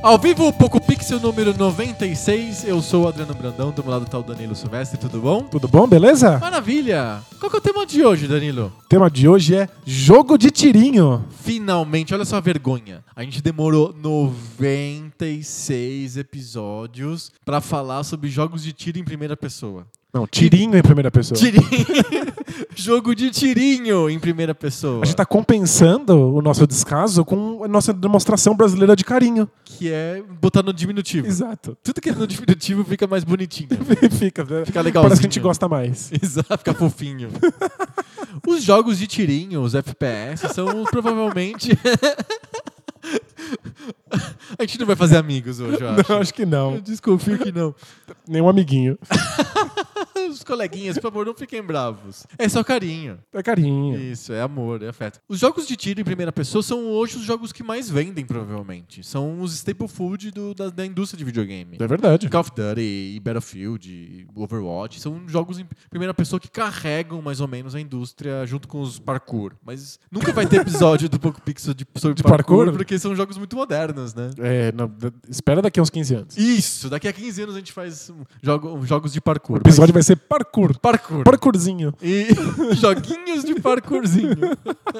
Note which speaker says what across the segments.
Speaker 1: Ao vivo, Poco Pixel número 96, eu sou o Adriano Brandão, do meu lado tá o Danilo Silvestre, tudo bom?
Speaker 2: Tudo bom, beleza?
Speaker 1: Maravilha! Qual que é o tema de hoje, Danilo?
Speaker 2: O tema de hoje é jogo de tirinho.
Speaker 1: Finalmente, olha só a vergonha. A gente demorou 96 episódios pra falar sobre jogos de tiro em primeira pessoa.
Speaker 2: Não, tirinho em primeira pessoa.
Speaker 1: Tirinho! Jogo de tirinho em primeira pessoa.
Speaker 2: A gente tá compensando o nosso descaso com a nossa demonstração brasileira de carinho.
Speaker 1: Que é botar no diminutivo.
Speaker 2: Exato.
Speaker 1: Tudo que é no diminutivo fica mais bonitinho.
Speaker 2: Fica, né?
Speaker 1: Fica
Speaker 2: Parece que a gente
Speaker 1: legalzinho.
Speaker 2: gosta mais.
Speaker 1: Exato, fica fofinho. os jogos de tirinho, os FPS, são provavelmente. a gente não vai fazer amigos hoje, eu acho.
Speaker 2: Não, acho que
Speaker 1: Eu
Speaker 2: não.
Speaker 1: desconfio que não.
Speaker 2: Nenhum amiguinho.
Speaker 1: Os coleguinhas, por favor, não fiquem bravos. É só carinho.
Speaker 2: É carinho.
Speaker 1: Isso, é amor, é afeto. Os jogos de tiro em primeira pessoa são hoje os jogos que mais vendem, provavelmente. São os staple food do- da, da indústria de videogame.
Speaker 2: É verdade.
Speaker 1: Call of Duty, e Battlefield, e Overwatch, são jogos em primeira pessoa que carregam mais ou menos a indústria junto com os parkour. Mas nunca vai ter episódio do Poco Pixel de, sobre
Speaker 2: De
Speaker 1: parkour,
Speaker 2: parkour?
Speaker 1: porque são jogos muito modernos, né?
Speaker 2: É, não, d- espera daqui a uns 15 anos.
Speaker 1: Isso, daqui a 15 anos a gente faz um jogo- jogos de parkour.
Speaker 2: O episódio vai ser
Speaker 1: Mas-
Speaker 2: parkour.
Speaker 1: parkour.
Speaker 2: Parkourzinho.
Speaker 1: E joguinhos de parkourzinho.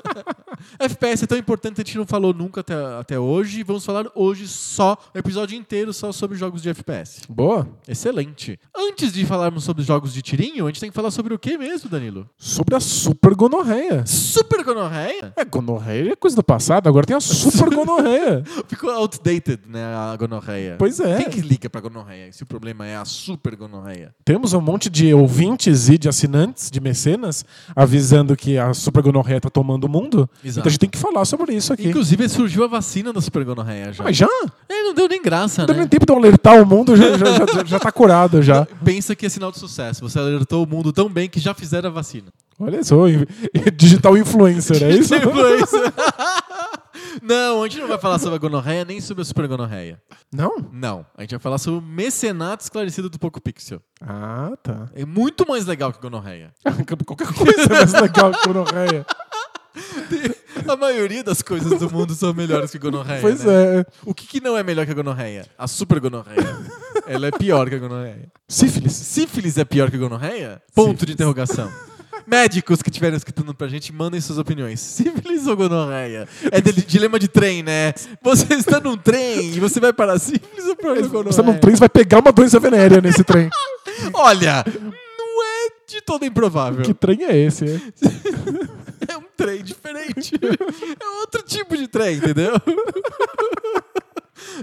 Speaker 1: FPS é tão importante que a gente não falou nunca até, até hoje. Vamos falar hoje só, o episódio inteiro só sobre jogos de FPS.
Speaker 2: Boa.
Speaker 1: Excelente. Antes de falarmos sobre jogos de tirinho, a gente tem que falar sobre o que mesmo, Danilo?
Speaker 2: Sobre a super gonorreia.
Speaker 1: Super gonorreia?
Speaker 2: É, gonorreia é coisa do passado, agora tem a super gonorreia.
Speaker 1: Ficou outdated, né, a gonorreia.
Speaker 2: Pois é.
Speaker 1: Quem que liga pra gonorreia se o problema é a super gonorreia?
Speaker 2: Temos um monte de ouvintes e de assinantes, de mecenas, avisando que a super gonorreia tá tomando o mundo.
Speaker 1: Exato.
Speaker 2: Então a gente tem que falar sobre isso aqui.
Speaker 1: Inclusive, surgiu a vacina da super gonorreia já.
Speaker 2: Mas já?
Speaker 1: É, não deu nem graça,
Speaker 2: Não deu
Speaker 1: né?
Speaker 2: nem tempo de eu alertar o mundo, já, já, já, já tá curado já.
Speaker 1: Pensa que é sinal de sucesso. Você alertou o mundo tão bem que já fizeram a vacina.
Speaker 2: Olha só, in- digital influencer, é isso?
Speaker 1: Tipo isso. não, a gente não vai falar sobre a gonorreia nem sobre a super gonorreia.
Speaker 2: Não?
Speaker 1: Não, a gente vai falar sobre o mecenato esclarecido do Poco Pixel.
Speaker 2: Ah, tá.
Speaker 1: É muito mais legal que gonorreia.
Speaker 2: Qualquer coisa é mais legal que gonorreia.
Speaker 1: A maioria das coisas do mundo são melhores que gonorreia.
Speaker 2: Pois
Speaker 1: né?
Speaker 2: é.
Speaker 1: O que, que não é melhor que a gonorreia? A super gonorreia. Ela é pior que a gonorreia.
Speaker 2: Sífilis.
Speaker 1: Sífilis é pior que a gonorreia? Ponto de
Speaker 2: Sífilis.
Speaker 1: interrogação. Médicos que estiverem escutando pra gente, mandem suas opiniões. Sífilis ou gonorreia? É dele- dilema de trem, né? Você está num trem e você vai para sífilis é ou para gonorreia?
Speaker 2: Você não trem, você vai pegar uma doença venérea nesse trem.
Speaker 1: Olha, não é de todo improvável.
Speaker 2: que trem é esse? é?
Speaker 1: É um trem diferente. É outro tipo de trem, entendeu?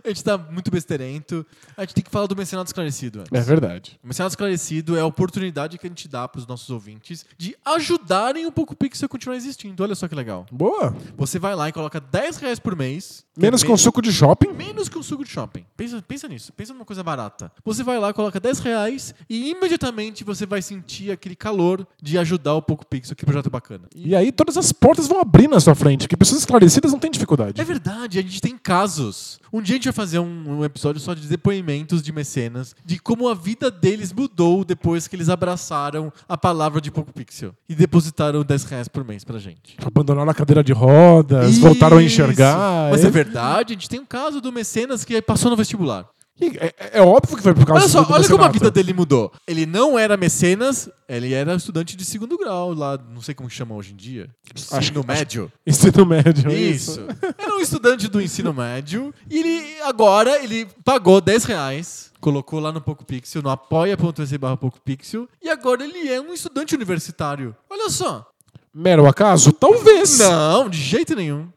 Speaker 1: A gente tá muito besteirento. A gente tem que falar do mecenato esclarecido. antes.
Speaker 2: É verdade.
Speaker 1: O mecenato esclarecido é a oportunidade que a gente dá pros nossos ouvintes de ajudarem um o Poco Pixel a continuar existindo. Olha só que legal.
Speaker 2: Boa.
Speaker 1: Você vai lá e coloca 10 reais por mês. que
Speaker 2: Menos
Speaker 1: é
Speaker 2: com
Speaker 1: me-
Speaker 2: suco de shopping?
Speaker 1: Menos que um suco de shopping. Pensa, pensa nisso. Pensa numa coisa barata. Você vai lá, coloca 10 reais e imediatamente você vai sentir aquele calor de ajudar um o Poco Pixel. Que é projeto bacana.
Speaker 2: E aí todas as portas vão abrir na sua frente, porque pessoas esclarecidas não têm dificuldade.
Speaker 1: É verdade, a gente tem casos. Um dia a gente vai fazer um, um episódio só de depoimentos de mecenas, de como a vida deles mudou depois que eles abraçaram a palavra de Poco Pixel e depositaram 10 reais por mês pra gente.
Speaker 2: Abandonaram a cadeira de rodas, voltaram a enxergar.
Speaker 1: Mas é
Speaker 2: é-
Speaker 1: verdade, a gente tem um caso do mecenas que passou no vestibular.
Speaker 2: e é, é óbvio que foi por causa
Speaker 1: Olha
Speaker 2: do
Speaker 1: só,
Speaker 2: do
Speaker 1: olha como a
Speaker 2: mecenato.
Speaker 1: vida dele mudou. Ele não era mecenas, ele era estudante de segundo grau lá, não sei como chama hoje em dia. Ensino
Speaker 2: Acho que-
Speaker 1: médio.
Speaker 2: Ensino médio, é isso.
Speaker 1: Então, Isso. Era um estudante do ensino médio e ele agora ele pagou 10 reais, colocou lá no PocoPixel, no apoia.se barra PocoPixel, e agora ele é um estudante universitário. Olha só.
Speaker 2: Mero acaso? Talvez.
Speaker 1: Não, de jeito nenhum.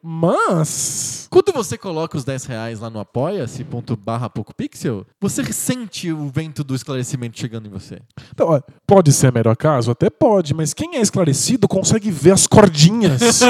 Speaker 2: Mas.
Speaker 1: Quando você coloca os 10 reais lá no apoia-se, ponto barra PocoPixel, você sente o vento do esclarecimento chegando em você.
Speaker 2: Então, ó, pode ser mero acaso? Até pode, mas quem é esclarecido consegue ver as cordinhas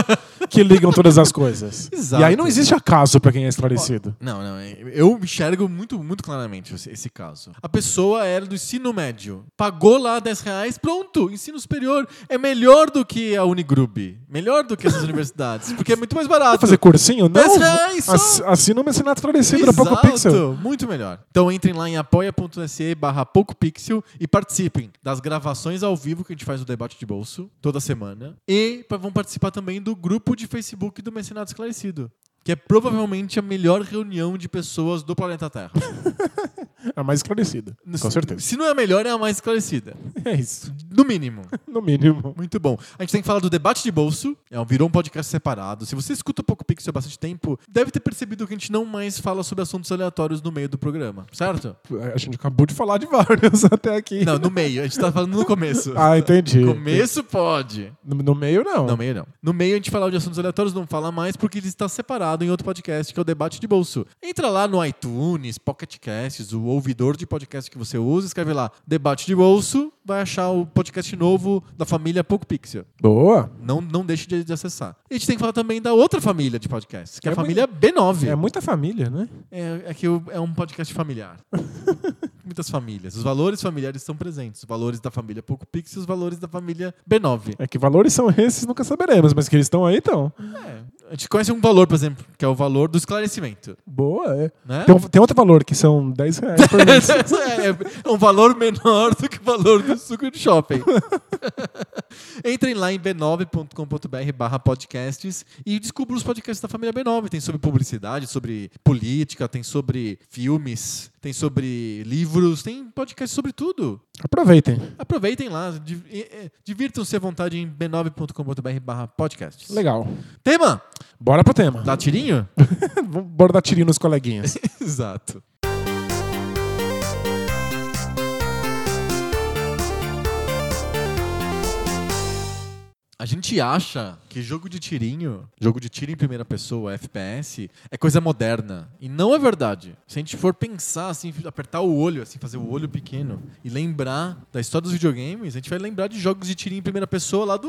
Speaker 2: que ligam todas as coisas.
Speaker 1: Exato.
Speaker 2: E aí não existe acaso pra quem é esclarecido.
Speaker 1: Não, não. Eu enxergo muito, muito claramente esse, esse caso. A pessoa era do ensino médio. Pagou lá 10 reais, pronto. Ensino superior é melhor do que a Unigrubi. Melhor do que essas universidades. Porque é muito mais barato.
Speaker 2: Quer fazer um cursinho? Não.
Speaker 1: 10 reais só.
Speaker 2: Ass- Assina o mecenato esclarecido da
Speaker 1: é Exato,
Speaker 2: PocoPixel.
Speaker 1: muito melhor. Então entrem lá em apoia.se barra PocoPixel e participem das gravações ao vivo que a gente faz no debate de bolso toda semana. E pa- vão participar também do grupo de Facebook do Mercenário Esclarecido. Que é provavelmente a melhor reunião de pessoas do planeta Terra.
Speaker 2: É A mais esclarecida. Com certeza.
Speaker 1: Se não é a melhor, é a mais esclarecida.
Speaker 2: É isso.
Speaker 1: No mínimo.
Speaker 2: No mínimo.
Speaker 1: Muito bom. A gente tem que falar do debate de bolso. É, um- virou um podcast separado. Se você escuta o Poco Pixel há bastante tempo, deve ter percebido que a gente não mais fala sobre assuntos aleatórios no meio do programa, certo?
Speaker 2: A gente acabou de falar de vários até aqui.
Speaker 1: Não, no meio. A gente tá falando no começo.
Speaker 2: Ah, entendi.
Speaker 1: Começo pode.
Speaker 2: No, no meio, não.
Speaker 1: No meio não. No meio a gente fala de assuntos aleatórios, não fala mais porque ele está separado em outro podcast que é o Debate de Bolso. Entra lá no iTunes, Pocket Casts, o ouvidor de podcast que você usa, escreve lá Debate de Bolso, vai achar o podcast novo da família Poco Pixel.
Speaker 2: Boa.
Speaker 1: Não, não deixe de, de acessar. E a gente tem que falar também da outra família de podcasts, que é,
Speaker 2: É
Speaker 1: a família B9.
Speaker 2: É muita família, né?
Speaker 1: É, é que o- é um podcast familiar. Muitas famílias. Os valores familiares estão presentes. Os valores da família Poco Pix e os valores da família B9.
Speaker 2: É que valores são esses, nunca saberemos, mas que eles estão aí, então.
Speaker 1: É, a gente conhece um valor, por exemplo, que é o valor do esclarecimento.
Speaker 2: Boa, é.
Speaker 1: Né?
Speaker 2: Tem, um- tem outro valor, que são 10 reais por mês.
Speaker 1: é, é um valor menor do que o valor do suco de shopping. Entrem lá em b9.com.br barra podcasts e descubram os podcasts da família B9. Tem sobre publicidade, sobre política, tem sobre filmes, tem sobre livros, tem podcast sobre tudo.
Speaker 2: Aproveitem.
Speaker 1: Aproveitem lá, di- eh, eh, divirtam-se à vontade em b9.com.br barra podcasts.
Speaker 2: Legal.
Speaker 1: Tema,
Speaker 2: Bora pro tema.
Speaker 1: dá tirinho?
Speaker 2: Vamos- Bora dar tirinho nos coleguinhas.
Speaker 1: Exato. A gente acha que jogo de tirinho, jogo de tiro em primeira pessoa, FPS, é coisa moderna. E não é verdade. Se a gente for pensar, assim, apertar o olho, assim, fazer o olho pequeno e lembrar da história dos videogames, a gente vai lembrar de jogos de tirinho em primeira pessoa lá do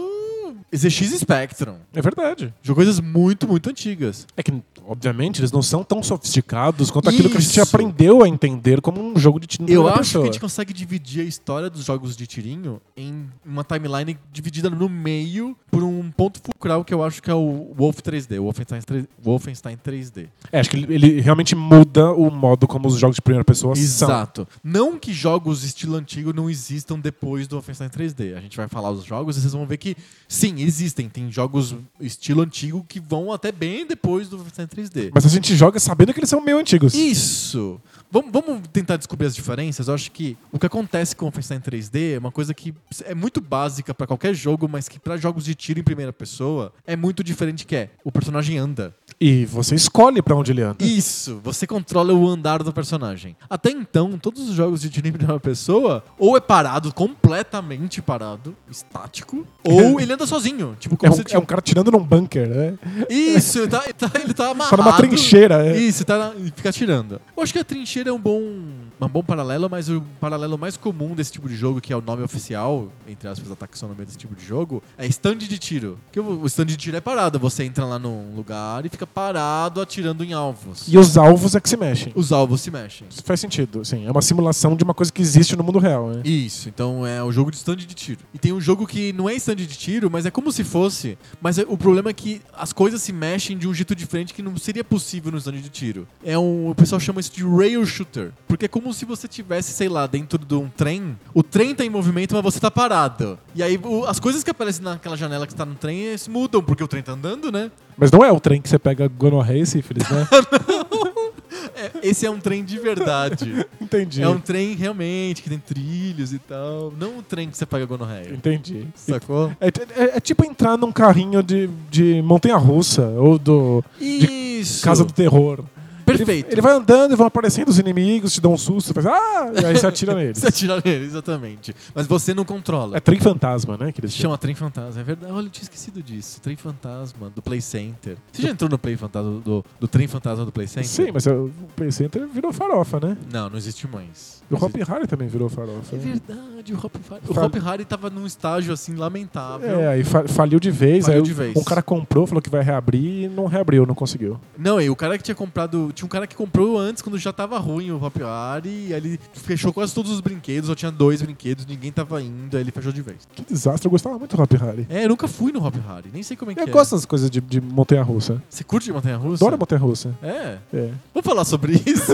Speaker 1: ZX Spectrum.
Speaker 2: É verdade.
Speaker 1: De coisas muito, muito antigas.
Speaker 2: É que, obviamente, eles não são tão sofisticados quanto aquilo que a gente
Speaker 1: Isso.
Speaker 2: aprendeu a entender como um jogo de tiro. em
Speaker 1: Eu
Speaker 2: primeira
Speaker 1: acho é
Speaker 2: pessoa.
Speaker 1: que a gente consegue dividir a história dos jogos de tirinho em uma timeline dividida no meio por um ponto fulcral que eu acho que é o Wolf 3D, o Wolfenstein 3D. Wolfenstein 3D.
Speaker 2: É, acho que ele, ele realmente muda o modo como os jogos de primeira pessoa são.
Speaker 1: Exato. Não que jogos estilo antigo não existam depois do Wolfenstein 3D. A gente vai falar os jogos e vocês vão ver que sim, existem. Tem jogos estilo antigo que vão até bem depois do Wolfenstein 3D.
Speaker 2: Mas a gente joga sabendo que eles são meio antigos.
Speaker 1: Isso! Vamos, vamos tentar descobrir as diferenças? Eu acho que o que acontece com o Wolfenstein 3D é uma coisa que é muito básica pra qualquer jogo, mas que pra jogos de tiro em primeira pessoa é muito diferente que é. O personagem anda.
Speaker 2: E você escolhe pra onde ele anda.
Speaker 1: Isso! Você controla o andar do personagem. Até então, todos os jogos de tiro em primeira pessoa ou é parado, completamente parado, estático, ou ele anda sozinho. Tipo,
Speaker 2: É
Speaker 1: como
Speaker 2: um,
Speaker 1: se
Speaker 2: é um cara tirando num bunker, né?
Speaker 1: isso, ele tá, ele tá, ele tá amarrado.
Speaker 2: Tá numa trincheira, é.
Speaker 1: Isso, tá na- e fica atirando. Eu acho que a trincheira é um bom, um bom paralelo, mas o paralelo mais comum desse tipo de jogo, que é o nome oficial, entre aspas, a taxonomia desse tipo de jogo, é stand de tiro. Porque o o stand de tiro é parado, você entra lá num lugar e fica parado atirando em alvos.
Speaker 2: E os alvos é que se mexem.
Speaker 1: os alvos se mexem.
Speaker 2: Isso faz sentido, sim. É uma simulação de uma coisa que existe no mundo real, né?
Speaker 1: Isso, então é o jogo de stand de tiro. E tem um jogo que não é stand de tiro, mas é como se fosse. Mas é- o problema é que as coisas se mexem de um jeito diferente que não seria possível no stand de tiro. É um. O pessoal chama isso de rail shooter. Porque é como se você tivesse, sei lá, dentro de um trem. O trem tá em movimento, mas você tá parado. E aí o- as coisas que aparecem naquela janela que está no trem eles mudam, porque o trem tá andando, né?
Speaker 2: Mas não é o trem que você pega gonorreia e sífilis, né?
Speaker 1: É, esse é um trem de verdade.
Speaker 2: Entendi.
Speaker 1: é um trem realmente, que tem trilhos e tal. Não um trem que você paga gonorreia.
Speaker 2: Entendi.
Speaker 1: Sacou?
Speaker 2: É, é- é tipo entrar num carrinho de, de montanha-russa ou do
Speaker 1: Isso!
Speaker 2: Casa do Terror.
Speaker 1: Perfeito.
Speaker 2: Ele vai andando e vão aparecendo os inimigos, te dão um susto, faz ah! E aí você atira neles.
Speaker 1: Você atira nele, exatamente. Mas você não controla.
Speaker 2: É trem fantasma, né? Que eles
Speaker 1: Chama Trem Fantasma, é verdade. Olha, eu tinha esquecido disso. Trem Fantasma, do Play Center. Você já entrou no Play Fantasma, do, do Trem Fantasma do Play Center?
Speaker 2: Sim, mas é o Play Center virou farofa, né?
Speaker 1: Não, não existe mais.
Speaker 2: E o
Speaker 1: Não
Speaker 2: Hop Harry também virou farofa.
Speaker 1: É
Speaker 2: né?
Speaker 1: verdade, o Hop Harry. O
Speaker 2: Fal-
Speaker 1: Hop Harry tava num estágio assim lamentável.
Speaker 2: É, aí fa- faliu de vez.
Speaker 1: Faliu
Speaker 2: aí
Speaker 1: de
Speaker 2: o-
Speaker 1: vez.
Speaker 2: Um cara comprou, falou que vai reabrir e não reabriu, não conseguiu.
Speaker 1: Não, e o cara que tinha comprado. Tinha um cara que comprou antes, quando já tava ruim o Hop Harry. E aí ele fechou quase todos os brinquedos, só tinha dois brinquedos, ninguém tava indo, aí ele fechou de vez.
Speaker 2: Que desastre, eu gostava muito do Hop Harry.
Speaker 1: É, eu nunca fui no Hop Harry, nem sei como é que
Speaker 2: Eu
Speaker 1: é.
Speaker 2: gosto das coisas de, de montanha-russa.
Speaker 1: Você curte de Montanha Russa?
Speaker 2: Adoro montanha-russa.
Speaker 1: É.
Speaker 2: É.
Speaker 1: Vamos falar sobre isso?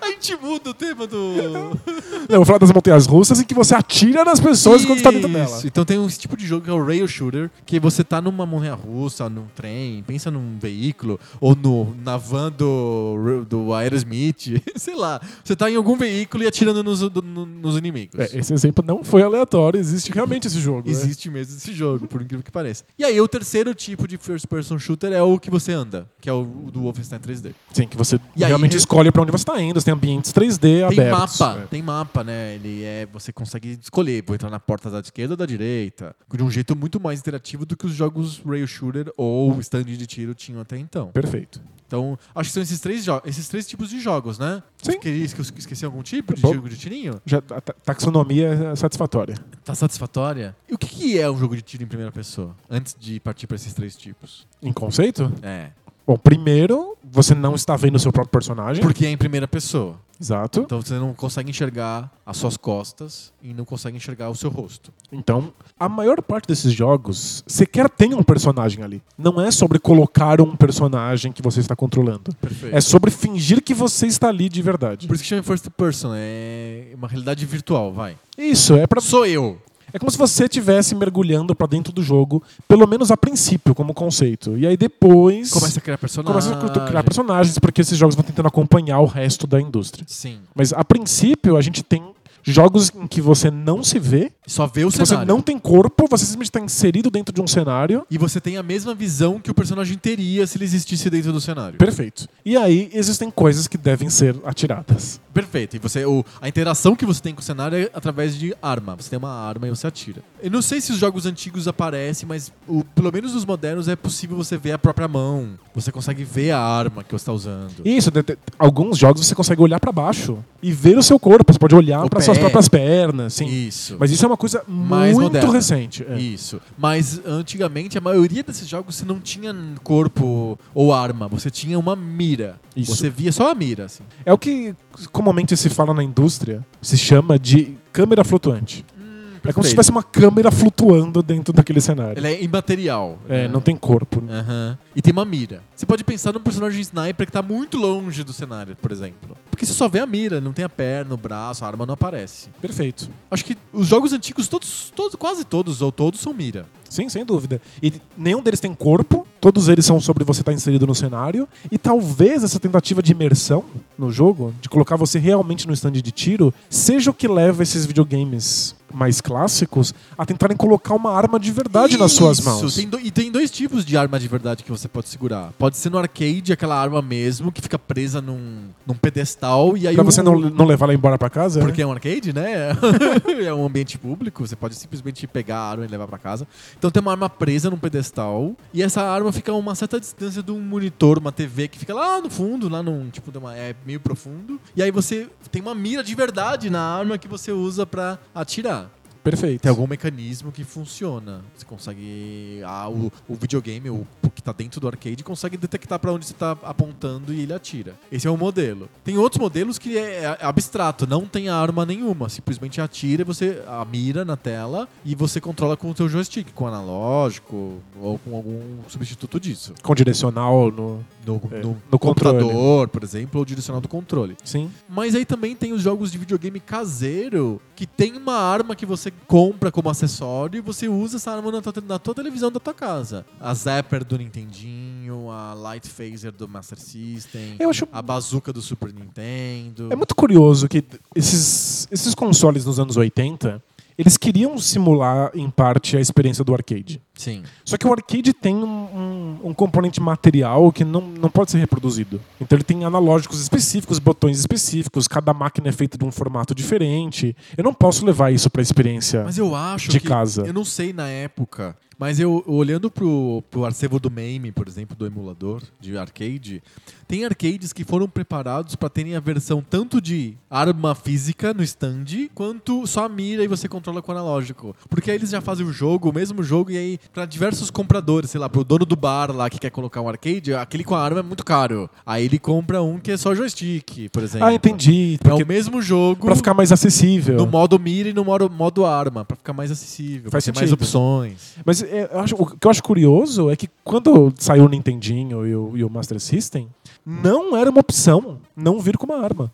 Speaker 1: A gente muda o tema do.
Speaker 2: Não, eu vou falar das montanhas russas em que você atira nas pessoas quando está dentro dela.
Speaker 1: Isso. Então tem um tipo de jogo que é o rail shooter, que você tá numa montanha russa, num trem, pensa num veículo, ou no, na van do, do Aerosmith, sei lá. Você tá em algum veículo e atirando nos, do- no- nos inimigos.
Speaker 2: É, esse exemplo não foi aleatório, existe realmente esse jogo. né?
Speaker 1: Existe mesmo esse jogo, por incrível que pareça. E aí, o terceiro tipo de first person shooter é o que você anda, que é o do Wolfenstein 3D.
Speaker 2: Sim, que você
Speaker 1: E aí-
Speaker 2: realmente escolhe pra onde você tá indo, você tem ambientes 3D
Speaker 1: Tem
Speaker 2: abertos.
Speaker 1: mapa,
Speaker 2: É.
Speaker 1: tem mapa, né? Ele é, você consegue escolher, vou entrar na porta da esquerda ou da direita, de um jeito muito mais interativo do que os jogos rail shooter ou stand de tiro tinham até então.
Speaker 2: Perfeito.
Speaker 1: Então, acho que são esses três jo- esses três tipos de jogos, né?
Speaker 2: Sim.
Speaker 1: Você queria esque- esquecer algum tipo de
Speaker 2: Bom.
Speaker 1: jogo de tirinho?
Speaker 2: Já, a ta- taxonomia é satisfatória.
Speaker 1: Tá satisfatória? E o que, que é um jogo de tiro em primeira pessoa? Antes de partir pra esses três tipos.
Speaker 2: Em conceito?
Speaker 1: É.
Speaker 2: Bom, primeiro, você não está vendo o seu próprio personagem.
Speaker 1: Porque é em primeira pessoa.
Speaker 2: Exato.
Speaker 1: Então você não consegue enxergar as suas costas e não consegue enxergar o seu rosto.
Speaker 2: Então, a maior parte desses jogos sequer tem um personagem ali. Não é sobre colocar um personagem que você está controlando.
Speaker 1: Perfeito.
Speaker 2: É sobre fingir que você está ali de verdade.
Speaker 1: Por isso que chama first person, é uma realidade virtual, vai.
Speaker 2: Isso, é para
Speaker 1: Sou eu.
Speaker 2: É como se você estivesse mergulhando pra dentro do jogo, pelo menos a princípio, como conceito. E aí depois
Speaker 1: Começa a né? criar personagem. Ah,
Speaker 2: começa a criar personagens, porque esses jogos vão tentando acompanhar o resto da indústria.
Speaker 1: Sim.
Speaker 2: Mas a princípio a gente tem jogos em que você não se vê,
Speaker 1: Só vê o
Speaker 2: que você
Speaker 1: cenário.
Speaker 2: não tem corpo, você simplesmente está inserido dentro de um cenário.
Speaker 1: E você tem a mesma visão que o personagem teria se ele existisse dentro do cenário.
Speaker 2: Perfeito. E aí existem coisas que devem ser atiradas.
Speaker 1: Perfeito. E você, o, a interação que você tem com o cenário é através de arma. Você tem uma arma e você atira. Eu não sei se os jogos antigos aparecem, mas o, pelo menos nos modernos é possível você ver a própria mão. Você consegue ver a arma que você está usando.
Speaker 2: Isso, de- de- alguns jogos você consegue olhar pra baixo e ver o seu corpo, você pode olhar
Speaker 1: O
Speaker 2: para suas
Speaker 1: pé.
Speaker 2: próprias pernas, sim.
Speaker 1: Isso.
Speaker 2: Mas isso é uma coisa
Speaker 1: Mais
Speaker 2: muito
Speaker 1: moderna.
Speaker 2: recente. é.
Speaker 1: Isso. Mas antigamente a maioria desses jogos você não tinha corpo ou arma, você tinha uma mira.
Speaker 2: Isso.
Speaker 1: Você via só a mira, assim.
Speaker 2: É o que comumente se fala na indústria, se chama de câmera flutuante.
Speaker 1: Hum,
Speaker 2: é como se tivesse uma câmera flutuando dentro daquele cenário.
Speaker 1: Ela é imaterial.
Speaker 2: É,
Speaker 1: né?
Speaker 2: não tem corpo. né?
Speaker 1: Aham. E tem uma mira. Você pode pensar num personagem sniper que tá muito longe do cenário, por exemplo. Porque você só vê a mira, não tem a perna, o braço, a arma não aparece.
Speaker 2: Perfeito.
Speaker 1: Acho que os jogos antigos, todos, todos, quase todos, ou todos, são mira.
Speaker 2: Sim, sem dúvida. E nenhum deles tem corpo, todos eles são sobre você estar inserido no cenário, e talvez essa tentativa de imersão no jogo, de colocar você realmente no stand de tiro, seja o que leva esses videogames mais clássicos a tentarem colocar uma arma de verdade nas suas
Speaker 1: Isso,
Speaker 2: mãos.
Speaker 1: tem do- e tem dois tipos de arma de verdade que você pode segurar. Pode ser no arcade, aquela arma mesmo, que fica presa num, num pedestal e aí.
Speaker 2: Pra
Speaker 1: o-
Speaker 2: você não, não levar ela embora pra casa? né?
Speaker 1: Porque é um arcade, né? é um ambiente público, você pode simplesmente pegar a arma e levar pra casa. Então tem uma arma presa num pedestal e essa arma fica a uma certa distância de um monitor, uma TV que fica lá no fundo, lá num tipo de uma é meio profundo. E aí você tem uma mira de verdade na arma que você usa pra atirar.
Speaker 2: Perfeito.
Speaker 1: Tem algum mecanismo que funciona. Você consegue. Ah, o, o videogame, o o que tá dentro do arcade, consegue detectar pra onde você tá apontando e ele atira. Esse é um modelo. Tem outros modelos que é, é abstrato, não tem arma nenhuma. Simplesmente atira e você a mira na tela e você controla com o seu joystick, com o analógico ou com algum substituto disso.
Speaker 2: com direcional no.
Speaker 1: No,
Speaker 2: É,
Speaker 1: no
Speaker 2: no controle.
Speaker 1: computador, por exemplo, ou direcional do controle.
Speaker 2: Sim.
Speaker 1: Mas aí também tem os jogos de videogame caseiro que tem uma arma que você compra como acessório e você usa essa arma na tua, na tua televisão da tua casa. A Zapper do Nintendinho, a Light Phaser do Master System,
Speaker 2: Eu É acho.
Speaker 1: a Bazooka do Super Nintendo.
Speaker 2: É muito curioso que esses, esses consoles nos anos 80. Eles queriam simular, em parte, a experiência do arcade.
Speaker 1: Sim.
Speaker 2: Só que o arcade tem um, um- um componente material que não, não pode ser reproduzido. Então ele tem analógicos específicos, botões específicos, cada máquina é feita de um formato diferente. Eu não posso levar isso pra experiência.
Speaker 1: Mas eu acho
Speaker 2: De
Speaker 1: que-
Speaker 2: casa.
Speaker 1: Eu não sei na época, mas eu olhando pro, pro arcevo do MAME, por exemplo, do emulador de arcade, tem arcades que foram preparados para terem a versão tanto de arma física no stand, quanto só a mira e você controla com o analógico. Porque aí eles já fazem o jogo, o mesmo jogo, e aí para diversos compradores, sei lá, pro dono do bar lá que quer colocar um arcade, aquele com a arma é muito caro. Aí ele compra um que é só joystick, por exemplo.
Speaker 2: Ah, entendi.
Speaker 1: É
Speaker 2: Porque,
Speaker 1: o mesmo jogo.
Speaker 2: pra ficar mais acessível.
Speaker 1: No modo mira e no modo, modo arma, pra ficar mais acessível,
Speaker 2: Então. Faz
Speaker 1: pra ter mais
Speaker 2: sentido.
Speaker 1: opções.
Speaker 2: Mas é, eu acho- o que eu acho curioso é que quando saiu o Nintendinho e o, e o Master System, não era uma opção não vir com uma arma.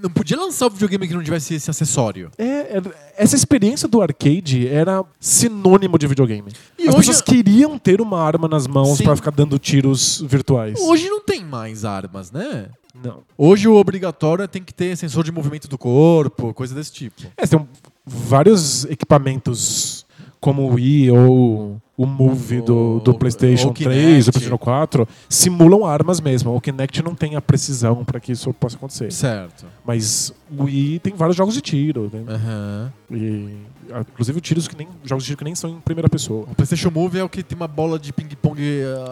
Speaker 1: Não podia lançar o videogame que não tivesse esse acessório.
Speaker 2: É, é- essa experiência do arcade era sinônimo de videogame.
Speaker 1: E
Speaker 2: As
Speaker 1: hoje-
Speaker 2: pessoas queriam ter uma arma nas mãos
Speaker 1: Sim.
Speaker 2: pra ficar dando tiros virtuais.
Speaker 1: Hoje não tem mais armas, né?
Speaker 2: Não.
Speaker 1: Hoje o obrigatório é tem que ter sensor de movimento do corpo, coisa desse tipo.
Speaker 2: É, tem um- vários equipamentos como o Wii ou o Move do, do
Speaker 1: Ou-
Speaker 2: PlayStation
Speaker 1: ou o
Speaker 2: 3,
Speaker 1: Kinect.
Speaker 2: do PlayStation 4, simulam armas mesmo. O Kinect não tem a precisão pra que isso possa acontecer.
Speaker 1: Certo.
Speaker 2: Mas o Wii tem vários jogos de tiro,
Speaker 1: É.
Speaker 2: né?
Speaker 1: Aham.
Speaker 2: E, ah, inclusive tiros que nem jogos de tiro que nem são em primeira pessoa.
Speaker 1: O PlayStation Move é o que tem uma bola de ping-pong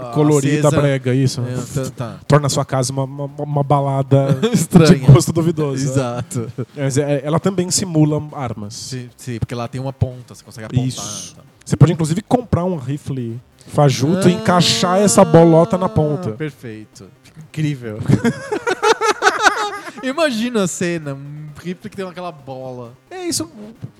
Speaker 1: ah,
Speaker 2: Colorida,
Speaker 1: acesa.
Speaker 2: brega, isso. né?
Speaker 1: É, tá, tá.
Speaker 2: Torna a sua casa uma, uma, uma balada de
Speaker 1: Estranha.
Speaker 2: gosto duvidoso. né?
Speaker 1: Exato.
Speaker 2: Mas é- ela também simula armas.
Speaker 1: Sim, sim, porque lá tem uma ponta, você consegue apontar.
Speaker 2: Isso.
Speaker 1: tá.
Speaker 2: Você pode inclusive comprar um rifle fajuto e encaixar essa bolota na
Speaker 1: Ah,
Speaker 2: ponta.
Speaker 1: Perfeito. Incrível. Imagina a cena, um rifle que tem aquela bola.
Speaker 2: É isso.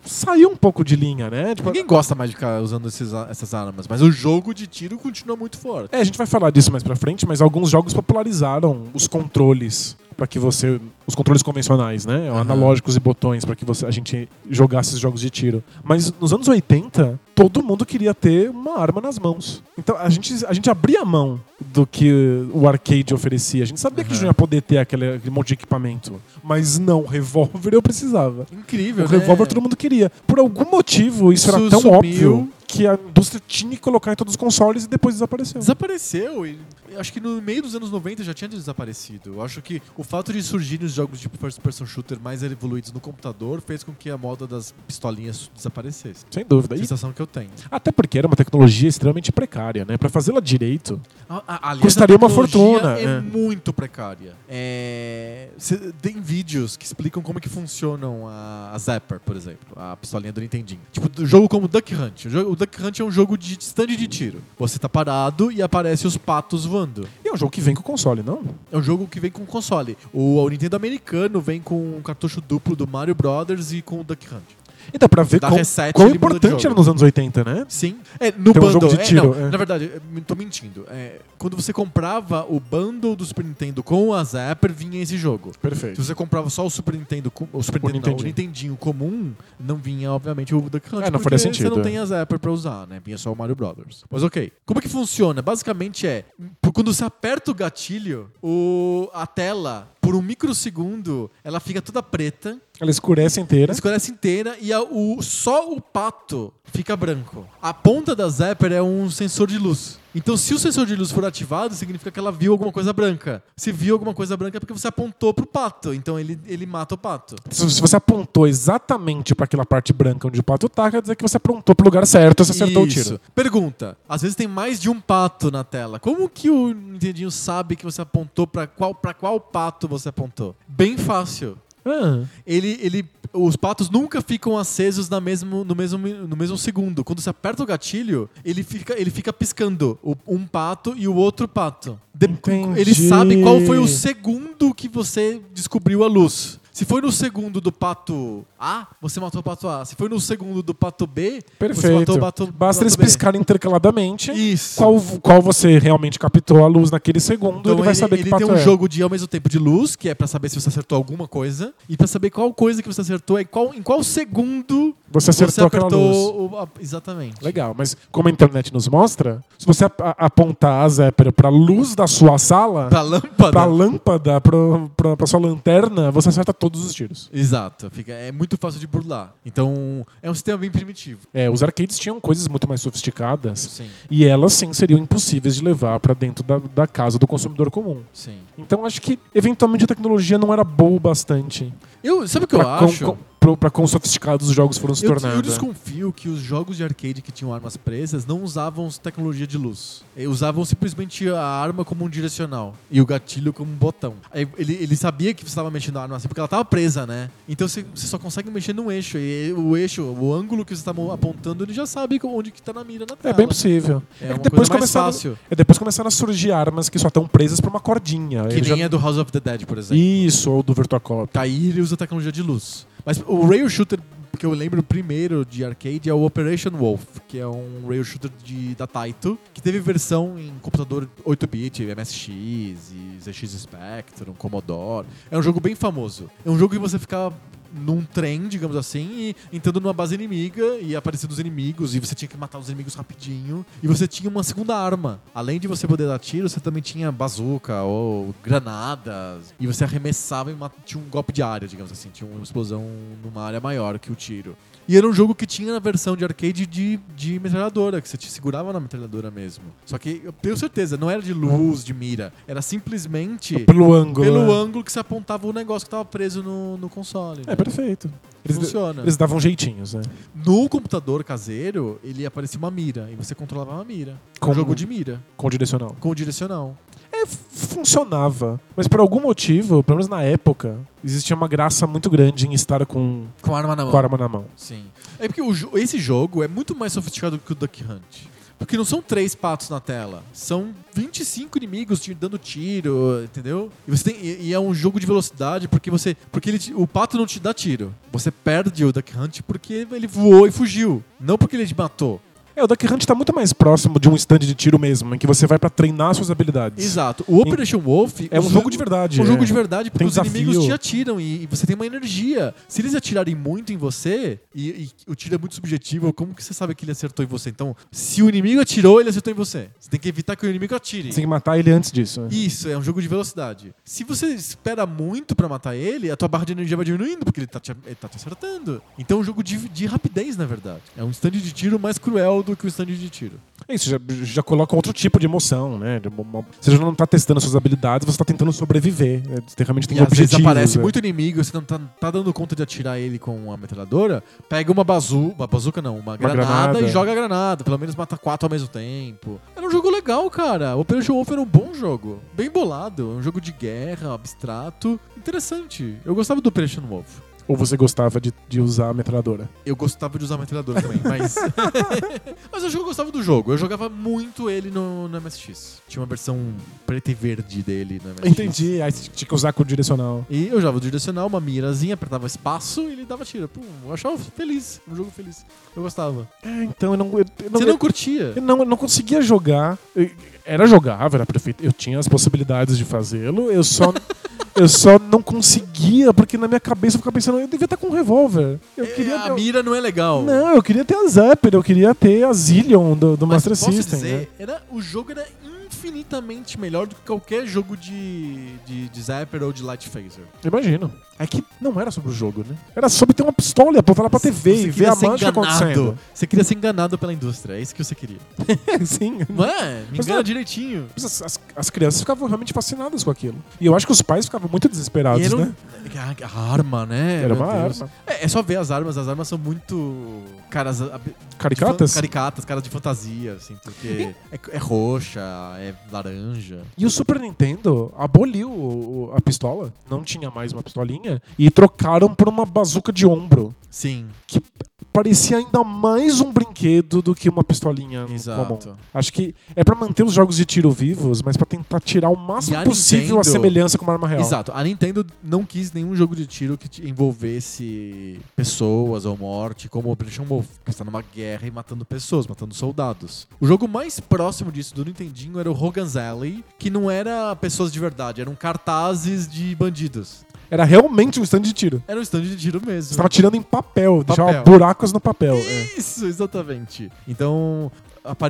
Speaker 2: Saiu um pouco de linha, né? Tipo,
Speaker 1: Ninguém gosta mais de ficar usando esses a- essas armas, mas o jogo de tiro continua muito forte.
Speaker 2: É, a gente vai falar disso mais pra frente, mas alguns jogos popularizaram os controles para que você. Os controles convencionais, né?
Speaker 1: Aham.
Speaker 2: Analógicos e botões para que você, a gente jogasse esses jogos de tiro. Mas nos anos 80, todo mundo queria ter uma arma nas mãos. Então a gente, a gente abria mão do que o arcade oferecia. A gente sabia que a gente
Speaker 1: Aham.
Speaker 2: não ia poder ter aquele, aquele monte de equipamento. Mas não, revólver eu precisava.
Speaker 1: Incrível,
Speaker 2: O
Speaker 1: né?
Speaker 2: revólver todo mundo queria. Por algum motivo, isso,
Speaker 1: Isso
Speaker 2: era tão
Speaker 1: sumiu.
Speaker 2: óbvio que a indústria tinha que colocar em todos os consoles e depois desapareceu.
Speaker 1: Desapareceu. e eu acho que no meio dos anos 90 já tinha desaparecido. Eu acho que o fato de surgirem os jogos de first person shooter mais evoluídos no computador fez com que a moda das pistolinhas desaparecesse.
Speaker 2: Sem dúvida.
Speaker 1: A
Speaker 2: E
Speaker 1: sensação que eu tenho.
Speaker 2: até porque era uma tecnologia extremamente precária, né? Pra fazê-la direito.
Speaker 1: A- a- aliás,
Speaker 2: Custaria
Speaker 1: a
Speaker 2: uma
Speaker 1: tecnologia
Speaker 2: fortuna,
Speaker 1: É,
Speaker 2: é.
Speaker 1: muito precária. É, cê- tem vídeos que explicam como é que funcionam a, a Zapper, por exemplo, a pistolinha do Nintendinho. Tipo, do jogo como Duck Hunt. O, jogo- o Duck Hunt é um jogo de stand de tiro. Você tá parado e aparece os patos voando.
Speaker 2: E é um jogo que vem com console, não?
Speaker 1: É um jogo que vem com console. O, o Nintendo americano vem com um cartucho duplo do Mario Brothers e com o Duck Hunt.
Speaker 2: E dá pra ver
Speaker 1: Dá
Speaker 2: quão,
Speaker 1: reset,
Speaker 2: quão
Speaker 1: ele muda de
Speaker 2: importante
Speaker 1: jogo.
Speaker 2: era nos anos 80, né?
Speaker 1: Sim. É, no
Speaker 2: Tem um
Speaker 1: bundle.
Speaker 2: jogo de
Speaker 1: É,
Speaker 2: tiro,
Speaker 1: não,
Speaker 2: é.
Speaker 1: Na verdade, eu tô mentindo. É, quando você comprava o bundle do Super Nintendo com a Zapper, vinha esse jogo. Se
Speaker 2: Perfeito.
Speaker 1: você comprava só o Super Nintendo, com- o Super
Speaker 2: O
Speaker 1: Nintendo, não, o
Speaker 2: Nintendinho.
Speaker 1: Nintendinho comum, não vinha, obviamente, o Duck Hunt.
Speaker 2: É, não
Speaker 1: porque
Speaker 2: faria
Speaker 1: Você
Speaker 2: sentido,
Speaker 1: não
Speaker 2: é.
Speaker 1: tem a Zapper pra usar, né? Vinha só o Mario Brothers. Mas ok. Como é que funciona? Basicamente é, por- quando você aperta o gatilho, o, a tela, por um microsegundo, ela fica toda preta,
Speaker 2: Ela escurece inteira.
Speaker 1: Escurece inteira e a- o, só o pato fica branco. A ponta da Zapper é um sensor de luz. Então, se o sensor de luz for ativado, significa que ela viu alguma coisa branca. Se viu alguma coisa branca é porque você apontou pro pato. Então, ele, ele mata o pato.
Speaker 2: Se se você apontou exatamente pra aquela parte branca onde o pato tá, quer dizer que você apontou pro lugar certo e você acertou o tiro.
Speaker 1: Pergunta. Às vezes tem mais de um pato na tela. Como que o Nintendinho sabe que você apontou pra qual, pra qual pato você apontou? Bem fácil.
Speaker 2: Ah,
Speaker 1: ele, ele- os patos nunca ficam acesos na mesmo, no, mesmo, no mesmo segundo. Quando você aperta o gatilho, ele fica, ele fica piscando o- um pato e o outro pato. De-
Speaker 2: Entendi.
Speaker 1: ele sabe qual foi o segundo que você descobriu a luz. Se foi no segundo do pato A, você matou o pato A. Se foi no segundo do pato B, você
Speaker 2: perfeito.
Speaker 1: matou o pato
Speaker 2: Basta
Speaker 1: pato
Speaker 2: eles
Speaker 1: B.
Speaker 2: piscarem intercaladamente.
Speaker 1: Isso.
Speaker 2: Qual, qual você realmente captou a luz naquele segundo,
Speaker 1: Então
Speaker 2: ele vai saber que
Speaker 1: ele
Speaker 2: pato
Speaker 1: tem um
Speaker 2: é.
Speaker 1: jogo de ao mesmo tempo de luz, que é pra saber se você acertou alguma coisa, e pra saber qual coisa que você acertou e qual, em qual segundo
Speaker 2: Você acertou
Speaker 1: você
Speaker 2: aquela luz.
Speaker 1: apertou o- a- exatamente.
Speaker 2: Legal, mas como a internet nos mostra, se você ap- a- apontar a Zephyr pra luz da sua sala,
Speaker 1: Pra lâmpada.
Speaker 2: pra lâmpada, pra, pra, pra sua lanterna, você acerta todos os tiros.
Speaker 1: Exato, fica, é muito fácil de burlar. Então, é um sistema bem primitivo.
Speaker 2: É, os arcades tinham coisas muito mais sofisticadas
Speaker 1: Sim,
Speaker 2: e elas sim seriam impossíveis de levar pra dentro da, da casa do consumidor comum.
Speaker 1: sim.
Speaker 2: Então acho que eventualmente a tecnologia não era boa o bastante
Speaker 1: Eu, sabe o que eu
Speaker 2: pra quão,
Speaker 1: acho?
Speaker 2: quão- pro- pra quão sofisticados os jogos foram se né?
Speaker 1: Eu,
Speaker 2: tornando.
Speaker 1: eu desconfio que os jogos de arcade que tinham armas presas não usavam tecnologia de luz. Eh, Usavam simplesmente a arma como um direcional e o gatilho como um botão. Aí Ele, ele sabia que você estava mexendo a arma assim, porque ela estava presa, né? Então você, você só consegue mexer num eixo. E o eixo, o ângulo que você está apontando, ele já sabe co- onde que está na mira na
Speaker 2: É
Speaker 1: tela.
Speaker 2: bem possível.
Speaker 1: É
Speaker 2: que
Speaker 1: uma
Speaker 2: depois
Speaker 1: coisa mais
Speaker 2: começaram-
Speaker 1: fácil.
Speaker 2: É, depois começaram a surgir armas que só estão presas por uma cordinha.
Speaker 1: Que
Speaker 2: Ele já-
Speaker 1: nem é do House of the Dead, por exemplo.
Speaker 2: Isso, ou do Virtua Cop.
Speaker 1: Tá aí ele usa tecnologia de luz. Mas o rail shooter que eu lembro primeiro de arcade é o Operation Wolf, que é um rail shooter de, da Taito, que teve versão em computador 8-bit, MSX e ZX Spectrum, Commodore. É um jogo bem famoso. É um jogo que você ficava num trem, digamos assim, e entrando numa base inimiga e aparecendo os inimigos, e você tinha que matar os inimigos rapidinho. E você tinha uma segunda arma. Além de você poder dar tiro, você também tinha bazuca ou granadas. E você arremessava e mat- tinha um golpe de área, digamos assim. Tinha uma explosão numa área maior que o tiro. E era um jogo que tinha na versão de arcade de, de metralhadora, que você te segurava na metralhadora mesmo. Só que eu tenho certeza, não era de luz, de mira. Era simplesmente
Speaker 2: Pelo ângulo.
Speaker 1: pelo
Speaker 2: né?
Speaker 1: ângulo que você apontava o negócio que tava preso no, no console.
Speaker 2: É perfeito. Eles,
Speaker 1: Funciona.
Speaker 2: eles davam jeitinhos, né?
Speaker 1: No computador caseiro, ele aparecia uma mira e você controlava uma mira.
Speaker 2: Com-
Speaker 1: Um jogo de mira,
Speaker 2: Com o direcional.
Speaker 1: com o direcional.
Speaker 2: É, f- funcionava. Mas por algum motivo, pelo menos na época, existia uma graça muito grande em estar com,
Speaker 1: Com arma na
Speaker 2: com a arma na mão.
Speaker 1: Sim. É porque o jo- esse jogo é muito mais sofisticado que o Duck Hunt. Porque não são três patos na tela, são 25 inimigos te dando tiro, entendeu? E, você tem- e- e é um jogo de velocidade porque você. Porque ele te- o pato não te dá tiro. Você perde o Duck Hunt porque ele voou e fugiu. Não porque ele te matou.
Speaker 2: É, o Duck Hunt tá muito mais próximo de um stand de tiro mesmo, em que você vai pra treinar suas habilidades.
Speaker 1: Exato. O Operation Wolf
Speaker 2: É um
Speaker 1: os-
Speaker 2: jogo de verdade,
Speaker 1: Um
Speaker 2: é.
Speaker 1: jogo de verdade, porque
Speaker 2: Tem
Speaker 1: os
Speaker 2: desafio.
Speaker 1: inimigos te atiram e, e você tem uma energia. Se eles atirarem muito em você, e, e o tiro é muito subjetivo, como que você sabe que ele acertou em você? Então, se o inimigo atirou, ele acertou em você. Você tem que evitar que o inimigo atire.
Speaker 2: Você tem que matar ele antes disso. né?
Speaker 1: Isso, é um jogo de velocidade. Se você espera muito pra matar ele, a tua barra de energia vai diminuindo, porque ele tá te, ele tá te acertando. Então é um jogo de, de rapidez, na verdade. É um stand de tiro mais cruel do que o stand de tiro.
Speaker 2: É Isso já, já coloca outro tipo de emoção, né? De uma- uma- Você já não tá testando suas habilidades, você tá tentando sobreviver. Né? Você realmente tem
Speaker 1: E às vezes
Speaker 2: objetivos.
Speaker 1: aparece
Speaker 2: né?
Speaker 1: muito inimigo, você não tá, tá dando conta de atirar ele com a metralhadora, pega uma bazuca, uma bazuca não, uma, granada,
Speaker 2: granada.
Speaker 1: e joga a granada. Pelo menos mata quatro ao mesmo tempo. Era um jogo legal, cara. O Operation Wolf era um bom jogo. Bem bolado. Um jogo de guerra, abstrato. Interessante. Eu gostava do Operation Wolf.
Speaker 2: Ou você gostava de, de usar a metralhadora.
Speaker 1: Eu gostava de usar a metralhadora também, mas. mas eu acho que eu gostava do jogo. Eu jogava muito ele no, no MSX. Tinha uma versão preta e verde dele no MSX.
Speaker 2: Entendi. Aí você tinha que usar com o direcional.
Speaker 1: E eu jogava o direcional, uma mirazinha, apertava espaço e ele dava tiro. Pum, eu achava feliz, um jogo feliz. Eu gostava.
Speaker 2: É, então eu não. Eu, eu não,
Speaker 1: Você não curtia?
Speaker 2: eu não, eu não conseguia jogar. Eu- era jogável, era perfeito. Eu tinha as possibilidades de fazê-lo, eu só. Eu só não conseguia, porque na minha cabeça eu ficava pensando, eu devia estar com um revólver. Eu queria. um
Speaker 1: A mira não é legal.
Speaker 2: Não, eu queria ter a Zapper, eu queria ter a Zillion do, do
Speaker 1: Mas
Speaker 2: Master
Speaker 1: posso
Speaker 2: System. né?
Speaker 1: dizer, era, o jogo era infinitamente melhor do que qualquer jogo de, de, de Zapper ou de Light Phaser.
Speaker 2: Imagino. É que não era sobre o jogo, né? Era sobre ter uma pistola e apontar lá pra TV
Speaker 1: Você
Speaker 2: e ver a
Speaker 1: queria ser
Speaker 2: mancha acontecendo.
Speaker 1: Você queria ser enganado pela indústria, é isso que você queria.
Speaker 2: Sim.
Speaker 1: Não é? Me
Speaker 2: Mas
Speaker 1: engana
Speaker 2: não-
Speaker 1: direitinho.
Speaker 2: As, as- as crianças ficavam realmente fascinadas com aquilo. E eu acho que os pais ficavam muito desesperados,
Speaker 1: E era um-
Speaker 2: né?
Speaker 1: a- a arma, né?
Speaker 2: Era
Speaker 1: Meu
Speaker 2: uma
Speaker 1: Deus.
Speaker 2: arma.
Speaker 1: É, é só ver as armas, as armas são muito caras ab-
Speaker 2: Caricatas?
Speaker 1: De fan- Caricatas, caras de fantasia, assim, porque é, é roxa, é laranja.
Speaker 2: E o Super Nintendo aboliu o- o- a pistola. Não tinha mais uma pistolinha. E trocaram por uma bazuca de ombro.
Speaker 1: Sim,
Speaker 2: Parecia ainda mais um brinquedo do que uma pistolinha comum.
Speaker 1: exato.
Speaker 2: Acho que é pra manter os jogos de tiro vivos, mas pra tentar tirar o máximo
Speaker 1: E a
Speaker 2: possível a
Speaker 1: Nintendo-
Speaker 2: semelhança com uma arma real.
Speaker 1: Exato. A Nintendo não quis nenhum jogo de tiro que te envolvesse pessoas ou morte, como o Operation Wolf, que está tá numa guerra e matando pessoas, matando soldados. O jogo mais próximo disso do Nintendinho era o Hogan's Alley, que não era pessoas de verdade, eram cartazes de bandidos.
Speaker 2: Era realmente um stand de tiro.
Speaker 1: Era um stand de tiro mesmo.
Speaker 2: Você tava tirando em papel,
Speaker 1: Papel.
Speaker 2: deixava buracos no papel. é.
Speaker 1: Isso, exatamente. Então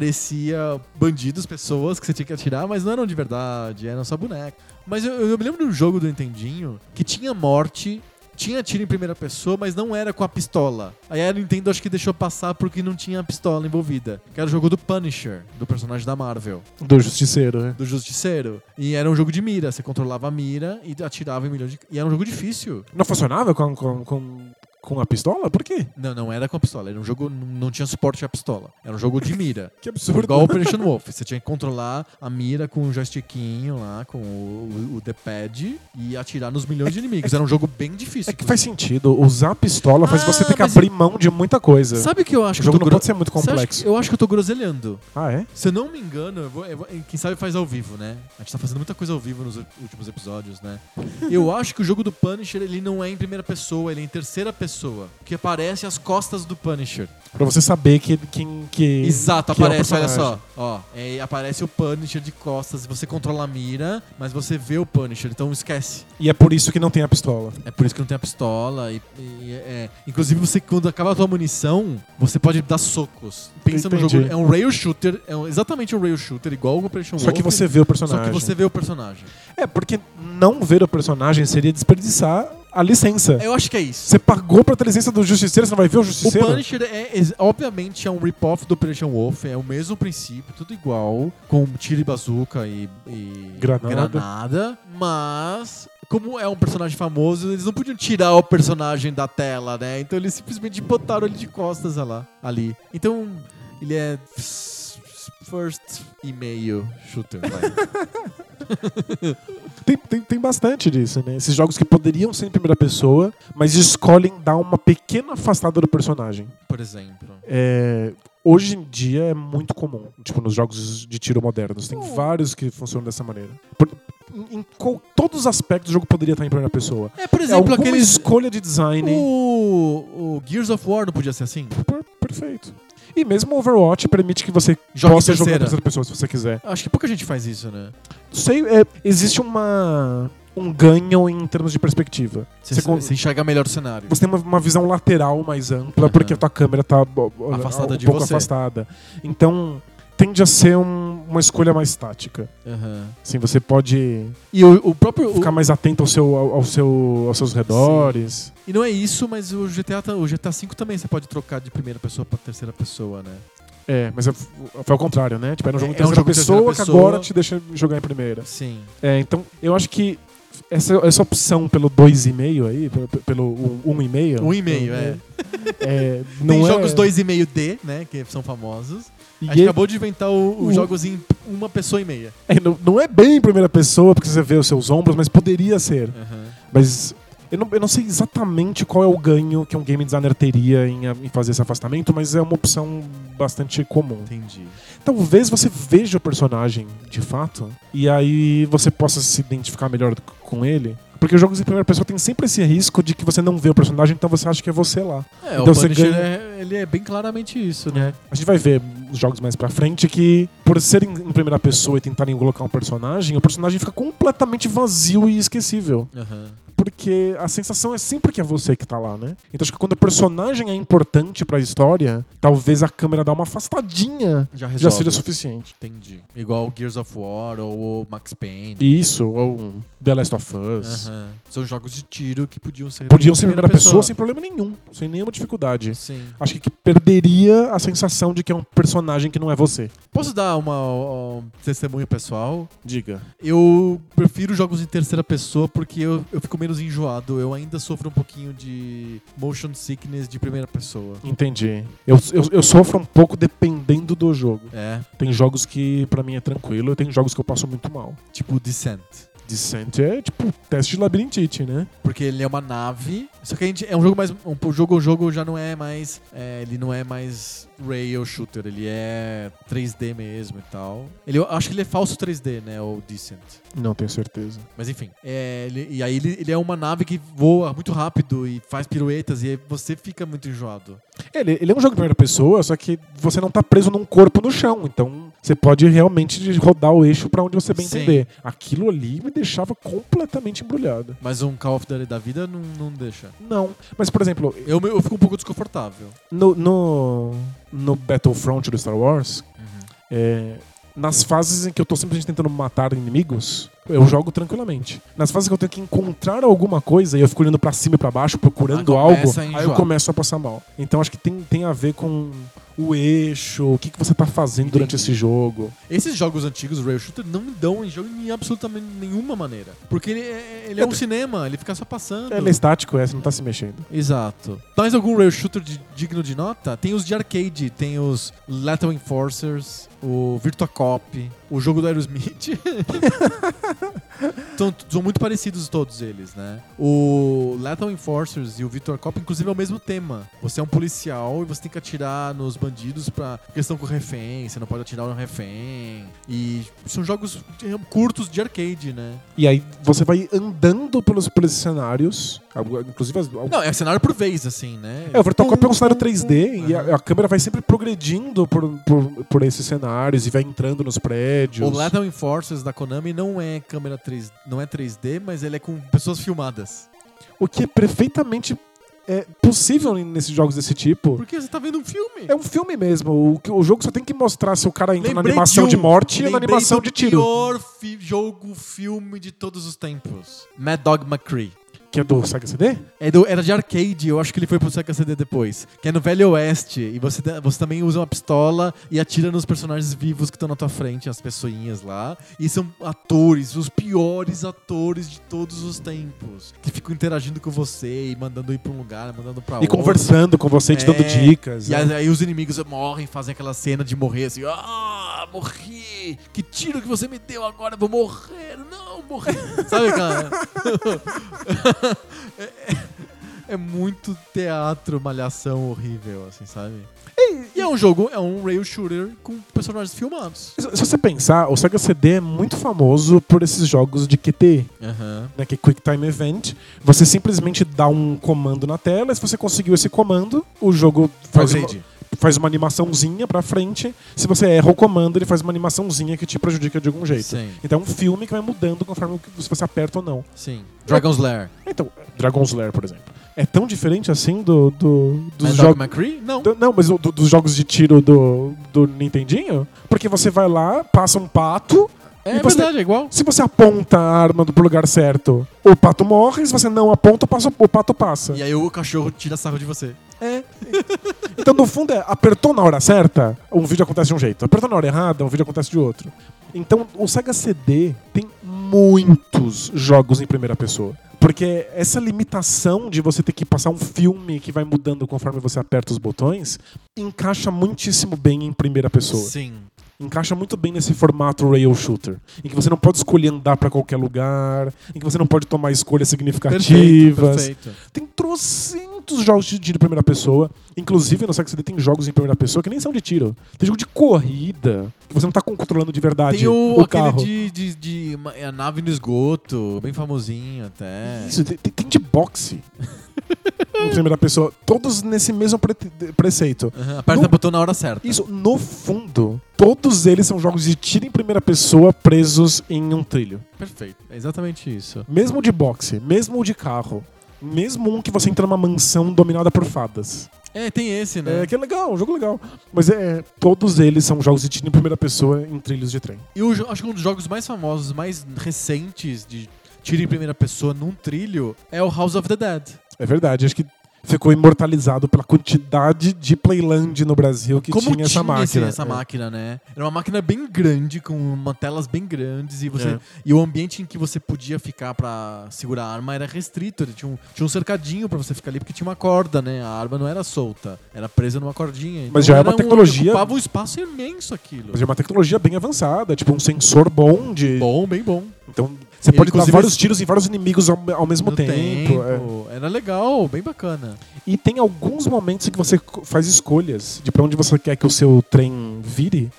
Speaker 1: aparecia bandidos, pessoas que você tinha que atirar, mas não eram de verdade, eram só bonecos. Mas eu, eu me lembro de um jogo do Nintendinho que tinha morte, tinha tiro em primeira pessoa, mas não era com a pistola. Aí a Nintendo acho que deixou passar porque não tinha a pistola envolvida. Que era o jogo do Punisher, do personagem da Marvel,
Speaker 2: Do Justiceiro, né?
Speaker 1: do Justiceiro. E era um jogo de mira, você controlava a mira e atirava em milhões de. E era um jogo difícil.
Speaker 2: Não funcionava com, com, com, com a pistola? Por quê?
Speaker 1: Não, não era com a pistola. Era um jogo. n- Não tinha suporte à pistola. Era um jogo de mira.
Speaker 2: Que absurdo.
Speaker 1: Igual o Operation Wolf. Você tinha que controlar a mira com o joystickinho lá, com o, o, o D-pad e atirar nos milhões de inimigos. Era um jogo bem difícil.
Speaker 2: É que faz sentido. Usar a pistola faz
Speaker 1: Ah,
Speaker 2: você ter que
Speaker 1: mas-
Speaker 2: abrir mão de muita coisa.
Speaker 1: Sabe o que eu acho
Speaker 2: o
Speaker 1: que eu
Speaker 2: jogo
Speaker 1: tô
Speaker 2: não
Speaker 1: gro-
Speaker 2: pode ser muito
Speaker 1: Você acha
Speaker 2: complexo.
Speaker 1: que- Eu acho que eu tô groselhando.
Speaker 2: Ah, é?
Speaker 1: Se eu não me engano, eu vou, eu vou- quem sabe faz ao vivo, né? A gente tá fazendo muita coisa ao vivo nos últimos episódios, né? Eu acho que o jogo do Punisher, ele não é em primeira pessoa, ele é em terceira pessoa. Que aparece as costas do Punisher.
Speaker 2: Pra você saber que. Quem, que
Speaker 1: Exato,
Speaker 2: que é o
Speaker 1: aparece, olha
Speaker 2: personagem.
Speaker 1: só. Ó, é, aparece o Punisher de costas, você controla a mira, mas você vê o Punisher, então esquece.
Speaker 2: E é por isso que não tem a pistola.
Speaker 1: É por isso que não tem a pistola. E, e- é- Inclusive, você quando acaba a tua munição, você pode dar socos. Pensa no
Speaker 2: Entendi.
Speaker 1: jogo. É um rail shooter, é um- exatamente um rail shooter, igual o Operation
Speaker 2: Só que
Speaker 1: Wolf,
Speaker 2: você vê o
Speaker 1: Um Só
Speaker 2: personagem.
Speaker 1: que você vê o personagem.
Speaker 2: É, porque não ver o personagem seria desperdiçar a licença.
Speaker 1: Eu acho que é isso.
Speaker 2: Você pagou pra ter licença do Justiceiro, você não vai ver o
Speaker 1: O
Speaker 2: Justiceiro?
Speaker 1: Punisher é, ex- obviamente, é um rip-off do Operation Wolf, é o mesmo princípio, tudo igual, com tiro e bazuca e, e
Speaker 2: Granada.
Speaker 1: granada, mas como é um personagem famoso, eles não podiam tirar o personagem da tela, né? Então eles simplesmente botaram ele de costas olha lá, ali. Então, ele é s- s- first e-mail shooter, vai.
Speaker 2: Tem, tem, tem bastante disso, né? Esses jogos que poderiam ser em primeira pessoa, mas escolhem dar uma pequena afastada do personagem.
Speaker 1: por exemplo.
Speaker 2: É, hoje em dia é muito comum, tipo, nos jogos de tiro modernos. Tem
Speaker 1: Hum.
Speaker 2: vários que funcionam dessa maneira. Por- em em co- todos os aspectos o jogo poderia estar em primeira pessoa.
Speaker 1: É, por
Speaker 2: É né?
Speaker 1: exemplo,
Speaker 2: alguma
Speaker 1: aqueles... Hum.
Speaker 2: escolha de design.
Speaker 1: O, o Gears of War não podia ser assim?
Speaker 2: Per- Perfeito. E mesmo o Overwatch permite que você
Speaker 1: Jogue em
Speaker 2: possa jogar em
Speaker 1: terceira.
Speaker 2: terceira pessoa se você quiser.
Speaker 1: Acho que pouca gente faz isso, né?
Speaker 2: Sei, é, existe uma um ganho em termos de perspectiva.
Speaker 1: Você,
Speaker 2: Você con-
Speaker 1: você enxerga melhor o cenário.
Speaker 2: Você tem uma, uma visão lateral mais ampla
Speaker 1: Aham.
Speaker 2: porque a tua câmera tá bo- bo-
Speaker 1: Afastada
Speaker 2: um
Speaker 1: de
Speaker 2: pouco
Speaker 1: você.
Speaker 2: afastada. Então tende a ser um- uma escolha mais tática.
Speaker 1: Aham.
Speaker 2: Assim, você pode
Speaker 1: E o, o próprio. o-
Speaker 2: ficar mais atento ao seu, ao, ao seu, aos seus redores.
Speaker 1: e não é isso, mas o GTA, tá- o GTA V também você pode trocar de primeira pessoa pra terceira pessoa, né?
Speaker 2: É, mas é- foi ao contrário, né? Tipo, era um jogo
Speaker 1: É,
Speaker 2: em
Speaker 1: é um
Speaker 2: terceira
Speaker 1: jogo em
Speaker 2: pessoa
Speaker 1: terceira
Speaker 2: que
Speaker 1: pessoa.
Speaker 2: agora te deixa jogar em primeira.
Speaker 1: Sim.
Speaker 2: É, então eu acho que essa, essa opção pelo 2,5 aí, pelo- pelo 1,5. Um, um e meio,
Speaker 1: Um e meio, é.
Speaker 2: é, não
Speaker 1: Tem
Speaker 2: é-
Speaker 1: jogos 2,5D, né? Que são famosos.
Speaker 2: E
Speaker 1: A gente
Speaker 2: é-
Speaker 1: acabou de inventar o-
Speaker 2: O-
Speaker 1: os jogos em uma pessoa e meia.
Speaker 2: é, não, não é bem em primeira pessoa, porque você vê os seus ombros, mas poderia ser. Mas eu não, eu não sei exatamente qual é o ganho que um game designer teria em, em fazer esse afastamento, mas é uma opção bastante comum.
Speaker 1: Entendi.
Speaker 2: Talvez você veja o personagem de fato e aí você possa se identificar melhor c- com ele. Porque os jogos em primeira pessoa tem sempre esse risco de que você não vê o personagem, então você acha que é você lá.
Speaker 1: É,
Speaker 2: Então
Speaker 1: o
Speaker 2: você
Speaker 1: Punisher
Speaker 2: ganha-
Speaker 1: é, ele é bem claramente isso, né?
Speaker 2: A gente vai ver os jogos mais pra frente que, por serem em primeira pessoa e tentarem colocar um personagem, o personagem fica completamente vazio e esquecível.
Speaker 1: Aham.
Speaker 2: Porque a sensação é sempre que é você que tá lá, né? Então acho que quando o personagem é importante pra história, talvez a câmera dá uma afastadinha
Speaker 1: Já
Speaker 2: já
Speaker 1: resolve.
Speaker 2: seja suficiente.
Speaker 1: Entendi. Igual o Gears of War ou o Max Payne.
Speaker 2: Isso, ou um The Last of Us.
Speaker 1: Aham. São jogos de tiro que podiam ser.
Speaker 2: Podiam ser em primeira pessoa sem problema nenhum, sem nenhuma dificuldade.
Speaker 1: Sim.
Speaker 2: Acho que perderia a sensação de que é um personagem que não é você.
Speaker 1: Posso dar uma, um testemunho pessoal?
Speaker 2: Diga.
Speaker 1: Eu prefiro jogos em terceira pessoa porque eu, eu fico menos enjoado. Eu ainda sofro um pouquinho de motion sickness de primeira pessoa.
Speaker 2: Entendi. Eu, eu, eu sofro um pouco dependendo do jogo.
Speaker 1: É,
Speaker 2: Tem jogos que pra mim é tranquilo, tem jogos que eu passo muito mal.
Speaker 1: tipo Descent.
Speaker 2: Descent é tipo teste de labirintite, né?
Speaker 1: Porque ele é uma nave. Só que a gente, é um jogo mais. Um, o jogo, o jogo já não é mais. é, ele não é mais rail shooter. Ele é 3D mesmo e tal. Ele, eu acho que ele é falso 3D, né? O Descent.
Speaker 2: Não tenho certeza.
Speaker 1: Mas enfim, é, ele- e aí ele, ele é uma nave que voa muito rápido e faz piruetas e aí você fica muito enjoado.
Speaker 2: Ele, ele é um jogo em primeira pessoa, só que você não tá preso num corpo no chão, então você pode realmente rodar o eixo pra onde você bem
Speaker 1: Sim.
Speaker 2: entender. Aquilo ali me deixava completamente embrulhado.
Speaker 1: Mas um Call of Duty da vida não, não deixa.
Speaker 2: Não. Mas, por exemplo,
Speaker 1: Eu, me- eu fico um pouco desconfortável.
Speaker 2: no, no, no Battlefront do Star Wars, é, Nas fases em que eu tô simplesmente tentando matar inimigos, eu jogo tranquilamente. Nas fases que eu tenho que encontrar alguma coisa e eu fico olhando pra cima e pra baixo, procurando
Speaker 1: Aí
Speaker 2: algo,
Speaker 1: começa a
Speaker 2: aí eu
Speaker 1: enjoar.
Speaker 2: começo a passar mal. Então acho que tem, tem a ver com o eixo, o que, que você tá fazendo durante esse jogo.
Speaker 1: Esses jogos antigos, rail shooter, não me dão em jogo em absolutamente nenhuma maneira. Porque ele é, ele é um cinema, ele fica só passando.
Speaker 2: Ele é estático, é, você não tá se mexendo.
Speaker 1: Exato. Mais algum rail shooter de- digno de nota? Tem os de arcade, tem os Lethal Enforcers, o Virtua Cop, o jogo do Aerosmith. São- são muito parecidos todos eles, né? O Lethal Enforcers e o Virtua Cop, inclusive, é o mesmo tema. Você é um policial e você tem que atirar nos bandidos pra questão com refém, você não pode atirar no refém. E são jogos eh, curtos de arcade, né?
Speaker 2: E aí você vai andando pelos, pelos cenários, algu- inclusive as,
Speaker 1: Não, é cenário por vez, assim, né?
Speaker 2: É, o Virtual Cop é um cenário 3D e
Speaker 1: Aham.
Speaker 2: a, a câmera vai sempre progredindo por, por, por esses cenários e vai entrando nos prédios.
Speaker 1: O Lethal Enforcers da Konami não é câmera 3, não é 3D, mas ele é com pessoas filmadas.
Speaker 2: O que é perfeitamente é, possível n- nesses jogos desse tipo.
Speaker 1: Porque você tá vendo um filme.
Speaker 2: É um filme mesmo. O, que- o jogo só tem que mostrar se o cara entra na
Speaker 1: Lembrei
Speaker 2: animação de,
Speaker 1: um.
Speaker 2: morte ou na
Speaker 1: Lembrei
Speaker 2: animação
Speaker 1: do
Speaker 2: de tiro.
Speaker 1: pior fi- jogo filme de todos os tempos. Mad Dog McCree.
Speaker 2: Que é do Sega CD?
Speaker 1: É do- era de arcade, eu acho que ele foi pro Sega CD depois. Que é no Velho Oeste. E você, da- você também usa uma pistola e atira nos personagens vivos que estão na tua frente, as pessoinhas lá. E são atores, os piores atores de todos os tempos. Que ficam interagindo com você e mandando ir pra um lugar, mandando pra
Speaker 2: E
Speaker 1: outro.
Speaker 2: conversando com você, te dando
Speaker 1: É,
Speaker 2: dicas.
Speaker 1: E
Speaker 2: né?
Speaker 1: aí, aí os inimigos morrem, fazem aquela cena de morrer assim, ah, morri! Que tiro que você me deu agora, eu vou morrer! Não, morri! Sabe, cara? É- é- É muito teatro, malhação horrível, assim, sabe? E é um jogo, é um rail shooter com personagens filmados.
Speaker 2: Se se você pensar, o Sega CD é muito famoso por esses jogos de QTE.
Speaker 1: Aham.
Speaker 2: né, que é Quick Time Event, você simplesmente dá um comando na tela, e se você conseguiu esse comando, o jogo faz, uma, faz uma animaçãozinha pra frente. Se você erra o comando, ele faz uma animaçãozinha que te prejudica de algum jeito.
Speaker 1: Sim.
Speaker 2: Então é um filme que vai mudando conforme o que- se você aperta ou não.
Speaker 1: Sim. Dragon's Lair.
Speaker 2: Então, Dragon's Lair, por exemplo. É tão diferente assim do, do- dos
Speaker 1: Mad Dog
Speaker 2: jogos.
Speaker 1: McCree? Não.
Speaker 2: do- Não, mas do- do- dos jogos de tiro do, do Nintendinho? Porque você vai lá, passa um pato,
Speaker 1: É
Speaker 2: e você-
Speaker 1: verdade, é igual.
Speaker 2: se você aponta a arma pro lugar certo, o pato morre. Se você não aponta, o, passo- o pato passa.
Speaker 1: E aí o cachorro tira sarro de você.
Speaker 2: É. então, no fundo, é, apertou na hora certa, um vídeo acontece de um jeito. Apertou na hora errada, um vídeo acontece de outro. Então, o Sega CD tem muitos jogos em primeira pessoa. Porque essa limitação de você ter que passar um filme que vai mudando conforme você aperta os botões, encaixa muitíssimo bem em primeira pessoa
Speaker 1: Sim.
Speaker 2: encaixa muito bem nesse formato rail shooter, em que você não pode escolher andar pra qualquer lugar, em que você não pode tomar escolhas
Speaker 1: Perfeito,
Speaker 2: significativas.
Speaker 1: perfeito.
Speaker 2: Tem trocentos jogos de tiro em primeira pessoa, inclusive no Sega CD tem jogos em primeira pessoa que nem são de tiro. Tem jogo de corrida, que você não tá controlando de verdade
Speaker 1: Tem o, aquele
Speaker 2: carro.
Speaker 1: De, de, de ma- é a nave no esgoto, bem famosinho até.
Speaker 2: Isso, tem, tem de boxe. em primeira pessoa, todos nesse mesmo prete- preceito.
Speaker 1: Aham, aperta
Speaker 2: No-
Speaker 1: o botão na hora certa.
Speaker 2: Isso, no fundo, todos eles são jogos de tiro em primeira pessoa presos em um trilho.
Speaker 1: Perfeito. É exatamente isso.
Speaker 2: Mesmo de boxe, mesmo de carro, mesmo um que você entra numa mansão dominada por fadas.
Speaker 1: É, tem esse, né?
Speaker 2: É, que é legal, um jogo legal. Mas é, todos eles são jogos de tiro em primeira pessoa em trilhos de trem.
Speaker 1: E eu jo- acho que um dos jogos mais famosos, mais recentes de tiro em primeira pessoa num trilho é o House of the Dead.
Speaker 2: É verdade, acho que ficou imortalizado pela quantidade de Playland no Brasil que
Speaker 1: Como
Speaker 2: tinha essa máquina.
Speaker 1: esse- essa
Speaker 2: É.
Speaker 1: máquina, né? Era uma máquina bem grande, com uma telas bem grandes, e você
Speaker 2: É.
Speaker 1: e o ambiente em que você podia ficar pra segurar a arma era restrito. Ele tinha, um, tinha um cercadinho pra você ficar ali, porque tinha uma corda, né? A arma não era solta, era presa numa cordinha. Então
Speaker 2: Mas já é uma
Speaker 1: um-
Speaker 2: tecnologia-
Speaker 1: ocupava um espaço imenso aquilo.
Speaker 2: Mas é uma tecnologia bem avançada, tipo um sensor bom de.
Speaker 1: Bom, bem bom.
Speaker 2: Então você
Speaker 1: Ele,
Speaker 2: pode dar
Speaker 1: inclusive,
Speaker 2: vários
Speaker 1: esse-
Speaker 2: tiros em vários inimigos ao, ao mesmo
Speaker 1: No
Speaker 2: tempo. é.
Speaker 1: Era legal, bem bacana.
Speaker 2: E tem alguns momentos em que você co- faz escolhas de pra onde você quer que o seu trem vire,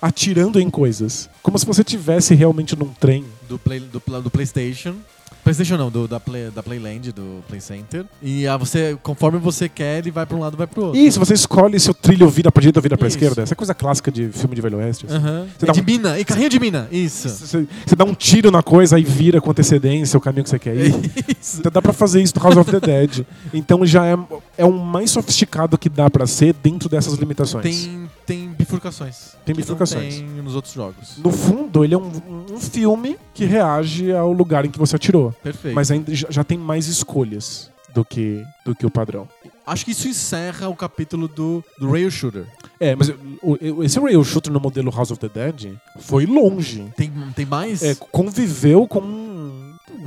Speaker 2: atirando em coisas. Como se você tivesse realmente num trem.
Speaker 1: Do, play, do, pla- do PlayStation. PlayStation não, do, da, play, da Playland, do Play Center. E ah, você, conforme você quer, ele vai pra um lado, vai pro outro.
Speaker 2: Isso, você escolhe se o trilho vira pra direita ou vira pra
Speaker 1: Isso.
Speaker 2: esquerda. Essa é coisa clássica de filme de Velho Oeste. assim.
Speaker 1: Aham. É
Speaker 2: Você dá
Speaker 1: de
Speaker 2: um-
Speaker 1: mina, e carrinho de mina. Isso.
Speaker 2: Você, você dá um tiro na coisa e vira com antecedência o caminho que você quer ir.
Speaker 1: Isso.
Speaker 2: Então dá pra fazer isso no House of the Dead. Então já é, é um mais sofisticado que dá pra ser dentro dessas limitações.
Speaker 1: Tem, tem bifurcações.
Speaker 2: Tem
Speaker 1: que
Speaker 2: bifurcações.
Speaker 1: Não tem nos outros jogos.
Speaker 2: No fundo, ele é um, um filme que reage ao lugar em que você atirou.
Speaker 1: Perfeito.
Speaker 2: Mas ainda já já tem mais escolhas do que, do que o padrão.
Speaker 1: Acho que isso encerra o capítulo do, do Rail Shooter.
Speaker 2: É, mas eu- o- esse rail shooter no modelo House of the Dead foi longe.
Speaker 1: Tem, tem mais?
Speaker 2: É, conviveu com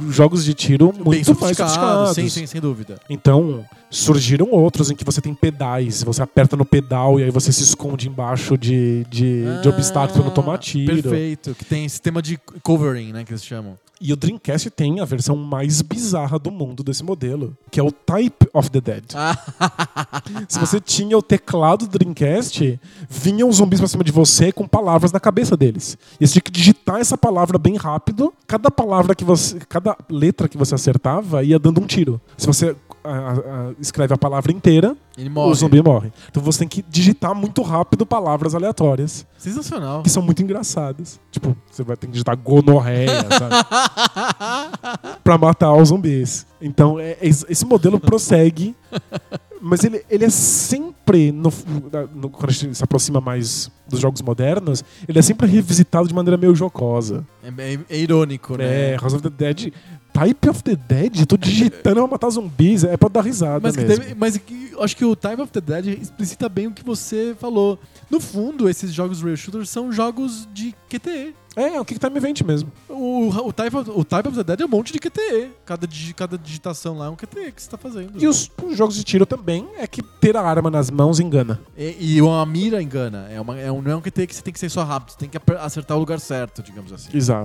Speaker 2: jogos de tiro muito
Speaker 1: Bem
Speaker 2: mais sofisticados.
Speaker 1: Sim, sim, sem dúvida.
Speaker 2: Então, surgiram outros em que você tem pedais, você aperta no pedal e aí você se esconde embaixo de, de, de
Speaker 1: Ah,
Speaker 2: obstáculo pra não tomar tiro.
Speaker 1: Perfeito. Que tem sistema de covering, né? Que eles chamam.
Speaker 2: E o Dreamcast tem a versão mais bizarra do mundo desse modelo, que é o Type of the Dead. Se você tinha o teclado do Dreamcast, vinham os zumbis pra cima de você com palavras na cabeça deles. E você tinha que digitar essa palavra bem rápido. Cada palavra que você. Cada letra que você acertava ia dando um tiro. Se você ah, ah, escreve a palavra inteira,
Speaker 1: Ele morre.
Speaker 2: o zumbi morre. Então você tem que digitar muito rápido palavras aleatórias,
Speaker 1: Sensacional.
Speaker 2: que são muito engraçadas. Tipo, você vai ter que digitar gonorreia, sabe? pra matar os zumbis. Então, é- é- esse modelo prossegue. Mas ele, ele é sempre, no, no- quando a gente se aproxima mais dos jogos modernos, ele é sempre revisitado de maneira meio jocosa.
Speaker 1: É, é- é irônico, né?
Speaker 2: É, House of the Dead, Type of the Dead, tô digitando pra matar zumbis, é pra dar risada
Speaker 1: Mas, que
Speaker 2: mesmo.
Speaker 1: deve- mas que- eu acho que o Time of the Dead explicita bem o que você falou. No fundo, esses jogos rail shooters são jogos de QTE.
Speaker 2: É, é o que Time Event mesmo.
Speaker 1: O, o, type of, o Type of the Dead é um monte de QTE. Cada, digi- cada digitação lá é um QTE que você tá fazendo.
Speaker 2: E os, os jogos de tiro também é que ter a arma nas mãos engana.
Speaker 1: E, e uma mira engana. É uma, é um, não é um QTE que você tem que ser só rápido. Você tem que aper- acertar o lugar certo, digamos assim.
Speaker 2: Exato.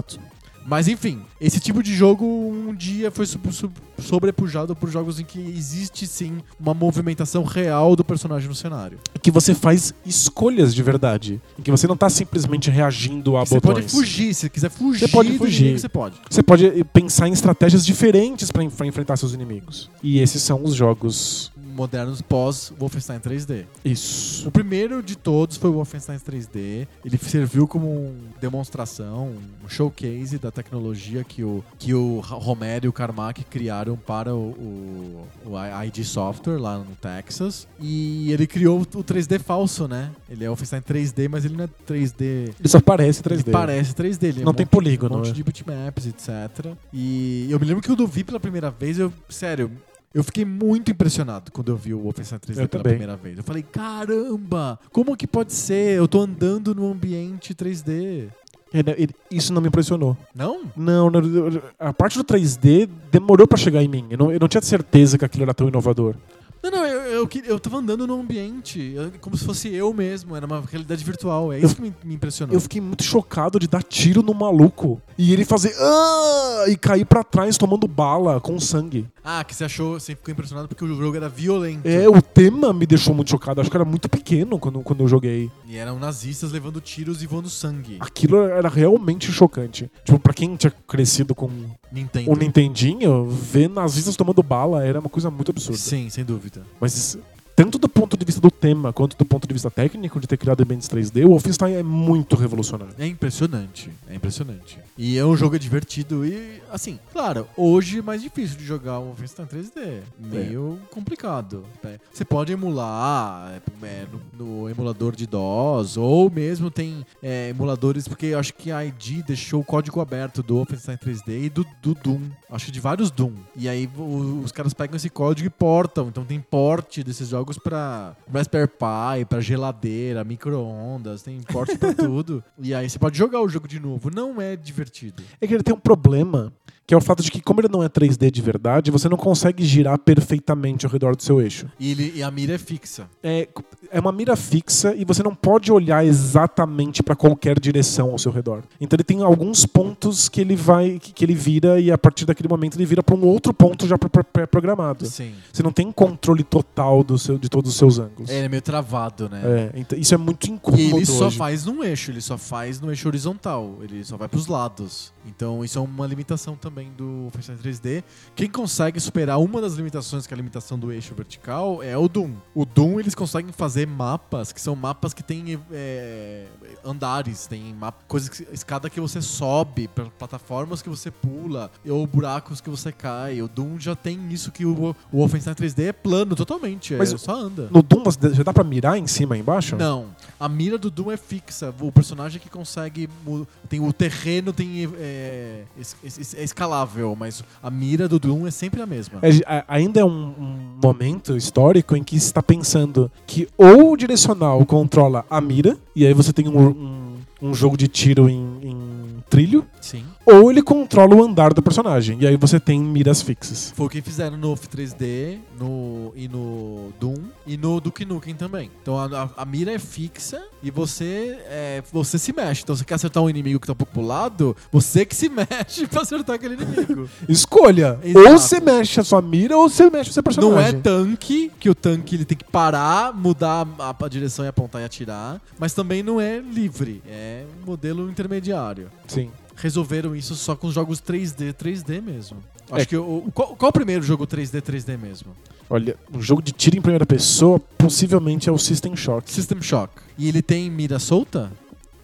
Speaker 1: Mas enfim, esse tipo de jogo um dia foi sub- sub- sobrepujado por jogos em que existe sim uma movimentação real do personagem no cenário.
Speaker 2: Que você faz escolhas de verdade. Em que você não tá simplesmente reagindo a
Speaker 1: Você
Speaker 2: botões.
Speaker 1: pode fugir, se quiser fugir,
Speaker 2: Você pode
Speaker 1: do
Speaker 2: fugir.
Speaker 1: inimigo, você pode.
Speaker 2: Você pode eh, pensar em estratégias diferentes pra en- pra enfrentar seus inimigos. E esses são os jogos.
Speaker 1: Modernos pós Wolfenstein 3D.
Speaker 2: Isso.
Speaker 1: O primeiro de todos foi o Wolfenstein 3D. Ele serviu como uma demonstração, um showcase da tecnologia que o, que o Ra- Romero e o Carmack criaram para o, o, o I- ID Software lá no Texas. E ele criou o 3D falso, né? Ele é Wolfenstein 3D, mas ele não é 3D.
Speaker 2: Ele só parece 3D.
Speaker 1: Ele parece 3D. Ele é
Speaker 2: Não
Speaker 1: um
Speaker 2: tem
Speaker 1: monte-
Speaker 2: polígono.
Speaker 1: um monte
Speaker 2: né?
Speaker 1: de bitmaps, etc. E eu me lembro que quando eu vi pela primeira vez, eu, sério, eu fiquei muito impressionado quando eu vi o Wolfenstein 3D pela
Speaker 2: Eu também.
Speaker 1: primeira vez. Eu falei, caramba, como que pode ser? Eu tô andando num ambiente 3D.
Speaker 2: É, né, ele- Isso não me impressionou.
Speaker 1: Não?
Speaker 2: Não, não, não, a parte do 3D demorou pra chegar em mim. Eu não, eu não tinha certeza que aquilo era tão inovador.
Speaker 1: Não, não, eu, eu, que- eu tava andando num ambiente, eu- como se fosse eu mesmo, era uma realidade virtual. É isso que me, me impressionou.
Speaker 2: Eu fiquei muito chocado de dar tiro no maluco e ele fazer "Ah!" e cair pra trás tomando bala com sangue.
Speaker 1: Ah, que você achou, você ficou impressionado porque o jogo era violento.
Speaker 2: É, o tema me deixou muito chocado. Acho que eu era muito pequeno quando, quando eu joguei.
Speaker 1: E eram nazistas levando tiros e voando sangue.
Speaker 2: Aquilo era realmente chocante. Tipo, pra quem tinha crescido com
Speaker 1: Nintendo.
Speaker 2: o Nintendinho, ver nazistas tomando bala era uma coisa muito absurda.
Speaker 1: Sim, sem dúvida.
Speaker 2: Mas tanto do ponto de vista do tema quanto do ponto de vista técnico de ter criado ambientes 3D, o Wolfenstein é muito revolucionário.
Speaker 1: É impressionante, é impressionante. E é um jogo divertido e, assim, claro, hoje é mais difícil de jogar um Wolfenstein 3D. Meio complicado. né? Você pode emular é, no, no emulador de DOS, ou mesmo tem é, emuladores, porque eu acho que a ID deixou o código aberto do Wolfenstein 3D e do, do Doom. Acho que de vários Doom. E aí o- os caras pegam esse código e portam. Então tem porte desses jogos pra Raspberry Pi, pra geladeira, micro-ondas, tem porte pra tudo. E aí você pode jogar o jogo de novo. Não é divertido.
Speaker 2: É que ele tem um problema, que é o fato de que, como ele não é 3D de verdade, você não consegue girar perfeitamente ao redor do seu eixo.
Speaker 1: E, ele- e a mira é fixa.
Speaker 2: É, é uma mira fixa e você não pode olhar exatamente pra qualquer direção ao seu redor. Então ele tem alguns pontos que ele vai, que, que ele vira e a partir daquele momento ele vira pra um outro ponto já pré- pré-programado.
Speaker 1: Sim.
Speaker 2: Você não tem controle total do seu, de todos os seus ângulos.
Speaker 1: É, ele é meio travado, né?
Speaker 2: É, então isso é muito incômodo.
Speaker 1: E ele só
Speaker 2: hoje.
Speaker 1: faz num eixo, ele só faz no eixo horizontal, ele só vai pros lados. Então isso é uma limitação também do Wolfenstein 3D. Quem consegue superar uma das limitações, que é a limitação do eixo vertical, é o Doom. O Doom eles conseguem fazer mapas, que são mapas que tem é, andares, tem mapa, coisas que, escada que você sobe, pra- plataformas que você pula, ou buracos que você cai. O Doom já tem isso que o, o Wolfenstein 3D é plano totalmente, é,
Speaker 2: Mas
Speaker 1: só anda.
Speaker 2: No Doom Doom você- já dá pra mirar em cima e embaixo?
Speaker 1: Não, a mira do Doom é fixa. O personagem que consegue. mu- Tem o terreno tem é, es- es- é escalável, mas a mira do Doom é sempre a mesma.
Speaker 2: É, a- ainda é um, um momento histórico em que se está pensando que ou o direcional controla a mira, e aí você tem um, um- um jogo de tiro em, em trilho,
Speaker 1: Sim.
Speaker 2: ou ele controla o andar do personagem, e aí você tem miras fixas.
Speaker 1: Foi o que fizeram no 3D no, e no Doom e no Duke Nukem também. Então a, a- a mira é fixa e você é, você se mexe. Então você quer acertar um inimigo que tá um pouco pro lado, você que se mexe pra acertar aquele inimigo.
Speaker 2: Escolha!
Speaker 1: Exato.
Speaker 2: Ou você mexe a sua mira, ou você mexe o seu personagem.
Speaker 1: Não é tanque, que o tanque ele tem que parar, mudar a, a direção e apontar e atirar, mas também não é livre, é um modelo intermediário.
Speaker 2: Sim.
Speaker 1: Resolveram isso só com jogos 3D, 3D mesmo. Acho
Speaker 2: É.
Speaker 1: que o, o- qual, qual o primeiro jogo 3D, 3D mesmo?
Speaker 2: Olha, um jogo de tiro em primeira pessoa possivelmente é o System Shock.
Speaker 1: System Shock. E ele tem mira solta?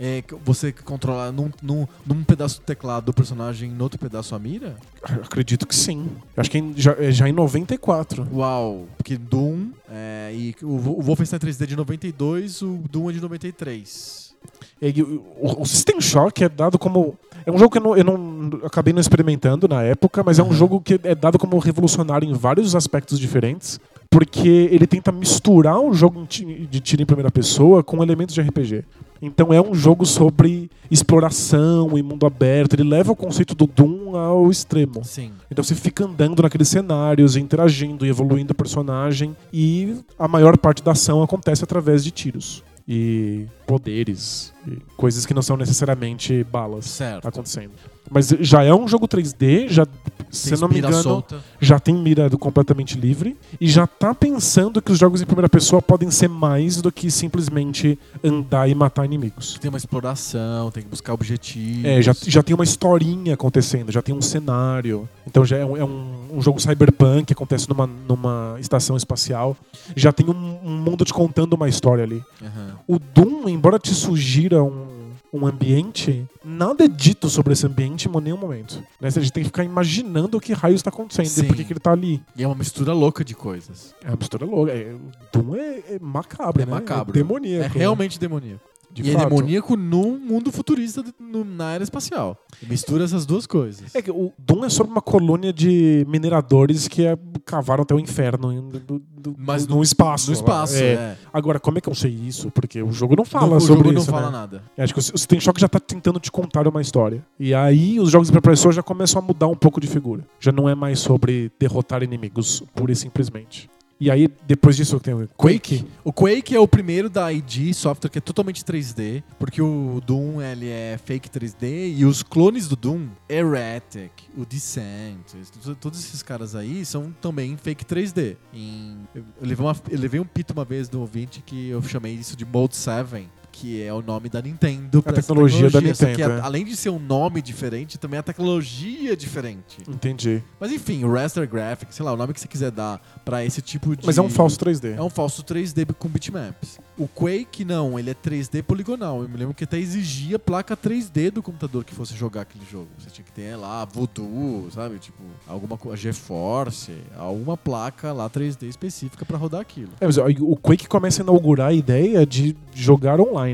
Speaker 1: É, que você controla num, num, num pedaço do teclado do personagem, no outro pedaço a mira?
Speaker 2: Eu Ah, acredito que sim. Eu Acho que em- já, é já em 94.
Speaker 1: Uau! Porque Doom é, e o, Wo- o Wolfenstein 3D de 92, o Doom é de 93.
Speaker 2: Ele- o, o System Shock é dado como. É um jogo que eu não, eu não- eu acabei não experimentando na época, mas é um
Speaker 1: Uhum.
Speaker 2: jogo que é dado como revolucionário em vários aspectos diferentes, porque ele tenta misturar um jogo em ti- de tiro em primeira pessoa com elementos de RPG. Então é um jogo sobre exploração e mundo aberto. Ele leva o conceito do Doom ao extremo.
Speaker 1: Sim.
Speaker 2: Então você fica andando naqueles cenários, interagindo e evoluindo o personagem, e a maior parte da ação acontece através de tiros e poderes, e coisas que não são necessariamente balas
Speaker 1: Certo.
Speaker 2: acontecendo. Mas já é um jogo 3D, já se eu não me
Speaker 1: mira
Speaker 2: engano,
Speaker 1: solta.
Speaker 2: já tem mira do completamente livre e já tá pensando que os jogos em primeira pessoa podem ser mais do que simplesmente andar e matar inimigos.
Speaker 1: Tem uma exploração, tem que buscar objetivos.
Speaker 2: É, já, já tem uma historinha acontecendo, já tem um cenário. Então já é um, é um- um jogo cyberpunk que acontece numa, numa estação espacial. Já tem um, um mundo te contando uma história ali.
Speaker 1: Aham.
Speaker 2: O Doom, embora te sugira um, um ambiente, nada é dito sobre esse ambiente em nenhum momento. Né? Você tem que ficar imaginando o que raio está acontecendo
Speaker 1: Sim.
Speaker 2: e por que, que ele tá ali.
Speaker 1: E é uma mistura louca de coisas.
Speaker 2: É uma mistura louca. É, o Doom é, é macabro,
Speaker 1: É
Speaker 2: né?
Speaker 1: macabro.
Speaker 2: É demoníaco.
Speaker 1: É realmente demoníaco.
Speaker 2: de
Speaker 1: e é
Speaker 2: fato.
Speaker 1: demoníaco num mundo futurista de- no- na área espacial. Mistura essas duas coisas.
Speaker 2: É que o Doom é sobre uma colônia de mineradores que é- cavaram até o inferno em- do- do- do-
Speaker 1: Mas
Speaker 2: num espaço.
Speaker 1: No espaço,
Speaker 2: É.
Speaker 1: é.
Speaker 2: Agora, como é que eu sei isso? Porque o jogo não fala
Speaker 1: No- o
Speaker 2: sobre
Speaker 1: jogo não
Speaker 2: isso.
Speaker 1: fala
Speaker 2: né?
Speaker 1: nada.
Speaker 2: Eu Acho que o System Shock já tá tentando te contar uma história. E aí os jogos de preparação já começam a mudar um pouco de figura. Já não é mais sobre derrotar inimigos, pura e simplesmente. E aí, depois disso, tem o Quake.
Speaker 1: O Quake é o primeiro da ID Software que é totalmente 3D, porque o Doom ele é fake 3D e os clones do Doom, Heretic, o Descent, tu- todos esses caras aí são também fake 3D. Em- eu, eu levei uma- eu levei um pito uma vez do ouvinte que eu chamei isso de Mode 7. Que é o nome da Nintendo. pra essa
Speaker 2: tecnologia da
Speaker 1: só que
Speaker 2: Nintendo,
Speaker 1: a-
Speaker 2: é.
Speaker 1: além de ser um nome diferente, também a tecnologia é diferente.
Speaker 2: Entendi.
Speaker 1: Mas enfim, o Raster Graphics, sei lá, o nome que você quiser dar pra esse tipo de.
Speaker 2: Mas é um falso 3D.
Speaker 1: É um falso 3D com bitmaps. O Quake não, ele é 3D poligonal. Eu me lembro que até exigia placa 3D do computador que fosse jogar aquele jogo. Você tinha que ter lá Voodoo, sabe? Tipo, alguma coisa, GeForce, alguma placa lá 3D específica pra rodar aquilo.
Speaker 2: É, mas ó, o Quake começa a inaugurar a ideia de jogar online.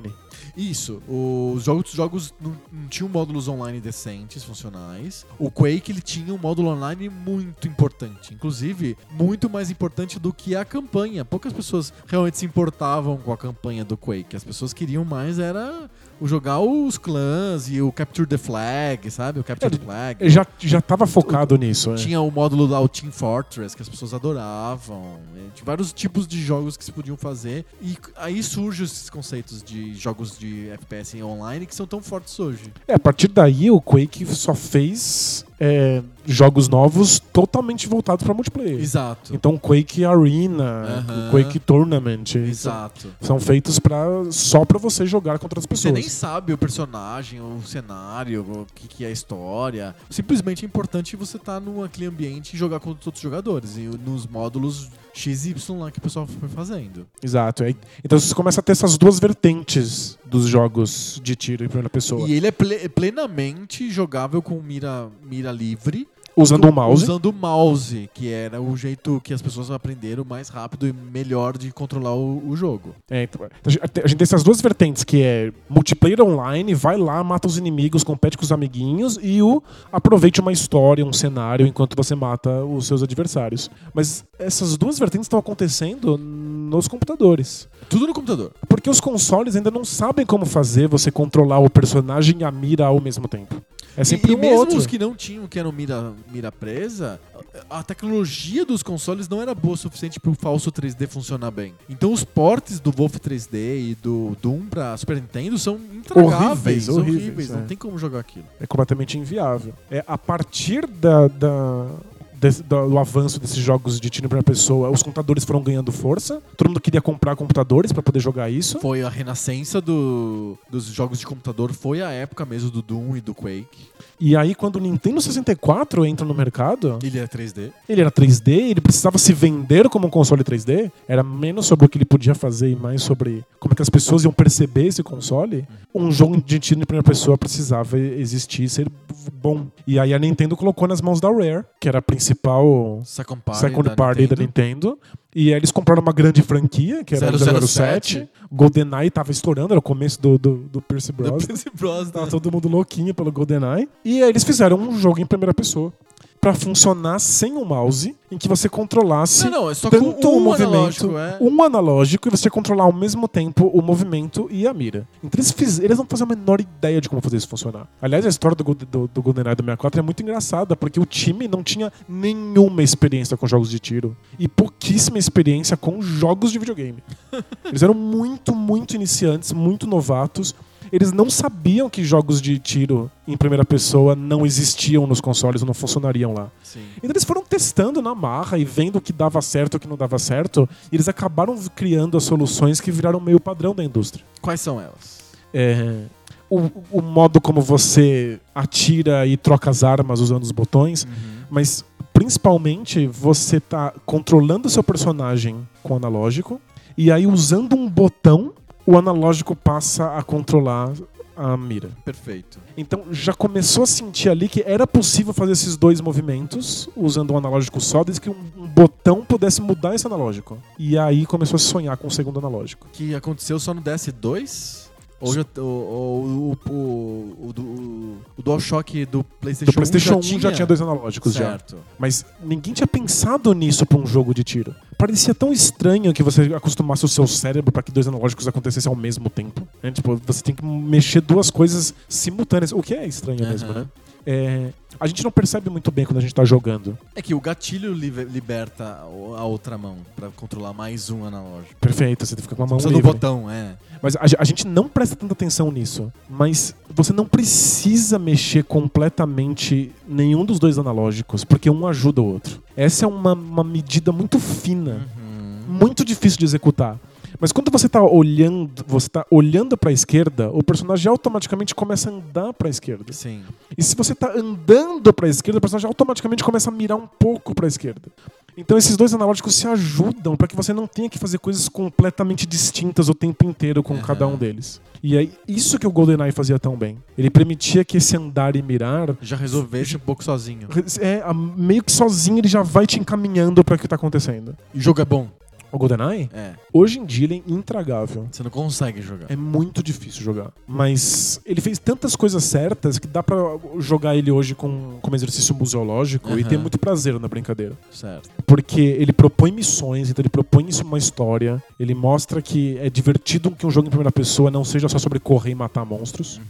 Speaker 1: Isso, os jogos, os jogos não, não tinham módulos online decentes, funcionais. O Quake ele tinha um módulo online muito importante, inclusive muito mais importante do que a campanha. Poucas pessoas realmente se importavam com a campanha do Quake. As pessoas queriam mais era o jogar os clãs e o Capture the Flag, sabe? O Capture
Speaker 2: É,
Speaker 1: the Flag.
Speaker 2: Eu já, já tava focado nisso. né?
Speaker 1: É. Tinha o módulo lá, o Team Fortress, que as pessoas adoravam. É, Tinha vários tipos de jogos que se podiam fazer. E c- aí surgem esses conceitos de jogos de FPS online que são tão fortes hoje.
Speaker 2: É, a partir daí, o Quake só fez é, jogos novos totalmente voltados pra multiplayer.
Speaker 1: Exato.
Speaker 2: Então, Quake Arena,
Speaker 1: Aham.
Speaker 2: Quake Tournament.
Speaker 1: Exato.
Speaker 2: São feitos pra, só pra você jogar contra as
Speaker 1: Você
Speaker 2: pessoas.
Speaker 1: nem sabe o personagem, o cenário, o que, que é a história. Simplesmente é importante você estar num aquele ambiente e jogar contra os outros jogadores. E nos módulos XY lá que o pessoal foi fazendo.
Speaker 2: Exato. é. Então você começa a ter essas duas vertentes dos jogos
Speaker 1: é
Speaker 2: de tiro em primeira pessoa.
Speaker 1: E ele é ple- plenamente jogável com mira, mira livre.
Speaker 2: Usando um mouse.
Speaker 1: Usando o mouse, que era o jeito que as pessoas aprenderam mais rápido e melhor de controlar o, o jogo.
Speaker 2: É, então, a gente- a gente tem essas duas vertentes, que é multiplayer online, vai lá, mata os inimigos, compete com os amiguinhos, e o aproveite uma história, um cenário, enquanto você mata os seus adversários. Mas essas duas vertentes estão acontecendo nos computadores.
Speaker 1: Tudo no computador.
Speaker 2: Porque os consoles ainda não sabem como fazer você controlar o personagem e a mira ao mesmo tempo. É
Speaker 1: e,
Speaker 2: sempre
Speaker 1: e
Speaker 2: um ou
Speaker 1: mesmo
Speaker 2: outro.
Speaker 1: os que não tinham, que eram mira, mira presa, a a tecnologia dos consoles não era boa o suficiente pro falso 3D funcionar bem. Então os portes do Wolf 3D e do Doom pra Super Nintendo são intragáveis,
Speaker 2: Horríveis,
Speaker 1: são horríveis,
Speaker 2: horríveis,
Speaker 1: não
Speaker 2: é.
Speaker 1: tem como jogar aquilo.
Speaker 2: É completamente inviável. É a partir da- da- desse- da- do avanço desses jogos de tiro em primeira pessoa, os computadores foram ganhando força. Todo mundo queria comprar computadores pra poder jogar isso.
Speaker 1: Foi a renascença do- dos jogos de computador, foi a época mesmo do Doom e do Quake.
Speaker 2: E aí, quando o Nintendo 64 entra no mercado,
Speaker 1: Ele é 3D.
Speaker 2: ele era 3D, ele precisava se vender como um console 3D. Era menos sobre o que ele podia fazer e mais sobre como é que as pessoas iam perceber esse console. Um jogo de tiro em primeira pessoa precisava existir e ser bom. E aí a Nintendo colocou nas mãos da Rare, que era a principal
Speaker 1: Second Party,
Speaker 2: Second
Speaker 1: da
Speaker 2: Party
Speaker 1: Nintendo.
Speaker 2: da Nintendo. E aí eles compraram uma grande franquia, que era o
Speaker 1: 007.
Speaker 2: 007. GoldenEye tava estourando, era o começo do, do, do Percy
Speaker 1: Do
Speaker 2: Bros.
Speaker 1: Pierce Brosnan.
Speaker 2: Tava todo mundo louquinho pelo GoldenEye. E aí eles fizeram um jogo em primeira pessoa pra funcionar sem o mouse, em que você controlasse
Speaker 1: Não, não, é só com
Speaker 2: tanto
Speaker 1: um
Speaker 2: o movimento,
Speaker 1: analógico, é.
Speaker 2: um analógico, e você controlar ao mesmo tempo o movimento e a mira. Então eles, fiz, eles não fazem a menor ideia de como fazer isso funcionar. Aliás, a história do, Gold- do, do GoldenEye do 64 é muito engraçada, porque o time não tinha nenhuma experiência com jogos de tiro e pouquíssima experiência com jogos de videogame. Eles eram muito, muito iniciantes, muito novatos. Eles não sabiam que jogos de tiro em primeira pessoa não existiam nos consoles ou não funcionariam lá.
Speaker 1: Sim.
Speaker 2: Então eles foram testando na marra e vendo o que dava certo e o que não dava certo, e eles acabaram criando as soluções que viraram meio padrão da indústria.
Speaker 1: Quais são elas?
Speaker 2: É, o, o modo como você atira e troca as armas usando os botões, mas principalmente você tá controlando seu personagem com o analógico, e aí usando um botão, o analógico passa a controlar a mira.
Speaker 1: Perfeito.
Speaker 2: Então já começou a sentir ali que era possível fazer esses dois movimentos usando um analógico só, desde que um, um botão pudesse mudar esse analógico. E aí começou a sonhar com o segundo analógico.
Speaker 1: que aconteceu só no DS2? Ou, já- ou- ou o, o, o, do- o DualShock do PlayStation,
Speaker 2: Do Então, PlayStation 1 já tinha, dois
Speaker 1: certo.
Speaker 2: analógicos já.
Speaker 1: certo.
Speaker 2: Mas ninguém tinha pensado nisso pra um jogo de tiro. Parecia tão estranho que você acostumasse o seu cérebro pra que dois analógicos acontecessem ao mesmo tempo. né? Tipo, você tem que mexer duas coisas simultâneas, o que é estranho mesmo,
Speaker 1: Aham.
Speaker 2: né? É, a gente não percebe muito bem quando a gente tá jogando.
Speaker 1: É que o gatilho li- liberta o- a outra mão pra controlar mais um analógico.
Speaker 2: Perfeito, você fica com a mão
Speaker 1: Precisa
Speaker 2: livre.
Speaker 1: do botão, é.
Speaker 2: Mas a, a gente não presta tanta atenção nisso. Mas você não precisa mexer completamente nenhum dos dois analógicos, porque um ajuda o outro. Essa é uma, uma medida muito fina, muito difícil de executar. Mas quando você tá olhando, você tá olhando para a esquerda, o personagem automaticamente começa a andar para a esquerda.
Speaker 1: Sim.
Speaker 2: E se você tá andando pra esquerda, o personagem automaticamente começa a mirar um pouco pra esquerda. Então esses dois analógicos se ajudam pra que você não tenha que fazer coisas completamente distintas o tempo inteiro com
Speaker 1: Aham.
Speaker 2: cada um deles. E é isso que o GoldenEye fazia tão bem. Ele permitia que esse andar e mirar
Speaker 1: Já resolveste um pouco sozinho.
Speaker 2: é a- meio que sozinho ele já vai te encaminhando pra o que tá acontecendo.
Speaker 1: E o jogo é bom.
Speaker 2: O GoldenEye,
Speaker 1: É.
Speaker 2: hoje em dia ele é intragável.
Speaker 1: Você não consegue jogar.
Speaker 2: É muito difícil jogar. Mas ele fez tantas coisas certas que dá pra jogar ele hoje com, como exercício museológico e
Speaker 1: Aham.
Speaker 2: ter muito prazer na brincadeira.
Speaker 1: Certo.
Speaker 2: Porque ele propõe missões, então ele propõe isso uma história. Ele mostra que é divertido que um jogo em primeira pessoa não seja só sobre correr e matar monstros.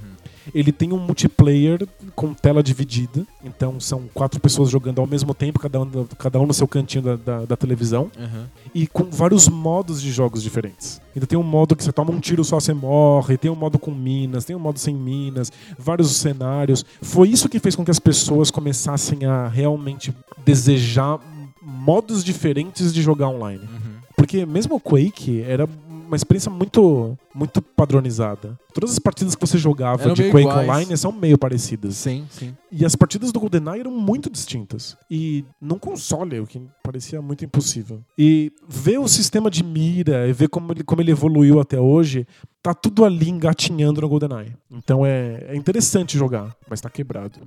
Speaker 2: Ele tem um multiplayer com tela dividida. Então são quatro pessoas jogando ao mesmo tempo, cada um, cada um no seu cantinho da- da, da televisão
Speaker 1: Aham.
Speaker 2: e com vários modos de jogos diferentes. Então tem um modo que você toma um tiro só você morre, tem um modo com minas, tem um modo sem minas, vários cenários. Foi isso que fez com que as pessoas começassem a realmente desejar modos diferentes de jogar online.
Speaker 1: Uhum.
Speaker 2: Porque mesmo o Quake era uma experiência muito, muito padronizada. Todas as partidas que você jogava
Speaker 1: Eram
Speaker 2: de
Speaker 1: meio
Speaker 2: Quake
Speaker 1: iguais.
Speaker 2: Online são meio parecidas.
Speaker 1: Sim, sim.
Speaker 2: E as partidas do GoldenEye eram muito distintas. E num console, o que parecia muito impossível. E ver o sistema de mira e ver como ele, como ele evoluiu até hoje, tá tudo ali engatinhando no GoldenEye. Então é, é interessante jogar, mas tá quebrado.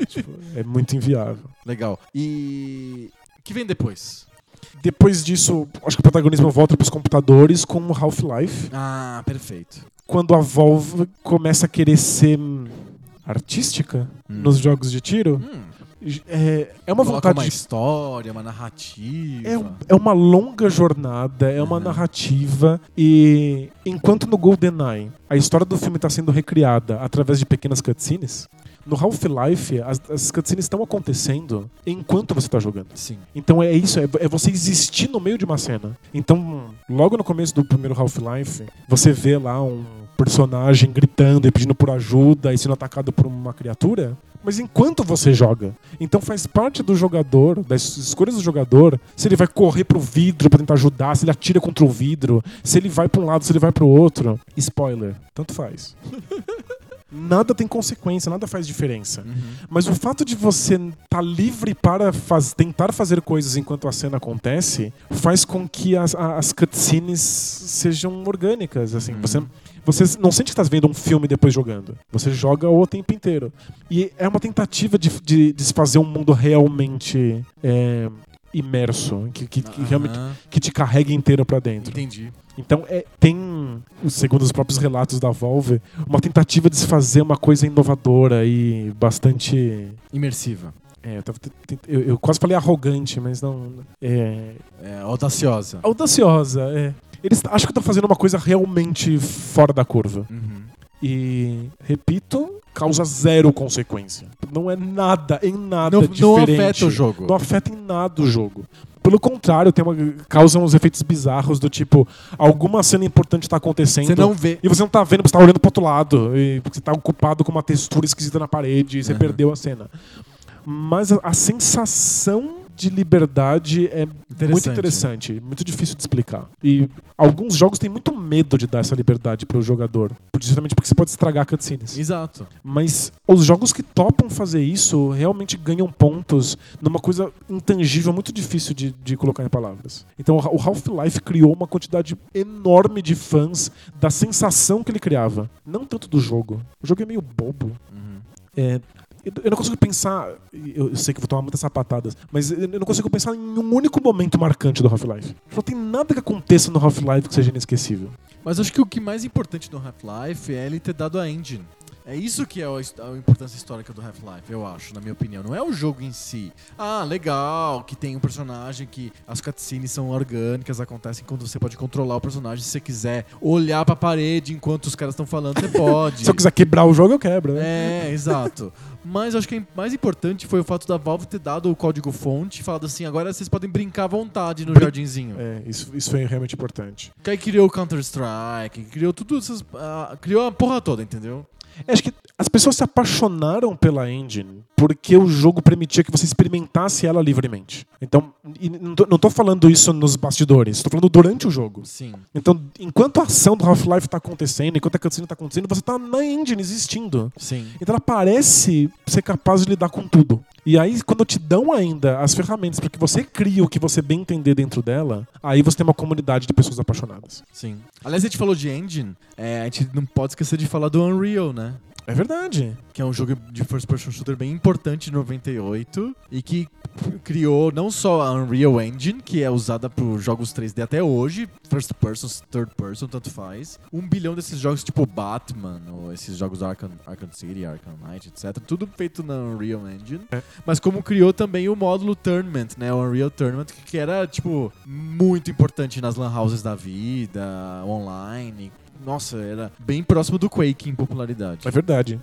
Speaker 2: é, tipo, é muito inviável.
Speaker 1: Legal. E. O que vem depois?
Speaker 2: Depois disso, acho que o protagonismo volta pros computadores com o Half-Life.
Speaker 1: Ah, perfeito.
Speaker 2: Quando a Valve começa a querer ser hum, artística
Speaker 1: Hum.
Speaker 2: nos jogos de tiro,
Speaker 1: Hum,
Speaker 2: é, é uma
Speaker 1: coloca
Speaker 2: vontade
Speaker 1: uma
Speaker 2: de
Speaker 1: história, uma narrativa.
Speaker 2: É, um- é uma longa jornada, é uma
Speaker 1: Uhum.
Speaker 2: narrativa. E enquanto no GoldenEye a história do filme está sendo recriada através de pequenas cutscenes, no Half-Life as, as cutscenes estão acontecendo enquanto você está jogando.
Speaker 1: Sim.
Speaker 2: Então é isso, é, é você existir no meio de uma cena. Então, logo no começo do primeiro Half-Life, você vê lá um personagem gritando e pedindo por ajuda e sendo atacado por uma criatura. Mas enquanto você joga. Então faz parte do jogador, das escolhas do jogador, se ele vai correr pro vidro pra tentar ajudar, se ele atira contra o vidro, se ele vai pra um lado, se ele vai pro outro. Spoiler, tanto faz. nada tem consequência, nada faz diferença.
Speaker 1: Uhum.
Speaker 2: Mas o fato de você estar livre para faz- tentar fazer coisas enquanto a cena acontece faz com que as, a- as cutscenes sejam orgânicas. Assim,
Speaker 1: Uhum.
Speaker 2: você, você não sente que está vendo um filme depois jogando. Você joga o tempo inteiro. E é uma tentativa de, de, de se fazer um mundo realmente é, imerso, que, que, que realmente
Speaker 1: Aham,
Speaker 2: que te carregue inteiro para dentro.
Speaker 1: Entendi.
Speaker 2: Então é, tem, segundo os próprios relatos da Valve, uma tentativa de se fazer uma coisa inovadora e bastante
Speaker 1: Imersiva.
Speaker 2: é, eu, tava te- te- eu- eu quase falei arrogante, mas não. É,
Speaker 1: É, audaciosa.
Speaker 2: audaciosa, é. Eles t- acho que estão fazendo uma coisa realmente fora da curva.
Speaker 1: Uhum.
Speaker 2: E, repito, causa zero consequência. Não é nada, em nada
Speaker 1: Não, não
Speaker 2: diferente.
Speaker 1: afeta o jogo.
Speaker 2: Não afeta em nada o jogo. Pelo contrário, tem uma, causa uns efeitos bizarros do tipo, alguma cena importante tá acontecendo.
Speaker 1: Você não vê.
Speaker 2: E você não tá vendo, você tá olhando pro outro lado. E porque você tá ocupado com uma textura esquisita na parede e você
Speaker 1: Aham.
Speaker 2: perdeu a cena. Mas a, a sensação de liberdade é muito interessante, muito difícil de explicar. E alguns jogos têm muito medo de dar essa liberdade pro jogador, justamente porque você pode estragar cutscenes.
Speaker 1: Exato.
Speaker 2: Mas os jogos que topam fazer isso realmente ganham pontos numa coisa intangível, muito difícil de, de colocar em palavras. Então o Half-Life criou uma quantidade enorme de fãs da sensação que ele criava. Não tanto do jogo. O jogo é meio bobo.
Speaker 1: Uhum.
Speaker 2: É, eu eu não consigo pensar. Eu eu sei que vou tomar muitas sapatadas, mas eu eu não consigo pensar em um único momento marcante do Half-Life. Não tem nada que aconteça no Half-Life que seja inesquecível.
Speaker 1: Mas acho que o que mais importante do Half-Life é ele ter dado a engine. É isso que é o his- a importância histórica do Half-Life, eu acho, na minha opinião. Não é o jogo em si. Ah, legal, que tem um personagem que as cutscenes são orgânicas, acontecem quando você pode controlar o personagem se você quiser. Olhar pra parede enquanto os caras estão falando, você pode.
Speaker 2: Se eu quiser quebrar o jogo, eu quebro, né?
Speaker 1: É, exato. Mas eu acho que o mais importante foi o fato da Valve ter dado o código fonte e falado assim: agora vocês podem brincar à vontade no
Speaker 2: Brin-
Speaker 1: jardinzinho.
Speaker 2: É, isso, isso é realmente importante.
Speaker 1: Que aí criou o Counter-Strike, criou tudo essas. ah, criou a porra toda, entendeu?
Speaker 2: É, acho que as pessoas se apaixonaram pela engine porque o jogo permitia que você experimentasse ela livremente. Então, e não tô, não tô falando isso nos bastidores, tô falando durante o jogo.
Speaker 1: Sim.
Speaker 2: Então, enquanto a ação do Half-Life tá acontecendo, enquanto a cutscene tá acontecendo, você tá na engine existindo.
Speaker 1: Sim.
Speaker 2: Então ela parece ser capaz de lidar com tudo. E aí, quando te dão ainda as ferramentas para que você crie o que você bem entender dentro dela, aí você tem uma comunidade de pessoas apaixonadas.
Speaker 1: Sim. Aliás, a gente falou de engine, é, a gente não pode esquecer de falar do Unreal, né?
Speaker 2: É verdade.
Speaker 1: Que é um jogo de first person shooter bem importante de 98 e que criou não só a Unreal Engine, que é usada para jogos 3D até hoje, first person, third person, tanto faz. Um bilhão desses jogos tipo Batman, ou esses jogos Arkham, Arkham City, Arkham Knight, etc. Tudo feito na Unreal Engine. Mas como criou também o módulo Tournament, né? O Unreal Tournament, que que era, tipo, muito importante nas lan houses da vida, online. Nossa, era bem próximo do Quake em popularidade.
Speaker 2: É verdade.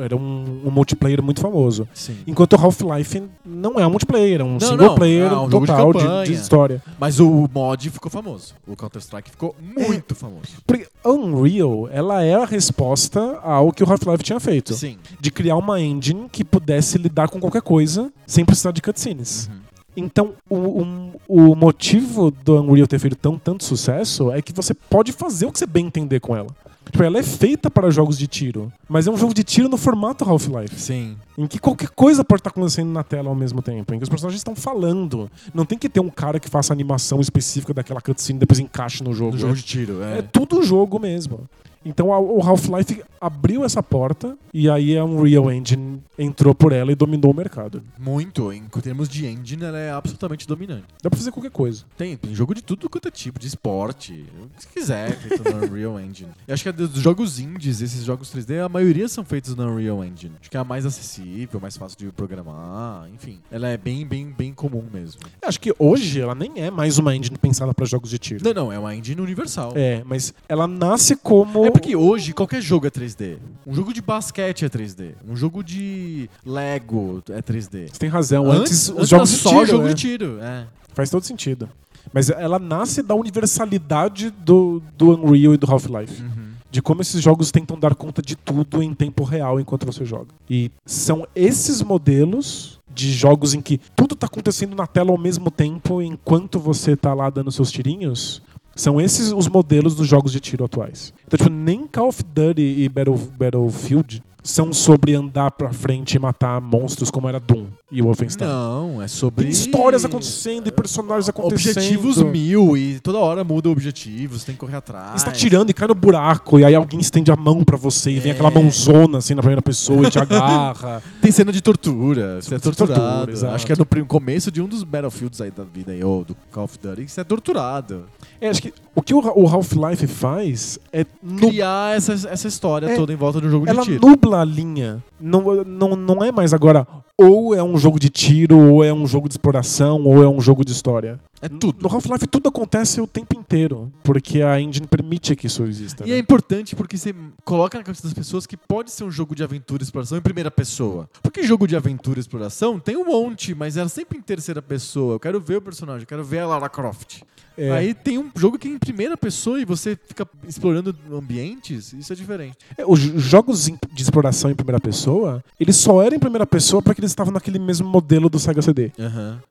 Speaker 2: Era um- um multiplayer muito famoso.
Speaker 1: Sim.
Speaker 2: Enquanto o Half-Life não é um multiplayer, é um
Speaker 1: Não,
Speaker 2: single
Speaker 1: não.
Speaker 2: player
Speaker 1: É um jogo de
Speaker 2: total de,
Speaker 1: campanha.
Speaker 2: de história.
Speaker 1: Mas o mod ficou famoso. O Counter-Strike ficou muito famoso.
Speaker 2: Porque Unreal, ela é a resposta ao que o Half-Life tinha feito.
Speaker 1: Sim.
Speaker 2: De criar uma engine que pudesse lidar com qualquer coisa sem precisar de cutscenes.
Speaker 1: Uhum.
Speaker 2: Então, o, um- o motivo do Unreal ter feito tão, tanto sucesso é que você pode fazer o que você bem entender com ela. Tipo, ela é feita para jogos de tiro, mas é um jogo de tiro no formato Half-Life.
Speaker 1: Sim.
Speaker 2: Em que qualquer coisa pode estar acontecendo na tela ao mesmo tempo. Em que os personagens estão falando. Não tem que ter um cara que faça a animação específica daquela cutscene e depois encaixe no jogo.
Speaker 1: No jogo de tiro,
Speaker 2: É
Speaker 1: é.
Speaker 2: tudo jogo mesmo. Então a- o Half-Life abriu essa porta e aí a Unreal Engine entrou por ela e dominou o mercado.
Speaker 1: Muito. Em termos de engine, ela é absolutamente dominante.
Speaker 2: Dá pra fazer qualquer coisa.
Speaker 1: Tem, tem jogo de tudo quanto é tipo, de esporte, o que você quiser, feito no Unreal Engine. Eu acho que é dos jogos indies, esses jogos 3D, a maioria são feitos no Unreal Engine. Acho que é a mais acessível, mais fácil de programar, enfim. Ela é bem, bem, bem comum mesmo.
Speaker 2: Acho que hoje ela nem é mais uma engine pensada pra jogos de tiro.
Speaker 1: Não, não, é uma engine universal.
Speaker 2: É, mas ela nasce como.
Speaker 1: É porque hoje qualquer jogo é 3D. Um jogo de basquete é 3D. Um jogo de Lego é 3D.
Speaker 2: Você tem razão. Antes, os
Speaker 1: era
Speaker 2: jogos de
Speaker 1: só
Speaker 2: tiro.
Speaker 1: jogo
Speaker 2: né?
Speaker 1: de tiro. É.
Speaker 2: Faz todo sentido. Mas ela nasce da universalidade do, do Unreal e do
Speaker 1: Uhum.
Speaker 2: Half-Life. De como esses jogos tentam dar conta de tudo em tempo real enquanto você joga. E são esses modelos de jogos em que tudo tá acontecendo na tela ao mesmo tempo enquanto você tá lá dando seus tirinhos. São esses os modelos dos jogos de tiro atuais. Então, tipo, nem Call of Duty e Battle- Battlefield são sobre andar pra frente e matar monstros como era Doom e Wolfenstein.
Speaker 1: Não, é sobre.
Speaker 2: Tem histórias acontecendo e personagens acontecendo.
Speaker 1: Objetivos mil e toda hora muda objetivos, tem que correr atrás.
Speaker 2: Você tá tirando e cai no buraco, e aí alguém estende a mão pra você, e vem
Speaker 1: É.
Speaker 2: aquela mãozona assim na primeira pessoa e te agarra.
Speaker 1: Tem cena de tortura, você é
Speaker 2: Tortura,
Speaker 1: torturado.
Speaker 2: exato.
Speaker 1: Acho que é no prim- começo de um dos Battlefields aí da vida, aí, ou do Call of Duty, que você é torturado.
Speaker 2: É, acho que o que o Ra- o Half-Life faz é nu-
Speaker 1: Criar essa, essa história
Speaker 2: É,
Speaker 1: toda em volta de um jogo
Speaker 2: ela
Speaker 1: de tiro.
Speaker 2: nubla a linha. Não, não, não é mais agora ou é um jogo de tiro, ou é um jogo de exploração, ou é um jogo de história.
Speaker 1: É tudo.
Speaker 2: No Half-Life tudo acontece o tempo inteiro, porque a engine permite que isso exista.
Speaker 1: E
Speaker 2: né?
Speaker 1: é importante porque você coloca na cabeça das pessoas que pode ser um jogo de aventura e exploração em primeira pessoa. Porque jogo de aventura e exploração tem um monte, mas era sempre em terceira pessoa. Eu quero ver o personagem, eu quero ver a Lara Croft.
Speaker 2: É.
Speaker 1: Aí tem um jogo que é em primeira pessoa e você fica explorando ambientes, isso é diferente.
Speaker 2: É, Os jo- jogos em- de exploração em primeira pessoa, eles só eram em primeira pessoa porque eles estavam naquele mesmo modelo do Sega CD.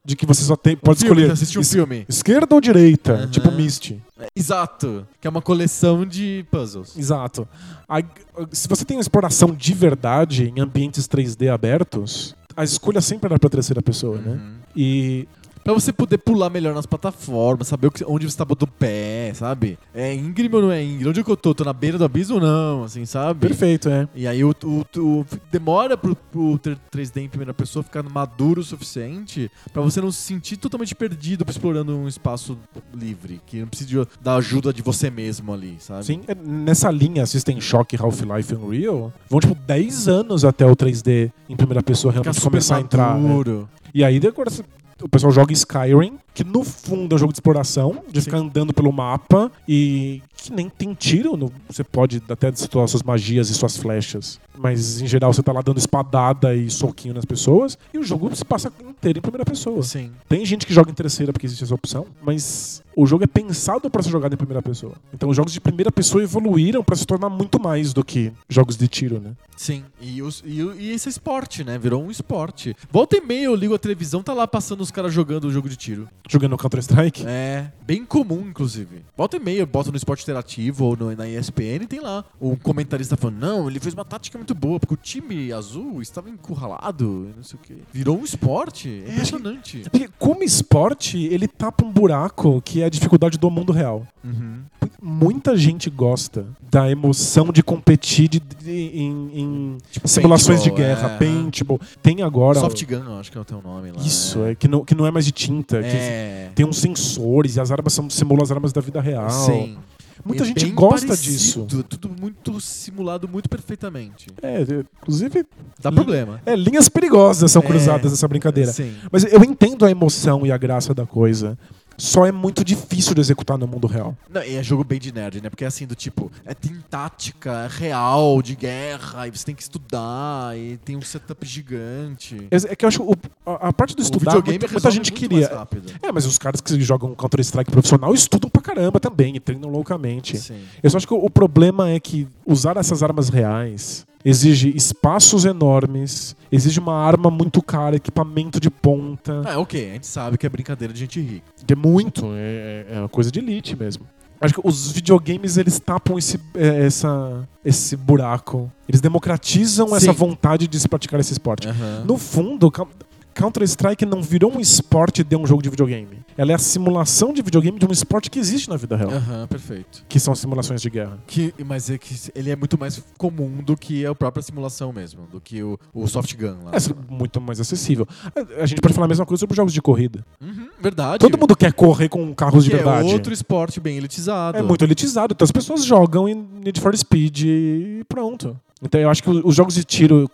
Speaker 2: De que você só tem, pode
Speaker 1: Filme,
Speaker 2: escolher
Speaker 1: assistir um
Speaker 2: es-
Speaker 1: filme.
Speaker 2: esquerda ou direita,
Speaker 1: Aham.
Speaker 2: tipo Myst.
Speaker 1: Exato, que é uma coleção de puzzles.
Speaker 2: Exato. A- se você tem uma exploração de verdade em ambientes 3D abertos, a escolha sempre era pra terceira pessoa,
Speaker 1: Uhum.
Speaker 2: né? E
Speaker 1: Pra você poder pular melhor nas plataformas, saber o que- onde você tá botando o pé, sabe? É íngreme ou não é íngreme? Onde que eu tô? Tô na beira do abismo ou não? Assim, sabe?
Speaker 2: perfeito, é.
Speaker 1: E aí o, o- o- demora pro, pro ter- 3D em primeira pessoa ficar maduro o suficiente pra você não se sentir totalmente perdido explorando um espaço livre, que não precisa de- da ajuda de você mesmo ali, sabe?
Speaker 2: Sim, é- nessa linha, System Shock, Half-Life e Unreal, vão tipo 10 anos até o 3D em primeira pessoa
Speaker 1: Ficar
Speaker 2: realmente
Speaker 1: super
Speaker 2: começar a entrar. né?
Speaker 1: maduro.
Speaker 2: E aí agora se- o pessoal joga Skyrim, que no fundo é um jogo de exploração, de
Speaker 1: Sim.
Speaker 2: ficar andando pelo mapa e que nem tem tiro. no- você pode até destruir suas magias e suas flechas. Mas em geral você tá lá dando espadada e soquinho nas pessoas. E o jogo se passa inteiro em primeira pessoa.
Speaker 1: Sim.
Speaker 2: Tem gente que joga em terceira porque existe essa opção, mas o jogo é pensado para ser jogado em primeira pessoa. Então os jogos de primeira pessoa evoluíram para se tornar muito mais do que jogos de tiro, né?
Speaker 1: Sim, e, os, e, o- e esse esporte, né? Virou um esporte. Volta e meia eu ligo a televisão, tá lá passando os caras jogando o jogo de tiro.
Speaker 2: Jogando Counter-Strike.
Speaker 1: É, bem comum, inclusive. Volta e meia eu boto no esporte interativo ou no- na ESPN e tem lá o comentarista falando: não, ele fez uma tática muito boa, porque o time azul estava encurralado e não sei o quê. Virou um esporte. É impressionante.
Speaker 2: Porque como esporte, ele tapa um buraco que é a dificuldade do mundo real.
Speaker 1: Uhum.
Speaker 2: Muita gente gosta da emoção de competir de- de- em, em simulações de
Speaker 1: Tipo, paintball,
Speaker 2: guerra,
Speaker 1: é.
Speaker 2: paintball. Tem agora...
Speaker 1: Soft Gun, eu acho que é o teu nome lá.
Speaker 2: Isso, é, que, não, que não é mais de tinta. que
Speaker 1: É.
Speaker 2: tem uns sensores e as armas são, simulam as armas da vida real.
Speaker 1: Sim.
Speaker 2: Muita
Speaker 1: É
Speaker 2: gente
Speaker 1: bem
Speaker 2: gosta
Speaker 1: parecido,
Speaker 2: disso.
Speaker 1: Tudo muito simulado, muito perfeitamente.
Speaker 2: É, é, inclusive,
Speaker 1: Dá
Speaker 2: Hum.
Speaker 1: problema.
Speaker 2: é, linhas perigosas são
Speaker 1: É.
Speaker 2: cruzadas nessa brincadeira.
Speaker 1: Sim.
Speaker 2: Mas eu entendo a emoção e a graça da coisa. Só é muito difícil de executar no mundo real.
Speaker 1: Não, e é jogo bem de nerd, né? Porque é assim, do tipo, é, tem tática é real, de guerra, e você tem que estudar, e tem um setup gigante.
Speaker 2: É é que eu acho o- a, a parte do estudar, muita, muita
Speaker 1: resolve
Speaker 2: gente
Speaker 1: muito mais
Speaker 2: queria.
Speaker 1: rápido.
Speaker 2: É, mas os caras que jogam Counter-Strike profissional estudam pra caramba também e treinam loucamente.
Speaker 1: Sim.
Speaker 2: Eu só acho que o, o problema é que usar essas armas reais exige espaços enormes, exige uma arma muito cara, equipamento de ponta.
Speaker 1: Ah, ok, a gente sabe que é brincadeira de gente rica.
Speaker 2: É muito, é, é uma coisa de elite mesmo. Acho que os videogames eles tapam esse, é, essa, esse buraco. Eles democratizam
Speaker 1: Sim.
Speaker 2: essa vontade de se praticar esse esporte.
Speaker 1: Aham.
Speaker 2: No fundo, Coun- Counter-Strike não virou um esporte de um jogo de videogame. Ela é a simulação de videogame de um esporte que existe na vida real,
Speaker 1: Aham, perfeito.
Speaker 2: que são as simulações de guerra.
Speaker 1: Que, mas é que ele é muito mais comum do que a própria simulação mesmo, do que o, o soft gun lá.
Speaker 2: É s- muito mais acessível. A- A gente pode falar a mesma coisa sobre jogos de corrida.
Speaker 1: Uhum, verdade.
Speaker 2: Todo mundo quer correr com carros de
Speaker 1: que é
Speaker 2: verdade.
Speaker 1: outro esporte bem elitizado.
Speaker 2: É muito elitizado, então as pessoas jogam em Need for Speed e pronto. Então eu acho que os jogos de tiro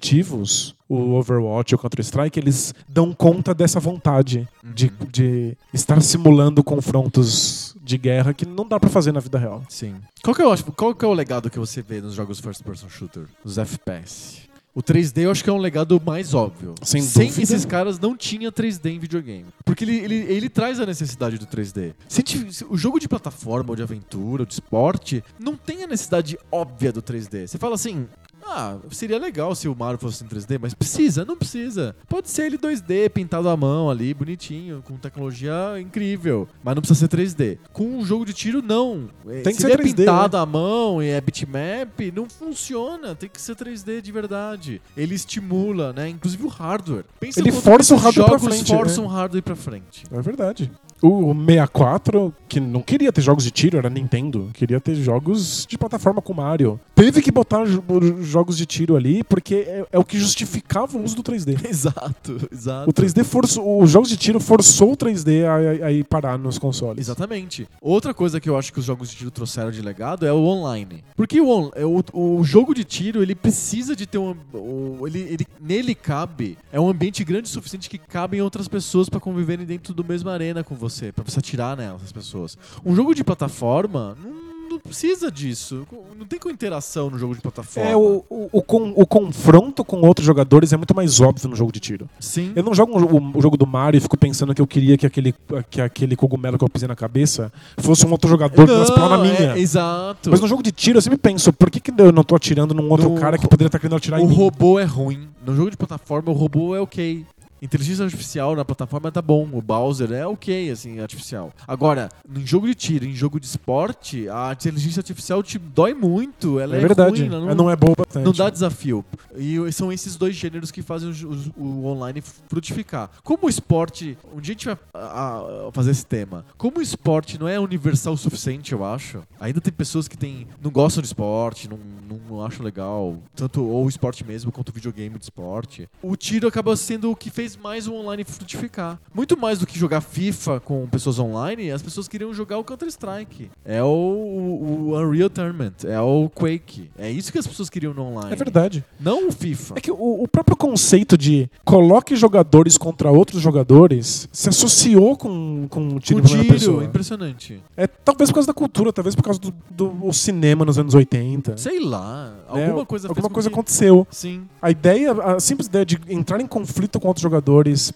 Speaker 2: competitivos, o Overwatch e o Counter-Strike, eles dão conta dessa vontade
Speaker 1: Uhum.
Speaker 2: de, de estar simulando confrontos de guerra que não dá pra fazer na vida real.
Speaker 1: Sim. Qual que, eu acho, qual que é o legado que você vê nos jogos first person shooter? Nos FPS? O 3D eu acho que é um legado mais óbvio.
Speaker 2: Sem dúvida.
Speaker 1: esses caras não tinha 3D em videogame. Porque ele, ele, ele traz a necessidade do 3D. Se tiv- se o jogo de plataforma, ou de aventura, ou de esporte, não tem a necessidade óbvia do 3D. Você fala assim. Ah, seria legal se o Mario fosse em 3D, mas precisa, não precisa. Pode ser ele 2D, pintado à mão ali, bonitinho, com tecnologia incrível, mas não precisa ser 3D. Com um jogo de tiro, não. É,
Speaker 2: Tem que
Speaker 1: se
Speaker 2: ser
Speaker 1: ele
Speaker 2: 3D,
Speaker 1: é
Speaker 2: né?
Speaker 1: pintado à mão e é bitmap, não funciona. Tem que ser 3D de verdade. Ele estimula, né? Inclusive o hardware. Pensa
Speaker 2: Ele
Speaker 1: quanto
Speaker 2: força o
Speaker 1: esses
Speaker 2: hardware pra
Speaker 1: jogos
Speaker 2: frente,
Speaker 1: forçam
Speaker 2: né?
Speaker 1: o hardware pra frente.
Speaker 2: É verdade. O 64, que não queria ter jogos de tiro, era Nintendo, queria ter jogos de plataforma com Mario. Teve que botar jo- jogos de tiro ali porque é- é o que justificava o uso do 3D.
Speaker 1: Exato, exato.
Speaker 2: O 3D forçou, os jogos de tiro forçou o 3D a, a- a ir parar nos consoles.
Speaker 1: Exatamente. Outra coisa que eu acho que os jogos de tiro trouxeram de legado é o online. Porque o, on- é o- o jogo de tiro, ele precisa de ter um... amb- o- ele, ele- nele cabe. É um ambiente grande o suficiente que cabem outras pessoas pra conviverem dentro do mesma arena com você. pra você atirar nelas, as pessoas. Um jogo de plataforma... Não, não precisa disso. Não tem com interação no jogo de plataforma.
Speaker 2: É, o, o, o con- o confronto com outros jogadores é muito mais óbvio no jogo de tiro.
Speaker 1: Sim.
Speaker 2: Eu não jogo um jo- o, jogo do Mario e fico pensando que eu queria que aquele, que aquele cogumelo que eu pisei na cabeça fosse um outro jogador que nas plana minha.
Speaker 1: é- exato.
Speaker 2: Mas no jogo de tiro eu sempre penso, por que, que eu não tô atirando num outro
Speaker 1: No-
Speaker 2: cara que poderia estar querendo atirar
Speaker 1: o
Speaker 2: em mim?
Speaker 1: robô é ruim. No jogo de plataforma, o robô é ok. Inteligência artificial na plataforma tá bom. O Bowser é ok, assim, artificial. Agora, em jogo de tiro, em jogo de esporte, a inteligência artificial te dói muito. Ela é,
Speaker 2: É verdade.
Speaker 1: ruim, ela
Speaker 2: É, não é boa bastante.
Speaker 1: não dá desafio. E são esses dois gêneros que fazem os- os- o online frutificar. Como o esporte. Um dia a gente vai a- a- fazer esse tema. Como o esporte não é universal o suficiente, eu acho. Ainda tem pessoas que tem, não gostam de esporte, não, não acham legal. Tanto ou o esporte mesmo, quanto o videogame de esporte. O tiro acaba sendo o que fez mais o online frutificar. Muito mais do que jogar FIFA com pessoas online, as pessoas queriam jogar o Counter-Strike. É o, o- o Unreal Tournament, é o Quake. É isso que as pessoas queriam no online.
Speaker 2: É verdade.
Speaker 1: Não o FIFA.
Speaker 2: É que o, o próprio conceito de coloque jogadores contra outros jogadores se associou com, com o tiro
Speaker 1: o
Speaker 2: em primeira
Speaker 1: tiro,
Speaker 2: pessoa.
Speaker 1: impressionante.
Speaker 2: É talvez por causa da cultura, talvez por causa do, do- o cinema nos anos 80.
Speaker 1: Sei lá,
Speaker 2: né?
Speaker 1: É, alguma coisa fez
Speaker 2: Alguma
Speaker 1: com
Speaker 2: coisa
Speaker 1: que-
Speaker 2: aconteceu.
Speaker 1: Sim,
Speaker 2: A ideia, a simples ideia de entrar em conflito com outros jogadores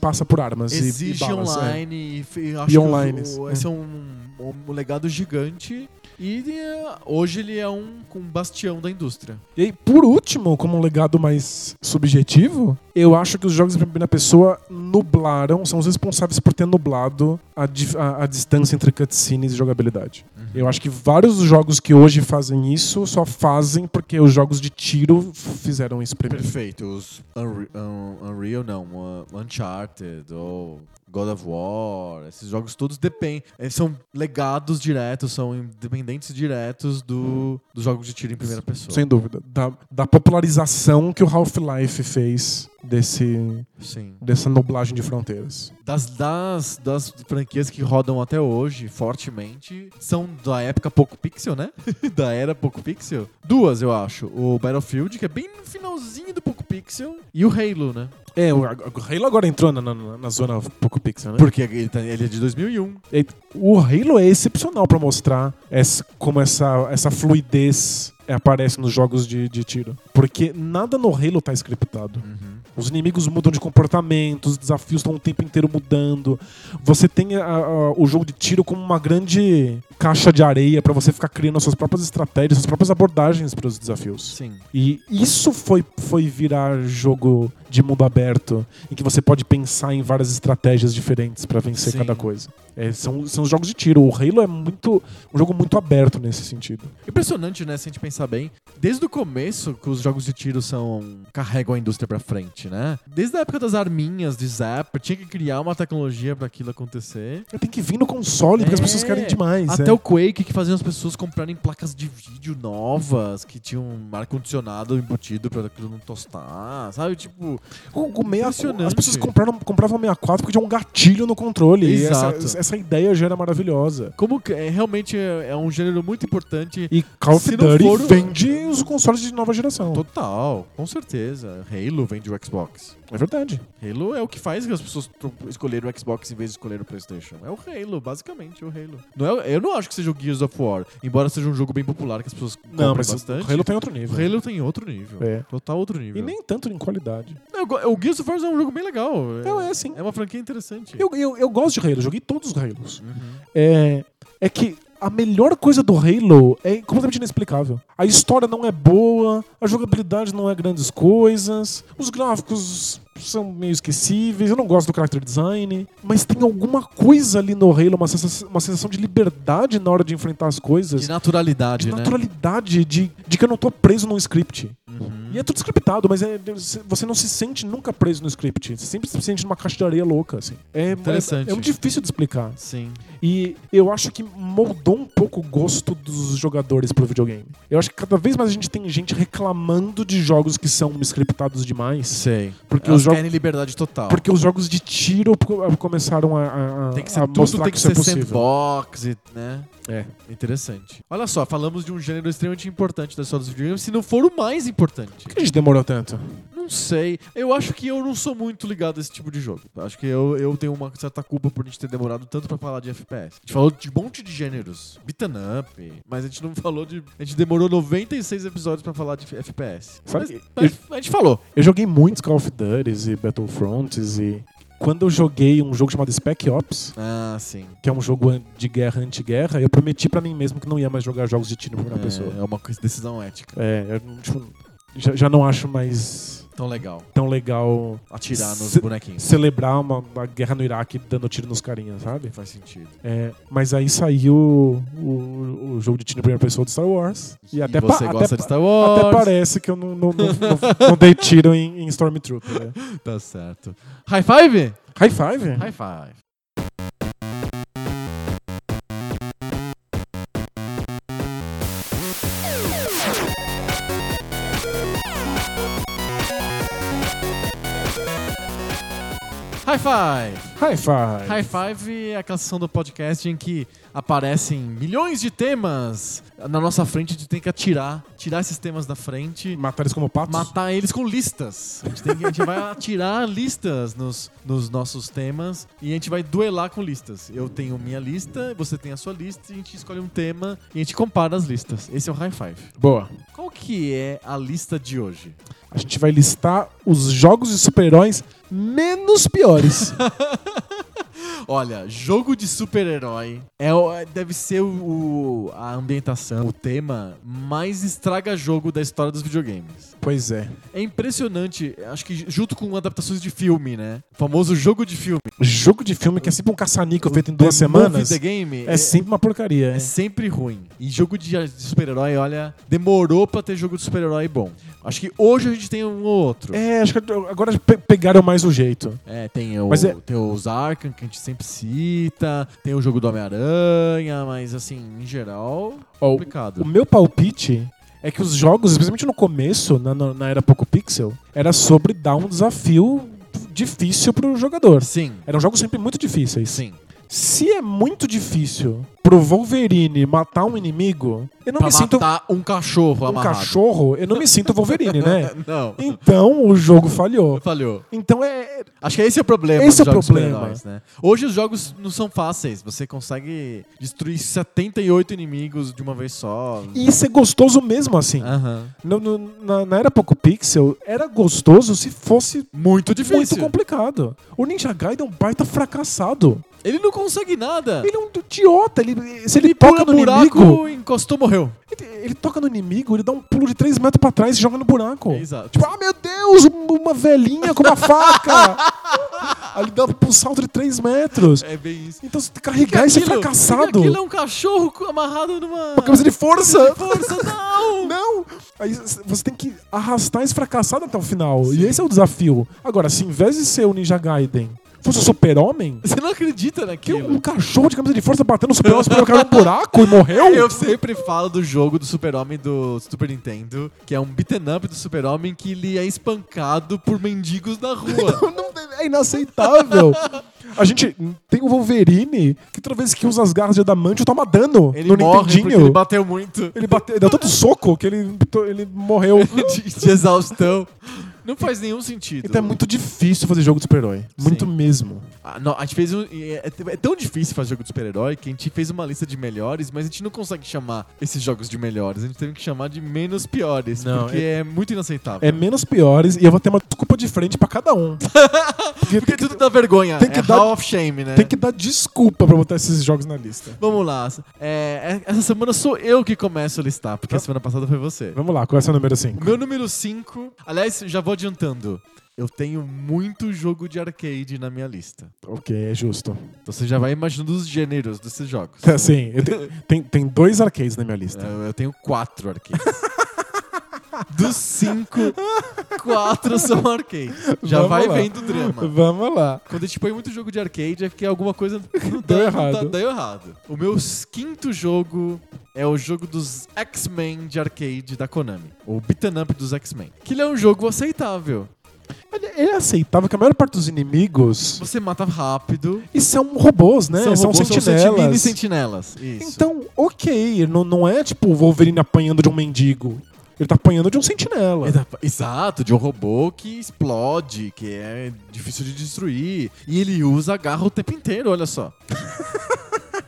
Speaker 2: passa por armas e-
Speaker 1: exige
Speaker 2: e, balas, é.
Speaker 1: online e fe- eu acho
Speaker 2: E
Speaker 1: que
Speaker 2: online,
Speaker 1: o- o-
Speaker 2: é.
Speaker 1: esse é um, um legado gigante e é, hoje ele é um, um bastião da indústria.
Speaker 2: E aí, por último, como um legado mais subjetivo, eu acho que os jogos em primeira pessoa nublaram, são os responsáveis por ter nublado a, dif- a- a distância entre cutscenes e jogabilidade.
Speaker 1: Uhum.
Speaker 2: Eu acho que vários dos jogos que hoje fazem isso só fazem porque os jogos de tiro f- fizeram isso primeiro.
Speaker 1: Perfeito, os Unre- um, Unreal não, uh, Uncharted ou God of War, esses jogos todos dependem, são legados diretos, são independentes diretos do, dos jogos de tiro em primeira pessoa.
Speaker 2: Sem dúvida. Da, da popularização que o Half-Life fez desse,
Speaker 1: Sim.
Speaker 2: dessa nublagem de fronteiras.
Speaker 1: das, das, das franquias que rodam até hoje, fortemente, são da época pouco pixel, né? da era pouco pixel. Duas, eu acho. O Battlefield, que é bem no finalzinho do pouco pixel, e o Halo, né?
Speaker 2: É, o, o Halo agora entrou na, na, na zona pouco pixel, né?
Speaker 1: Porque ele, tá- ele é de 2001.
Speaker 2: E- O Halo é excepcional pra mostrar essa- como essa, essa
Speaker 1: Uhum.
Speaker 2: fluidez aparece nos jogos de, de tiro. Porque nada no Halo tá scriptado. Os inimigos mudam de comportamento, os desafios estão o tempo inteiro mudando. Você tem a- a- o jogo de tiro como uma grande caixa de areia pra você ficar criando as suas próprias estratégias, suas próprias abordagens para os desafios.
Speaker 1: Sim.
Speaker 2: E isso foi, foi virar jogo de mundo aberto, em que você pode pensar em várias estratégias diferentes pra vencer
Speaker 1: Sim.
Speaker 2: cada coisa. É, são, são os jogos de tiro. O Halo é muito um jogo muito aberto nesse sentido.
Speaker 1: Impressionante, né? Se a gente pensar bem, desde o começo que os jogos de tiro são carregam a indústria pra frente, né? Desde a época das arminhas, de Zapper, tinha que criar uma tecnologia pra aquilo acontecer.
Speaker 2: Tem que vir no console, porque as
Speaker 1: É.
Speaker 2: pessoas querem demais.
Speaker 1: Até
Speaker 2: é.
Speaker 1: o Quake que fazia as pessoas comprarem placas de vídeo novas que tinham ar condicionado embutido pra aquilo não tostar, sabe? Tipo,
Speaker 2: O, o 64,
Speaker 1: Impressionante.
Speaker 2: as pessoas compraram, compravam 64 porque tinha um gatilho no controle. E essa,
Speaker 1: Exato.
Speaker 2: essa ideia já era maravilhosa.
Speaker 1: como que é, realmente é é um gênero muito importante
Speaker 2: E Call of
Speaker 1: Se não
Speaker 2: Duty
Speaker 1: for o-
Speaker 2: vende os consoles de nova geração.
Speaker 1: total, com certeza. Halo vem de Xbox.
Speaker 2: É verdade.
Speaker 1: Halo é o que faz que as pessoas tro- escolherem o Xbox em vez de escolher o PlayStation. É o Halo, basicamente, é o Halo. Não é- eu não acho que seja o Gears of War, embora seja um jogo bem popular que as pessoas compram
Speaker 2: Não, mas
Speaker 1: bastante.
Speaker 2: o Halo tem outro nível.
Speaker 1: O Halo tem outro nível.
Speaker 2: É.
Speaker 1: Total outro nível.
Speaker 2: E nem tanto em qualidade.
Speaker 1: Eu go- o Gears of War é um jogo bem legal.
Speaker 2: Não, é assim.
Speaker 1: É uma franquia interessante.
Speaker 2: Eu, eu, eu gosto de Halo, joguei todos os Halos.
Speaker 1: Uhum.
Speaker 2: É, é que a melhor coisa do Halo é completamente inexplicável. A história não é boa, a jogabilidade não é grandes coisas, os gráficos são meio esquecíveis, eu não gosto do character design, mas tem alguma coisa ali no Halo, uma sensação, uma sensação de liberdade na hora de enfrentar as coisas.
Speaker 1: De naturalidade,
Speaker 2: De
Speaker 1: né?
Speaker 2: naturalidade, de, de que eu não tô preso num script.
Speaker 1: Uhum.
Speaker 2: E é tudo scriptado, mas é- você não se sente nunca preso no script. Você sempre se sente numa caixa de areia louca, assim. É,
Speaker 1: Interessante.
Speaker 2: É, é muito difícil de explicar.
Speaker 1: Sim.
Speaker 2: E eu acho que moldou um pouco o gosto dos jogadores pro videogame. Eu acho que cada vez mais a gente tem gente reclamando de jogos que são scriptados demais.
Speaker 1: Sei.
Speaker 2: Porque
Speaker 1: Elas
Speaker 2: os, jo-
Speaker 1: querem liberdade total.
Speaker 2: porque os jogos de tiro co- começaram a, a- a-
Speaker 1: tem que ser
Speaker 2: a
Speaker 1: tudo,
Speaker 2: mostrar
Speaker 1: tem
Speaker 2: que
Speaker 1: que
Speaker 2: isso é
Speaker 1: ser
Speaker 2: possível.
Speaker 1: sandbox, e, né?
Speaker 2: É.
Speaker 1: Interessante. Olha só, falamos de um gênero extremamente importante da história dos videogames, se não for o mais importante.
Speaker 2: Por que a gente demorou tanto?
Speaker 1: Não sei. Eu acho que eu não sou muito ligado a esse tipo de jogo. Acho que eu, eu tenho uma certa culpa por a gente ter demorado tanto pra falar de FPS. A gente falou de um monte de gêneros. Beaten up. Mas a gente não falou de... A gente demorou 96 episódios pra falar de FPS.
Speaker 2: Sabe-
Speaker 1: Mas- mas a gente falou.
Speaker 2: Eu joguei muitos Call of Duty e Battlefronts e... Quando eu joguei um jogo chamado Spec Ops,
Speaker 1: Ah, sim.
Speaker 2: que é um jogo an- de guerra anti-guerra, eu prometi pra mim mesmo que não ia mais jogar jogos de tiro em primeira
Speaker 1: É,
Speaker 2: pessoa.
Speaker 1: é uma coisa- decisão ética.
Speaker 2: É, eu não- tipo, já, já não acho mais
Speaker 1: Tão legal.
Speaker 2: tão legal
Speaker 1: Atirar nos
Speaker 2: Se-
Speaker 1: bonequinhos.
Speaker 2: celebrar uma, uma guerra no Iraque dando tiro nos carinhas, sabe?
Speaker 1: Faz sentido.
Speaker 2: É, mas aí saiu o, o jogo de tiro em primeira pessoa do Star Wars. E, até pa-
Speaker 1: você
Speaker 2: até
Speaker 1: gosta
Speaker 2: pa-
Speaker 1: de Star Wars.
Speaker 2: Até parece que eu não, não, não- não- não dei tiro em, em Stormtrooper. né?
Speaker 1: Tá certo. High five?
Speaker 2: High five?
Speaker 1: High five. High five!
Speaker 2: High five.
Speaker 1: High five é aquela sessão do podcast em que aparecem milhões de temas na nossa frente, a gente tem que atirar, tirar esses temas da frente
Speaker 2: Matar eles como patos?
Speaker 1: matar eles com listas. A gente, tem que- a gente vai atirar listas nos, nos nossos temas e a gente vai duelar com listas. Eu tenho minha lista, você tem a sua lista, e a gente escolhe um tema e a gente compara as listas. Esse é o High Five.
Speaker 2: Boa.
Speaker 1: Qual que é a lista de hoje?
Speaker 2: A gente vai listar os jogos de super-heróis menos piores.
Speaker 1: Olha, jogo de super-herói é, o- é- deve ser o, o- a ambientação, o tema mais estraga-jogo da história dos videogames.
Speaker 2: pois é.
Speaker 1: É impressionante, acho que junto com adaptações de filme, né? O famoso jogo de filme.
Speaker 2: Jogo de filme que é sempre um caçanico feito em duas
Speaker 1: The Movie,
Speaker 2: semanas.
Speaker 1: The Game
Speaker 2: É sempre uma porcaria.
Speaker 1: É
Speaker 2: é.
Speaker 1: sempre ruim. E jogo de de super-herói, olha, demorou pra ter jogo de super-herói bom. Acho que hoje a gente tem um ou outro.
Speaker 2: É, acho que agora pe- pegaram mais o jeito.
Speaker 1: É, tem, o,
Speaker 2: Mas é-
Speaker 1: tem os Arkham, que a gente sempre cita, tem o jogo do Homem-Aranha, mas assim, em geral,
Speaker 2: Ó, o-
Speaker 1: complicado.
Speaker 2: o meu palpite é que os jogos, especialmente no começo, na, na- na era pouco pixel, era sobre dar um desafio difícil pro jogador.
Speaker 1: Sim,
Speaker 2: É- Eram jogos sempre muito difíceis.
Speaker 1: sim.
Speaker 2: Se é muito difícil pro Wolverine matar um inimigo, eu não
Speaker 1: pra
Speaker 2: me sinto um
Speaker 1: matar um cachorro amarrado.
Speaker 2: cachorro, eu não me sinto Wolverine, né?
Speaker 1: Não.
Speaker 2: Então o jogo falhou.
Speaker 1: Falhou.
Speaker 2: Então é.
Speaker 1: Acho que esse é o problema
Speaker 2: Esse
Speaker 1: dos
Speaker 2: é o
Speaker 1: jogos
Speaker 2: problema.
Speaker 1: super-heróis, né? Hoje os jogos não são fáceis. Você consegue destruir 78 inimigos de uma vez só.
Speaker 2: E isso é gostoso mesmo assim.
Speaker 1: É. Aham.
Speaker 2: No- no- na, na era pouco pixel, era gostoso se fosse
Speaker 1: Muito difícil.
Speaker 2: muito complicado. O Ninja Gaiden é um baita fracassado.
Speaker 1: Ele não consegue nada.
Speaker 2: Ele é um idiota. Ele, se ele,
Speaker 1: Pula
Speaker 2: toca no
Speaker 1: buraco,
Speaker 2: inimigo,
Speaker 1: encostou, morreu.
Speaker 2: ele, ele toca no inimigo, ele dá um pulo de 3 metros pra trás e joga no buraco.
Speaker 1: Exato.
Speaker 2: Tipo, ah, meu Deus, uma velhinha com uma faca. Aí ele dá um salto de 3 metros.
Speaker 1: É bem isso.
Speaker 2: Então, se carregar esse
Speaker 1: Aquilo-
Speaker 2: fracassado
Speaker 1: Aquilo é um cachorro co- amarrado numa...
Speaker 2: com a camisa de força.
Speaker 1: Força, não!
Speaker 2: Não! Aí c- você tem que arrastar esse fracassado até o final. E esse é o desafio. Agora, se em vez de ser o Ninja Gaiden, fosse o Super-Homem,
Speaker 1: Você não acredita
Speaker 2: que um
Speaker 1: naquilo.
Speaker 2: cachorro de camisa de força batendo no Super-Homem, superou o cara num buraco e morreu?
Speaker 1: Eu sempre falo do jogo do Super-Homem do Super Nintendo, que é um beaten up do Super-Homem que ele é espancado por mendigos na rua.
Speaker 2: Não tem- é inaceitável. A gente tem o Wolverine, que toda vez que usa as garras de adamante, toma dano
Speaker 1: Ele
Speaker 2: no
Speaker 1: morre porque
Speaker 2: Nintendinho.
Speaker 1: ele bateu muito
Speaker 2: Ele bateu, deu tanto soco que ele, ele morreu.
Speaker 1: de, de exaustão. Não faz nenhum sentido.
Speaker 2: Então é muito difícil fazer jogo de super-herói. Muito
Speaker 1: Sim.
Speaker 2: mesmo.
Speaker 1: Ah, não, a gente fez um. É, é- é tão difícil fazer jogo de super-herói que a gente fez uma lista de melhores, mas a gente não consegue chamar esses jogos de melhores. A gente teve que chamar de menos piores,
Speaker 2: Não,
Speaker 1: porque é, muito inaceitável.
Speaker 2: É menos piores e eu vou ter uma desculpa de frente pra cada um. Porque
Speaker 1: porque é tudo dá vergonha.
Speaker 2: tem que
Speaker 1: é
Speaker 2: dar-
Speaker 1: Hall of Shame, né?
Speaker 2: Tem que dar desculpa pra botar esses jogos na lista.
Speaker 1: Vamos lá. É, é- essa semana sou eu que começo a listar, porque a semana passada foi você.
Speaker 2: Vamos lá, qual é o seu número 5?
Speaker 1: Meu número 5. Aliás, já vou adiantando. Eu tenho muito jogo de arcade na minha lista.
Speaker 2: Ok, é justo.
Speaker 1: Então você já vai imaginando os gêneros desses jogos. É,
Speaker 2: Assim, eu te- tem, tem dois arcades na minha lista.
Speaker 1: Eu, eu tenho quatro arcades. Dos cinco, quatro são arcades. Já
Speaker 2: Vamos
Speaker 1: vai
Speaker 2: lá.
Speaker 1: vendo o drama.
Speaker 2: Vamos lá.
Speaker 1: Quando a gente põe muito jogo de arcade, é porque alguma coisa não
Speaker 2: Deu
Speaker 1: dá- não
Speaker 2: errado.
Speaker 1: tá- deu errado. O meu s- quinto jogo é o jogo dos X-Men de arcade da Konami. O beaten up dos X-Men. Que ele é um jogo aceitável.
Speaker 2: Ele ele é aceitável que a maior parte dos inimigos.
Speaker 1: Você mata rápido.
Speaker 2: E são robôs, né? São,
Speaker 1: robôs,
Speaker 2: sentinelas.
Speaker 1: mini sentinelas. Isso.
Speaker 2: Então, ok. Não, não é tipo o Wolverine apanhando de um mendigo. Ele tá apanhando de um sentinela.
Speaker 1: Ele tá- Exato, de um robô que explode, que é difícil de destruir. E ele usa a garra o tempo inteiro, olha só.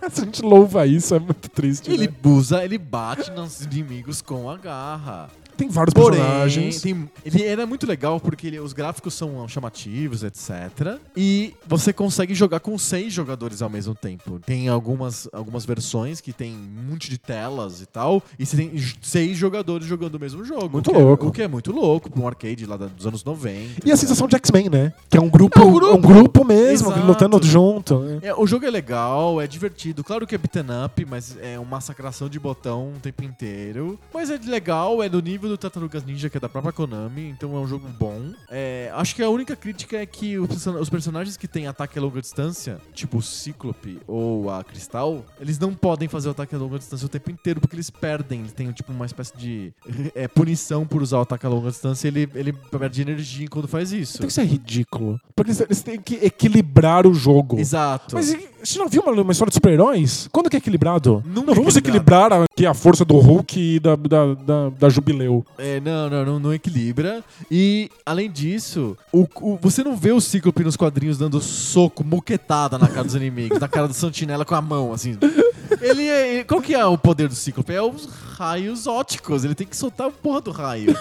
Speaker 2: A gente louva isso, é muito triste.
Speaker 1: Ele
Speaker 2: né?
Speaker 1: usa, ele bate nos inimigos com a garra.
Speaker 2: tem vários
Speaker 1: Porém,
Speaker 2: personagens.
Speaker 1: tem- ele era muito legal porque ele- os gráficos são chamativos, etc. E você consegue jogar com seis jogadores ao mesmo tempo. Tem algumas, algumas versões que tem um monte de telas e tal. E você tem j- seis jogadores jogando o mesmo jogo.
Speaker 2: Muito
Speaker 1: o que é-
Speaker 2: louco.
Speaker 1: o que é muito louco pra um arcade lá da- dos anos 90.
Speaker 2: E a
Speaker 1: etc.
Speaker 2: sensação de X-Men, né? Que é um grupo,
Speaker 1: É um grupo.
Speaker 2: é um grupo mesmo,
Speaker 1: Exato.
Speaker 2: lutando junto. né?
Speaker 1: É, o jogo é legal, é divertido. Claro que é beaten up, mas é uma massacração de botão o tempo inteiro. Mas é legal, é do nível do Tartarugas Ninja, que é da própria Konami, então é um jogo bom. É, acho que a única crítica é que o person- os personagens que têm ataque a longa distância, tipo o Cíclope ou a Cristal, eles não podem fazer o ataque a longa distância o tempo inteiro, porque eles perdem. Eles têm tipo uma espécie de é, punição por usar o ataque a longa distância, ele, ele perde energia quando faz isso.
Speaker 2: Então isso é ridículo. Porque eles, eles têm que equilibrar o jogo.
Speaker 1: Exato.
Speaker 2: Mas e- você não viu uma, uma história de super-heróis? Quando que é equilibrado?
Speaker 1: Nunca
Speaker 2: não vamos
Speaker 1: é
Speaker 2: equilibrar aqui a força do Hulk e da, da, da, da Jubileu.
Speaker 1: É, não, não, não, não equilibra. E, além disso, o- o- você não vê o Cíclope nos quadrinhos dando soco, moquetada na cara dos inimigos, na cara do Sentinela com a mão, assim. Ele é. ele- Qual que é o poder do Cíclope? É os raios óticos. Ele tem que soltar a porra do raio.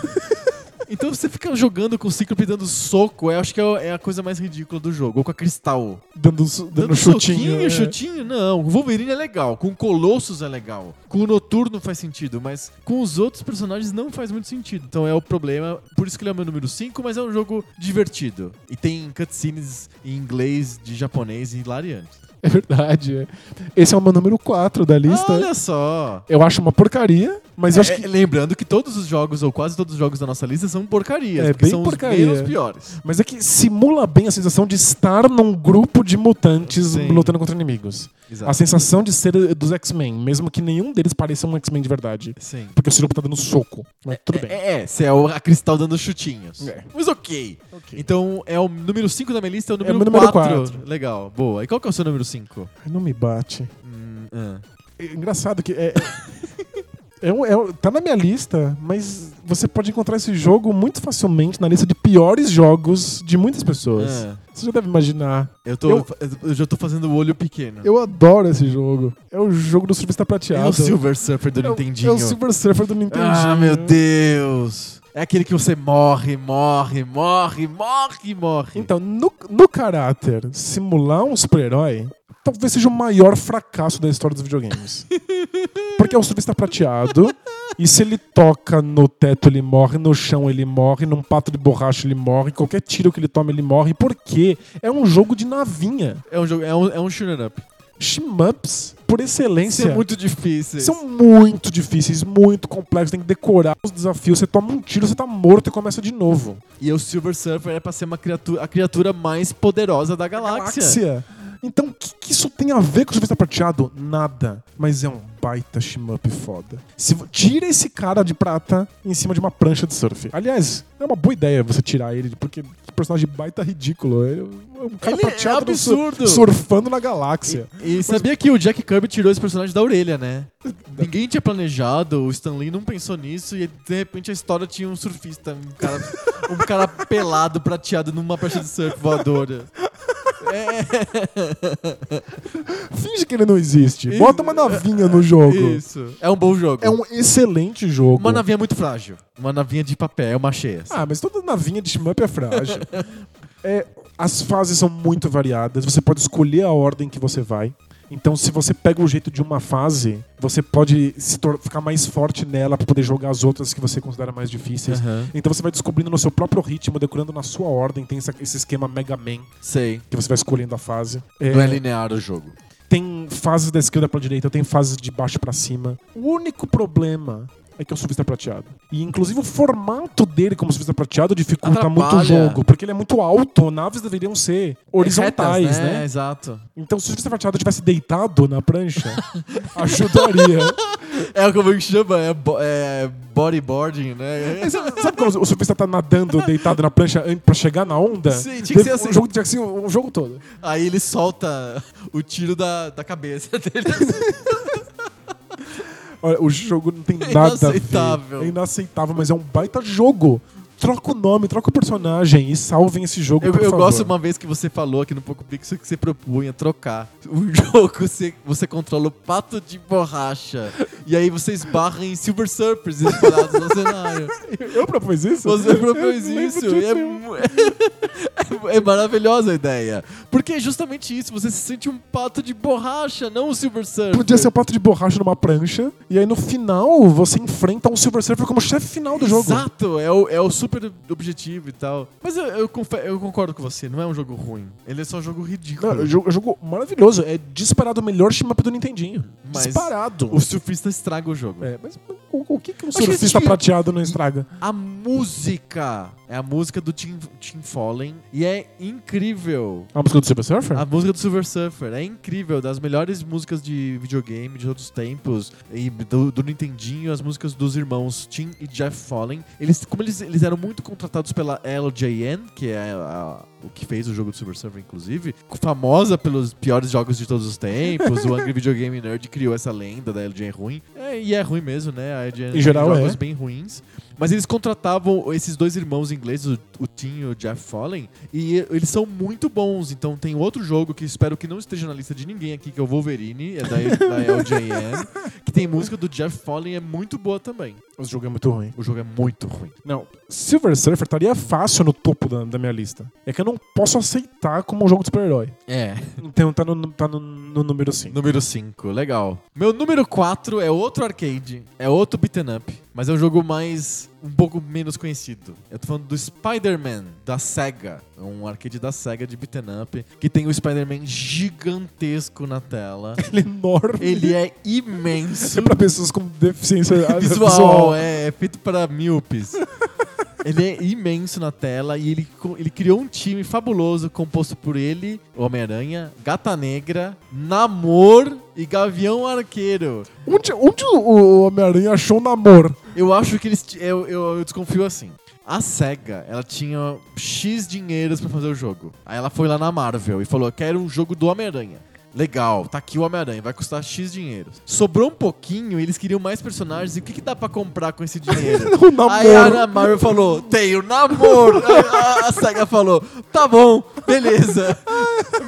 Speaker 1: Então você fica jogando com o Cíclope dando soco, eu acho que é o- é a coisa mais ridícula do jogo. Ou com a Cristal.
Speaker 2: Dando, su- dando,
Speaker 1: Dando um
Speaker 2: chutinho.
Speaker 1: soquinho,
Speaker 2: é.
Speaker 1: chutinho, não. O Wolverine é legal, com o Colossus é legal, com o Noturno faz sentido, mas com os outros personagens não faz muito sentido. Então é o problema, por isso que ele é o meu número 5, mas é um jogo divertido. E tem cutscenes em inglês, de japonês e hilariante.
Speaker 2: É verdade. é. Esse é o meu número 4 da lista.
Speaker 1: Olha só!
Speaker 2: Eu acho uma porcaria, mas eu acho
Speaker 1: É,
Speaker 2: que.
Speaker 1: Lembrando que todos os jogos, ou quase todos os jogos da nossa lista, são porcarias,
Speaker 2: É,
Speaker 1: porque
Speaker 2: bem
Speaker 1: são
Speaker 2: porcaria.
Speaker 1: os menos piores.
Speaker 2: Mas é que simula bem a sensação de estar num grupo de mutantes
Speaker 1: Sim.
Speaker 2: lutando contra inimigos.
Speaker 1: Exato.
Speaker 2: A sensação de ser eh, dos X-Men, mesmo que nenhum deles pareça um X-Men de verdade.
Speaker 1: Sim.
Speaker 2: Porque o Siropo tá dando soco. Mas tudo bem.
Speaker 1: É, é, você é o- a Cristal dando chutinhos.
Speaker 2: É.
Speaker 1: Mas ok.
Speaker 2: Ok.
Speaker 1: Então é o número 5 da minha lista, é o número
Speaker 2: meu número
Speaker 1: 4.
Speaker 2: quatro.
Speaker 1: Legal, boa. E qual que é o seu número Hum, ah, 5?
Speaker 2: Ai, Não me bate. É engraçado que é. é um- é um- tá na minha lista, mas você pode encontrar esse jogo muito facilmente na lista de piores jogos de muitas pessoas.
Speaker 1: É.
Speaker 2: Você já deve imaginar.
Speaker 1: Eu, tô, eu...
Speaker 2: Eu-
Speaker 1: já tô fazendo o olho pequeno.
Speaker 2: Eu adoro esse jogo. É o jogo do surfista
Speaker 1: É
Speaker 2: prateado.
Speaker 1: o Silver Surfer do
Speaker 2: É o-
Speaker 1: Nintendinho.
Speaker 2: É o Silver Surfer do Nintendinho.
Speaker 1: Ah, meu Deus. É aquele que você morre, morre, morre, morre, morre.
Speaker 2: Então, no, no caráter, simular um super-herói talvez seja o maior fracasso da história dos videogames. Porque é um surfista prateado, e se ele toca no teto, ele morre, no chão, ele morre, num pato de borracha, ele morre, qualquer tiro que ele toma, ele morre. Por quê? É um jogo de navinha.
Speaker 1: é um jogo, é um, é um shoot 'em up.
Speaker 2: Shmups, por
Speaker 1: Isso
Speaker 2: excelência.
Speaker 1: é muito difícil.
Speaker 2: São muito difíceis, muito complexos, tem que decorar os desafios. Você toma um tiro, você tá morto e começa de novo.
Speaker 1: E o Silver Surfer é pra ser uma criatura, a criatura mais poderosa da galáxia.
Speaker 2: galáxia. Então, o que, que isso tem a ver com o surfista prateado? Nada. Mas é um baita shmup foda. Se, vo- tira esse cara de prata em cima de uma prancha de surf. Aliás, é uma boa ideia você tirar ele, porque que personagem baita ridículo. Ele é um cara
Speaker 1: Ele é
Speaker 2: prateado no sur-
Speaker 1: absurdo.
Speaker 2: surfando na galáxia.
Speaker 1: E sabia que o Jack Kirby tirou esse personagem da orelha, né? Ninguém tinha planejado, o Stan Lee não pensou nisso e de repente a história tinha um surfista, um cara, um cara pelado, prateado numa prancha de surf voadora. É,
Speaker 2: Finge que ele não existe. Bota uma navinha no jogo.
Speaker 1: é, Isso. É um bom jogo.
Speaker 2: É um excelente jogo.
Speaker 1: Uma navinha muito frágil. Uma navinha de papel, é uma cheia. assim.
Speaker 2: Ah, mas toda navinha de shmup é frágil. É, as fases são muito variadas, você pode escolher a ordem que você vai. Então, se você pega o jeito de uma fase, você pode se tor- ficar mais forte nela para poder jogar as outras que você considera mais difíceis.
Speaker 1: Aham.
Speaker 2: Então, você vai descobrindo no seu próprio ritmo, decorando na sua ordem. Tem essa- esse esquema Mega Man
Speaker 1: Sei.
Speaker 2: que você vai escolhendo a fase. É,
Speaker 1: Não é linear o jogo.
Speaker 2: tem fases da esquerda pra direita, tem fases de baixo pra cima. O único problema é que é um surfista prateado. E inclusive o formato dele como surfista prateado dificulta
Speaker 1: Atrapalha. É
Speaker 2: muito o jogo, porque ele é muito alto, naves deveriam ser horizontais,
Speaker 1: Retas,
Speaker 2: né?
Speaker 1: Exato.
Speaker 2: Então se o surfista prateado tivesse deitado na prancha, ajudaria.
Speaker 1: É como que chama, é, bo- é bodyboarding, né?
Speaker 2: Mas Sabe sabe quando o surfista tá nadando deitado na prancha an- pra chegar na onda?
Speaker 1: Sim, tinha que ser
Speaker 2: Teve
Speaker 1: assim.
Speaker 2: Um jogo, tinha que ser um um jogo todo.
Speaker 1: Aí ele solta o tiro da, da cabeça dele. assim.
Speaker 2: Olha, o jogo não tem
Speaker 1: É
Speaker 2: nada a
Speaker 1: inaceitável.
Speaker 2: ver. É inaceitável, mas é um baita jogo. Troca o nome, troca o personagem e salvem esse jogo,
Speaker 1: Eu,
Speaker 2: por
Speaker 1: eu
Speaker 2: favor.
Speaker 1: gosto uma vez que você falou aqui no Poco Pixel que você propunha trocar o jogo, você, você controla o pato de borracha. E aí você esbarra em Silver Surfers espalhados no cenário.
Speaker 2: Eu propus isso?
Speaker 1: Você propôs
Speaker 2: Eu lembro
Speaker 1: isso.
Speaker 2: disso,
Speaker 1: É,
Speaker 2: eu-
Speaker 1: mu- é maravilhosa a ideia. Porque é justamente isso, você se sente um pato de borracha, não um Silver Surfer.
Speaker 2: Podia ser o pato de borracha numa prancha, e aí no final você enfrenta um Silver Surfer como chefe final do jogo.
Speaker 1: Exato, é o, é o super objetivo e tal. Mas eu, eu, confe- eu concordo com você, não é um jogo ruim. Ele é só um jogo ridículo.
Speaker 2: Não, é um jogo, é um jogo maravilhoso. É disparado o melhor shmup do Nintendinho.
Speaker 1: Mas
Speaker 2: disparado.
Speaker 1: O surfista estraga o jogo.
Speaker 2: É, mas o, o que, que um
Speaker 1: Acho que
Speaker 2: surfista
Speaker 1: tinha-
Speaker 2: prateado não estraga?
Speaker 1: A música é a música do Tim, Tim Fallen e é incrível.
Speaker 2: A música do Silver Surfer?
Speaker 1: A música do Silver Surfer é incrível, das melhores músicas de videogame de outros tempos e do, do Nintendinho, as músicas dos irmãos Tim e Jeff Fallen. Eles, como eles, eles eram muito contratados pela LJN, que é a- o que fez o jogo do Silver Surfer, inclusive, famosa pelos piores jogos de todos os tempos. o Angry Video Game Nerd criou essa lenda da LJN ruim. É, e é ruim mesmo, né? A LJN tem
Speaker 2: Em geral,
Speaker 1: jogos
Speaker 2: é.
Speaker 1: bem ruins. Mas eles contratavam esses dois irmãos ingleses, o, o Tim e o Jeff Fallen, e eles são muito bons. Então tem outro jogo que espero que não esteja na lista de ninguém aqui, que é o Wolverine, é da, da LJN, que tem música do Jeff Fallen, é muito boa também.
Speaker 2: O jogo é muito ruim.
Speaker 1: O jogo é muito ruim.
Speaker 2: Não, Silver Surfer estaria fácil no topo da, da minha lista. É que eu não posso aceitar como um jogo de super-herói.
Speaker 1: É.
Speaker 2: Então tá no, tá no, no número 5.
Speaker 1: Número 5, legal. Meu número 4 é outro arcade, é outro beaten up, mas é um jogo mais um pouco menos conhecido. Eu tô falando do Spider-Man da Sega, É um arcade da Sega de beaten up que tem o Spider-Man gigantesco na tela.
Speaker 2: Ele é enorme.
Speaker 1: Ele é
Speaker 2: É
Speaker 1: imenso.
Speaker 2: pra pessoas com deficiência
Speaker 1: visual, é, é feito para míopes. Ele é imenso na tela e ele, co- ele criou um time fabuloso composto por ele, Homem-Aranha, Gata Negra, Namor e Gavião Arqueiro.
Speaker 2: Onde, onde o Homem-Aranha achou o namoro?
Speaker 1: Eu acho que eles. ti- Eu, eu, eu desconfio assim. A SEGA, ela tinha X dinheiros pra fazer o jogo. Aí ela foi lá na Marvel e falou: quero um jogo do Homem-Aranha. Legal, tá aqui o Homem-Aranha, vai custar X dinheiros. Sobrou um pouquinho, eles queriam mais personagens, e o que, que dá pra comprar com esse dinheiro?
Speaker 2: O namoro. é
Speaker 1: Aí a Ana Marvel falou, tem o namoro. Aí a, a SEGA falou, tá bom, beleza.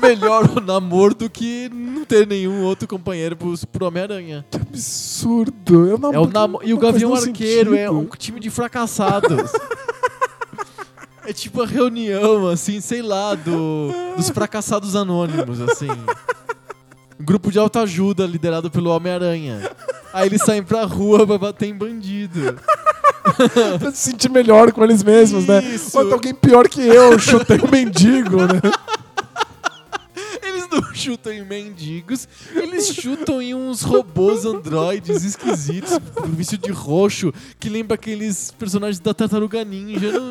Speaker 1: Melhor o namoro do que não ter nenhum outro companheiro pro, pro Homem-Aranha.
Speaker 2: Tá um Absurdo. Eu não,
Speaker 1: É o namo- E o
Speaker 2: não faz
Speaker 1: Gavião
Speaker 2: nenhum
Speaker 1: Arqueiro é um
Speaker 2: sentido.
Speaker 1: time de fracassados. é tipo a reunião, assim, sei lá, do... dos fracassados anônimos, assim. Um grupo de autoajuda liderado pelo Homem-Aranha. Aí eles saem pra rua pra bater em bandido.
Speaker 2: Pra se sentir melhor com eles mesmos, né?
Speaker 1: Isso.
Speaker 2: Ou tem alguém pior que eu, chutei um mendigo, né?
Speaker 1: Eles não chutam em mendigos, eles chutam em uns robôs androides esquisitos, um vestido de roxo, que lembra aqueles personagens da Tartaruga Ninja. Eu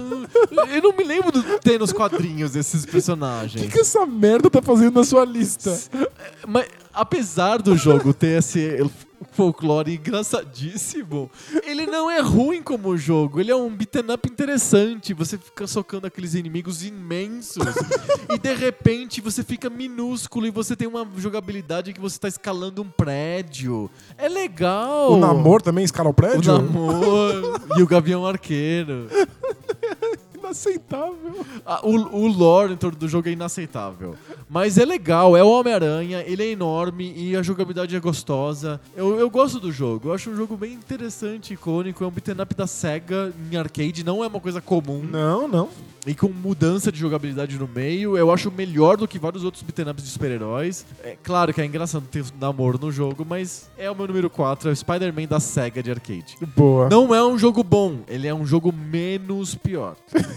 Speaker 1: não, eu não me lembro de ter nos quadrinhos esses
Speaker 2: O que,
Speaker 1: personagens.
Speaker 2: que essa merda tá fazendo na sua lista?
Speaker 1: Mas apesar do jogo ter esse folclore engraçadíssimo, ele não é ruim como jogo. Ele é um beat'em up interessante. Você fica socando aqueles inimigos imensos e de repente você fica minúsculo e você tem uma jogabilidade que você tá escalando um prédio. É legal.
Speaker 2: O namoro é um. também escala o
Speaker 1: O
Speaker 2: prédio?
Speaker 1: namor e o Gavião Arqueiro.
Speaker 2: Inaceitável.
Speaker 1: Ah, O, o lore em torno do jogo é inaceitável. Mas é legal, é o Homem-Aranha, ele é enorme e a jogabilidade é gostosa. Eu, eu gosto do jogo, eu acho um jogo bem interessante, icônico. É um beat'em up da SEGA em arcade, não é uma coisa comum.
Speaker 2: Não, não.
Speaker 1: E com mudança de jogabilidade no meio, eu acho melhor do que vários outros beat'em ups de super-heróis. É claro que é engraçado ter namoro no jogo, mas é o meu número 4, é o Spider-Man da SEGA de arcade.
Speaker 2: Boa.
Speaker 1: Não é um jogo bom, ele é um jogo menos pior.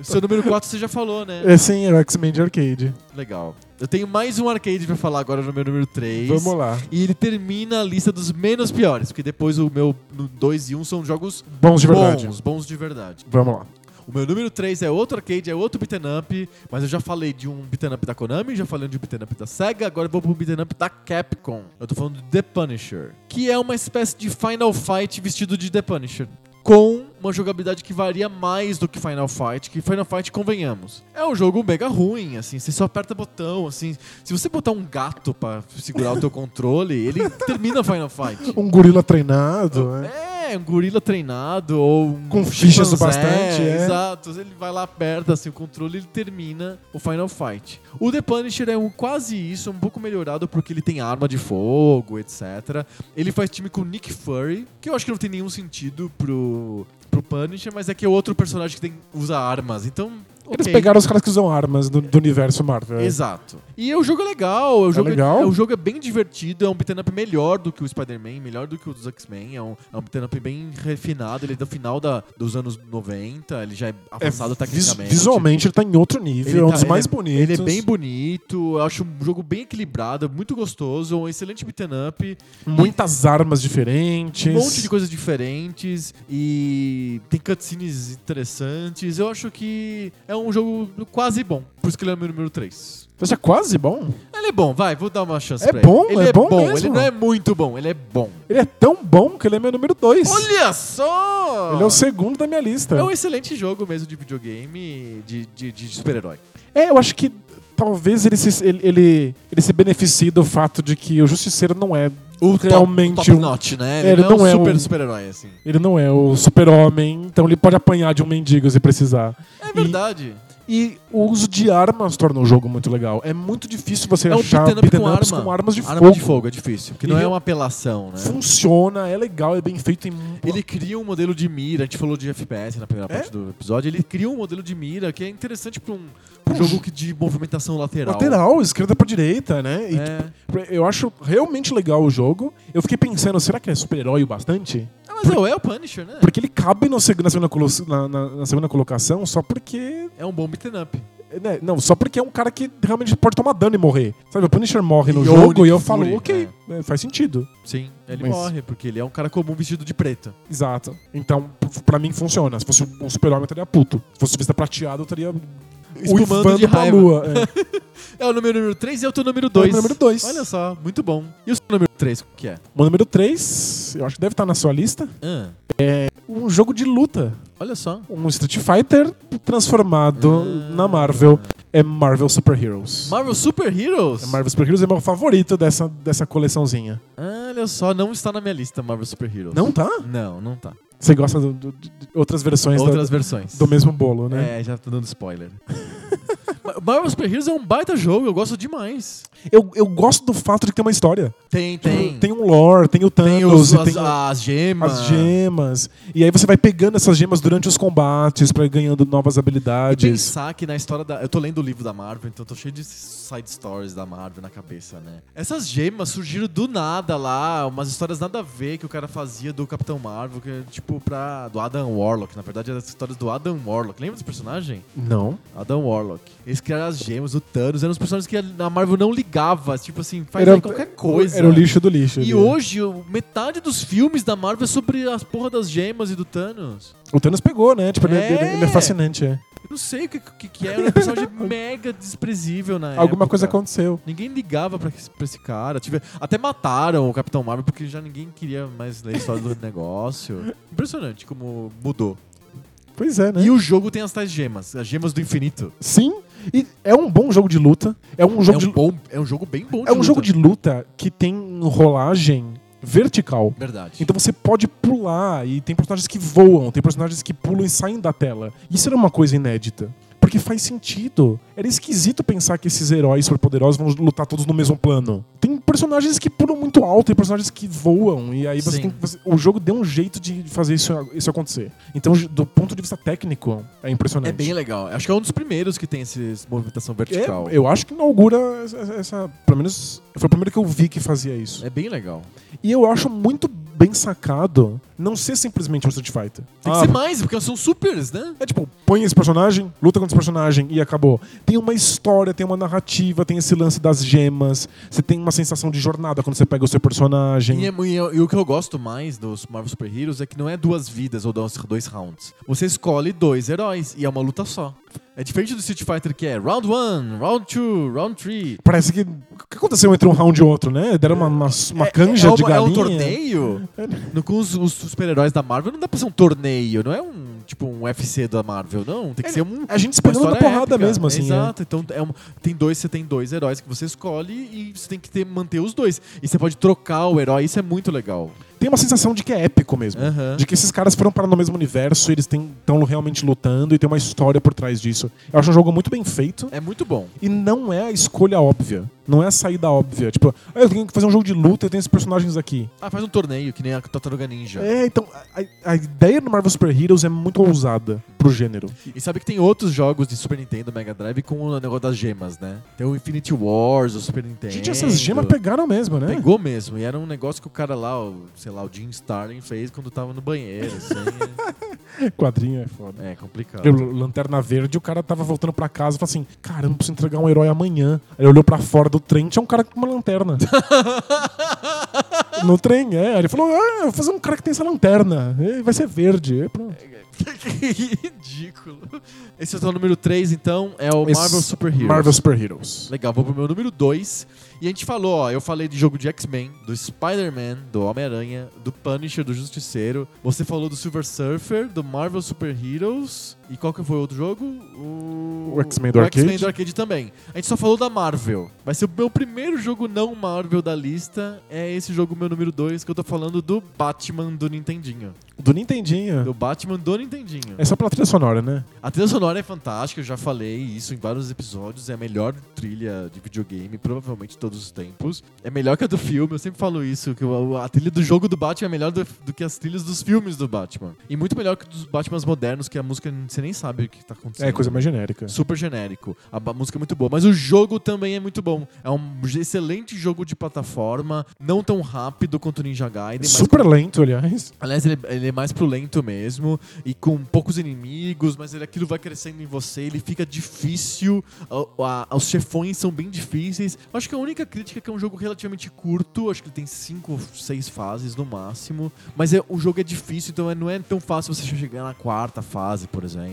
Speaker 1: O Seu número 4 você já falou, né?
Speaker 2: É sim, é o X-Men de arcade.
Speaker 1: Legal. Eu tenho mais um arcade pra falar agora no meu número 3.
Speaker 2: Vamos lá.
Speaker 1: E ele termina a lista dos menos piores, porque depois o meu 2 e 1 um são jogos
Speaker 2: Bons de verdade.
Speaker 1: bons, bons de verdade.
Speaker 2: Vamos lá.
Speaker 1: O meu número 3 é outro arcade, é outro beat'em up, mas eu já falei de um beat'em up da Konami, já falei de um beat'em up da SEGA, agora eu vou pro beat'em up da Capcom. Eu tô falando de The Punisher, que é uma espécie de Final Fight vestido de The Punisher. Com uma jogabilidade que varia mais do que Final Fight, que Final Fight, convenhamos. É um jogo mega ruim, assim, você só aperta botão, assim. Se você botar um gato pra segurar o teu controle, ele termina Final Fight.
Speaker 2: Um gorila treinado, né?
Speaker 1: É, um gorila treinado ou um
Speaker 2: Com fichas o
Speaker 1: chimpanzé,
Speaker 2: bastante, é.
Speaker 1: Exato. Ele vai lá, aperta assim, o controle ele termina o Final Fight. O The Punisher é um, quase isso, um pouco melhorado porque ele tem arma de fogo, etc. Ele faz time com o Nick Fury, que eu acho que não tem nenhum sentido pro, pro Punisher, mas é que é outro personagem que tem, usa armas. Então,
Speaker 2: Eles
Speaker 1: ok.
Speaker 2: pegaram os caras que usam armas do, do universo Marvel.
Speaker 1: Exato. E o jogo é legal, o jogo é,
Speaker 2: É. legal?
Speaker 1: o jogo é bem divertido, é um beat'em up melhor do que o Spider-Man, melhor do que o dos X-Men, é um, é um beat'em up bem refinado, ele é do final da, dos anos 90, ele já é
Speaker 2: É,
Speaker 1: avançado
Speaker 2: vis-
Speaker 1: tecnicamente.
Speaker 2: visualmente ele tá em outro nível,
Speaker 1: Ele
Speaker 2: é um
Speaker 1: tá-
Speaker 2: dos
Speaker 1: ele
Speaker 2: mais
Speaker 1: é-
Speaker 2: bonitos.
Speaker 1: Ele é bem bonito, eu acho um jogo bem equilibrado, muito gostoso, um excelente beat'em up,
Speaker 2: Hum. Muitas armas diferentes.
Speaker 1: um monte de coisas diferentes e tem cutscenes interessantes. Eu acho que é um jogo quase bom, por isso que ele é o meu número 3.
Speaker 2: Mas é quase bom.
Speaker 1: Ele é bom, vai, vou dar uma chance
Speaker 2: É
Speaker 1: pra ele.
Speaker 2: bom,
Speaker 1: ele.
Speaker 2: é bom mesmo.
Speaker 1: ele não é muito bom, ele é bom.
Speaker 2: Ele é tão bom que ele é meu número 2.
Speaker 1: Olha só!
Speaker 2: Ele é o segundo da minha lista.
Speaker 1: um É um excelente jogo mesmo de videogame, de, de, de super-herói.
Speaker 2: É, eu acho que talvez ele se, ele, ele, ele se beneficie do fato de que o Justiceiro não é
Speaker 1: O
Speaker 2: realmente
Speaker 1: top, top
Speaker 2: um-
Speaker 1: notch, né?
Speaker 2: É,
Speaker 1: Ele, não, é um super super-herói, assim.
Speaker 2: Ele não é o super-homem, então ele pode apanhar de um mendigo se precisar.
Speaker 1: É verdade.
Speaker 2: E o uso de armas torna o jogo muito legal. É muito difícil você
Speaker 1: É um
Speaker 2: achar
Speaker 1: beat'em up
Speaker 2: beat'em
Speaker 1: com
Speaker 2: ups
Speaker 1: arma.
Speaker 2: com armas de
Speaker 1: Arma
Speaker 2: fogo.
Speaker 1: de fogo é difícil, porque não
Speaker 2: Ele-
Speaker 1: é uma apelação, né?
Speaker 2: Funciona, é legal, é bem feito. Em...
Speaker 1: Ele cria um modelo de mira, a gente falou de FPS na primeira
Speaker 2: É?
Speaker 1: parte do episódio, ele cria um modelo de mira que é interessante pra um, pra um jogo que de movimentação lateral.
Speaker 2: lateral, esquerda pra direita, né? E,
Speaker 1: É.
Speaker 2: tipo, eu acho realmente legal o jogo. Eu fiquei pensando, será que ele é super-herói o bastante?
Speaker 1: Ah, mas é o- é o Punisher, né?
Speaker 2: Porque ele cabe no seg- na, segunda colo- na- na- na segunda colocação só porque
Speaker 1: É um bom beat'em up.
Speaker 2: né, Não, só porque é um cara que realmente pode tomar dano e morrer. Sabe, o Punisher morre no
Speaker 1: E
Speaker 2: jogo
Speaker 1: Old
Speaker 2: e eu
Speaker 1: Fury, né?
Speaker 2: falo, ok, é, faz sentido.
Speaker 1: Sim, ele
Speaker 2: Mas-
Speaker 1: morre, porque ele é um cara comum vestido de preto.
Speaker 2: Exato. Então, p- pra mim funciona. Se fosse um super-homem, eu estaria puto. Se fosse vista prateado, eu estaria
Speaker 1: Espumando de
Speaker 2: uivando pra
Speaker 1: raiva.
Speaker 2: lua. É.
Speaker 1: É o número número 3 e é o teu número 2.
Speaker 2: número dois.
Speaker 1: Olha só, muito bom. E o seu número 3, o que é?
Speaker 2: Meu número 3, eu acho que deve estar na sua lista.
Speaker 1: Ah,
Speaker 2: Um jogo de luta.
Speaker 1: olha só.
Speaker 2: Um Street Fighter transformado
Speaker 1: Ah.
Speaker 2: na Marvel. É Marvel Super Heroes.
Speaker 1: Marvel Super Heroes?
Speaker 2: É Marvel Super Heroes é meu favorito dessa, dessa coleçãozinha.
Speaker 1: Ah, Olha só, não está na minha lista Marvel Super Heroes.
Speaker 2: Não tá?
Speaker 1: Não, não tá.
Speaker 2: Você gosta do- do- de outras versões da-
Speaker 1: Outras versões.
Speaker 2: tá do mesmo bolo, né?
Speaker 1: É, já tô dando spoiler. Ma- Marvel Super Heroes é um baita jogo, eu gosto demais.
Speaker 2: Eu, eu gosto do fato de ter uma história.
Speaker 1: Tem,
Speaker 2: Tipo, Tem um lore, tem o Thanos,
Speaker 1: Tem os,
Speaker 2: e
Speaker 1: as,
Speaker 2: tem um
Speaker 1: as gemas.
Speaker 2: as gemas. E aí você vai pegando essas gemas durante os combates pra ir ganhando novas
Speaker 1: E
Speaker 2: habilidades.
Speaker 1: pensar que na história da. Eu tô lendo o livro da Marvel, então tô cheio de side stories da Marvel na cabeça, né? Essas gemas surgiram do nada lá, umas histórias nada a ver que o cara fazia do Capitão Marvel, que é tipo pra. do Adam Warlock. Na verdade, eram as histórias do Adam Warlock. Lembra desse personagem?
Speaker 2: Não.
Speaker 1: Adam Warlock. Eles criaram as gemas, o Thanos, eram os personagens que a Marvel não ligava. Tipo assim, faz aí qualquer coisa.
Speaker 2: um Era o lixo né? do lixo.
Speaker 1: E
Speaker 2: ali.
Speaker 1: hoje, o- metade dos filmes da Marvel é sobre as porra das gemas e do Thanos.
Speaker 2: O Thanos pegou, né? Tipo, ele-
Speaker 1: É.
Speaker 2: Ele, ele é fascinante, é.
Speaker 1: Eu não sei o que, que, que é, era um personagem mega desprezível na época.
Speaker 2: Alguma coisa aconteceu.
Speaker 1: Ninguém ligava pra, esse- pra esse cara. Tive- até mataram o Capitão Marvel porque já ninguém queria mais ler a história do negócio. Impressionante como mudou.
Speaker 2: Pois é, né?
Speaker 1: E o jogo tem as tais gemas, as gemas do infinito.
Speaker 2: Sim. E é um bom jogo de luta. É um jogo
Speaker 1: é, um
Speaker 2: de
Speaker 1: bom, é um jogo bem bom de
Speaker 2: É um jogo
Speaker 1: luta.
Speaker 2: de luta que tem rolagem vertical.
Speaker 1: Verdade.
Speaker 2: Então você pode pular e tem personagens que voam, tem personagens que pulam e saem da tela. Isso era uma coisa inédita. Porque faz sentido. Era esquisito pensar que esses heróis superpoderosos vão lutar todos no mesmo plano. Tem personagens que pulam muito alto, tem personagens que voam. E aí você
Speaker 1: Sim.
Speaker 2: tem, você- o jogo deu um jeito de fazer isso, isso acontecer. Então, do ponto de vista técnico, é impressionante.
Speaker 1: é bem legal. Acho que é um dos primeiros que tem essa movimentação
Speaker 2: É,
Speaker 1: vertical.
Speaker 2: eu acho que inaugura essa, essa- Pelo menos foi o primeiro que eu vi que fazia isso.
Speaker 1: É bem legal.
Speaker 2: E eu acho muito bem sacado não ser simplesmente um Street Fighter.
Speaker 1: Tem que ser mais, porque são supers, né?
Speaker 2: É tipo, põe esse personagem, luta contra esse personagem e acabou. Tem uma história, tem uma narrativa, tem esse lance das gemas. Você tem uma sensação de jornada quando você pega o seu personagem.
Speaker 1: E, é mu- e é- e o que eu gosto mais dos Marvel Super Heroes é que não é duas vidas ou dois, dois rounds. Você escolhe dois heróis e é uma luta só. É diferente do Street Fighter que é round 1, round 2, round 3.
Speaker 2: Parece que. O que aconteceu entre um round e outro, né? Deram uma, uma, uma
Speaker 1: É-
Speaker 2: canja
Speaker 1: é, é
Speaker 2: de
Speaker 1: uma-
Speaker 2: galinha.
Speaker 1: É um torneio? No- com os, os super-heróis da Marvel não dá pra ser um torneio, não é um tipo um UFC da Marvel, não. Tem que
Speaker 2: É,
Speaker 1: ser um.
Speaker 2: A gente se
Speaker 1: uma
Speaker 2: pegando na
Speaker 1: história
Speaker 2: porrada
Speaker 1: épica.
Speaker 2: mesmo, assim. é.
Speaker 1: Exato. Então é um- tem dois, você tem dois heróis que você escolhe e você tem que ter, manter os dois. E você pode trocar o herói, isso é muito legal.
Speaker 2: Tem uma sensação de que é épico mesmo.
Speaker 1: Aham.
Speaker 2: De que esses caras foram parar no mesmo universo, eles estão realmente lutando e tem uma história por trás disso. Eu acho um jogo muito bem feito.
Speaker 1: É muito bom.
Speaker 2: E não é a escolha óbvia. Não é a saída óbvia. Tipo, ah, eu tenho que fazer um jogo de luta, eu tenho esses personagens aqui.
Speaker 1: Ah, faz um torneio, que nem a Tartaruga Ninja.
Speaker 2: É, então, a, a ideia do Marvel Super Heroes é muito ousada pro gênero.
Speaker 1: E sabe que tem outros jogos de Super Nintendo, Mega Drive com o negócio das gemas, né? Tem o Infinity Wars, o Super Nintendo.
Speaker 2: Gente, essas gemas pegaram mesmo, né?
Speaker 1: Pegou mesmo, e era um negócio que o cara lá, o, sei lá, o Jim Starlin fez quando tava no banheiro, assim.
Speaker 2: Quadrinho é foda.
Speaker 1: é complicado.
Speaker 2: Eu, Lanterna Verde, o cara tava voltando pra casa e falou assim: Caramba, preciso entregar um herói amanhã. Aí ele olhou pra fora do trem, tinha um cara com uma lanterna. no trem, é. Aí ele falou: Ah, eu vou fazer um cara que tem essa lanterna. E Vai ser verde. E pronto.
Speaker 1: que ridículo. Esse é o teu número 3, então, é o Marvel
Speaker 2: Esse-
Speaker 1: Super Heroes.
Speaker 2: Marvel Super Heroes.
Speaker 1: Legal, vou pro meu número 2. E a gente falou, ó, eu falei de jogo de X-Men, do Spider-Man, do Homem-Aranha, do Punisher, do Justiceiro. Você falou do Silver Surfer, do Marvel Super Heroes. E qual que foi o outro jogo? O,
Speaker 2: O X-Men do
Speaker 1: o X-Men
Speaker 2: arcade.
Speaker 1: do arcade também. A gente só falou da Marvel. Vai ser o meu primeiro jogo não Marvel da lista. É esse jogo meu número 2, que eu tô falando do Batman do Nintendinho.
Speaker 2: Do Nintendinho.
Speaker 1: Do Batman do Nintendinho.
Speaker 2: É só pela trilha sonora, né?
Speaker 1: A trilha sonora é fantástica, eu já falei isso em vários episódios. É a melhor trilha de videogame, provavelmente de todos os tempos. É melhor que a do filme, eu sempre falo isso: que o- a trilha do jogo do Batman é melhor do, do que as trilhas dos filmes do Batman. E muito melhor que dos Batmans modernos, que a música você nem sabe o que tá acontecendo.
Speaker 2: É coisa mais genérica.
Speaker 1: Super genérico. A ba- música é muito boa, mas o jogo também é muito bom. É um excelente jogo de plataforma, não tão rápido quanto o Ninja Gaiden, mas
Speaker 2: Super lento, aliás.
Speaker 1: é Aliás, ele, ele é mais pro lento mesmo, e com poucos inimigos, inimigos, mas ele, aquilo vai crescendo em você, ele fica difícil, a- a- os chefões são bem difíceis. Acho que a única crítica é que é um jogo relativamente curto, acho que ele tem 5, 6 fases no máximo, mas é- o jogo é difícil, então é- não é tão fácil você chegar na quarta fase, por exemplo.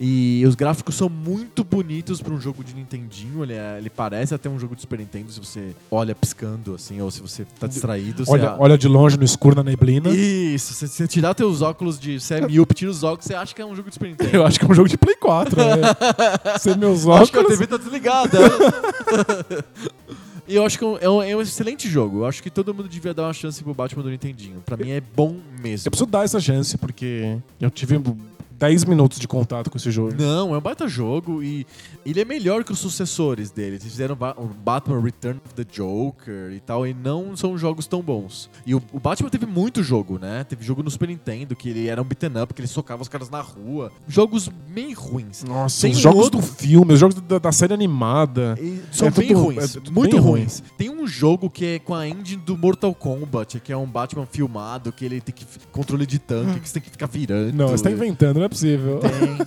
Speaker 1: E os gráficos são muito bonitos para um jogo de Nintendinho, ele, é- ele parece até um jogo de Super Nintendo se você olha piscando, assim, ou se você tá distraído. você
Speaker 2: Olha,
Speaker 1: a-
Speaker 2: olha de longe no escuro, na neblina.
Speaker 1: Né? isso, se você tirar teus óculos de. Você é míope, tira os óculos, você acha que é um jogo de Super Nintendo.
Speaker 2: Eu acho que é um jogo de Play 4. Né? Sem meus
Speaker 1: Eu acho que a
Speaker 2: óculos.
Speaker 1: TV tá desligada. E eu acho que é um- é um, é um excelente jogo. Eu acho que todo mundo devia dar uma chance pro Batman do Nintendinho. Pra mim é bom mesmo.
Speaker 2: Eu preciso dar essa chance, porque eu tive 10 minutos de contato com esse jogo.
Speaker 1: Não, é um baita jogo e ele é melhor que os sucessores dele. Eles fizeram ba- o Batman Return of the Joker e tal, e não são jogos tão bons. E o, o Batman teve muito jogo, né? Teve jogo no Super Nintendo, que ele era um beaten up, que ele socava os caras na rua. Jogos meio ruins.
Speaker 2: Nossa,
Speaker 1: Tem
Speaker 2: os
Speaker 1: um
Speaker 2: jogos
Speaker 1: outro-
Speaker 2: do filme, os jogos da, da série animada.
Speaker 1: E são
Speaker 2: É
Speaker 1: bem
Speaker 2: tudo- é
Speaker 1: ruins,
Speaker 2: tudo
Speaker 1: muito
Speaker 2: bem ruim.
Speaker 1: ruins. Tem um jogo que é com a engine do Mortal Kombat, que é um Batman filmado, que ele tem que f- controle de tanque, que você tem que ficar virando.
Speaker 2: Hum. Não, você tá inventando, não é possível.
Speaker 1: Tem.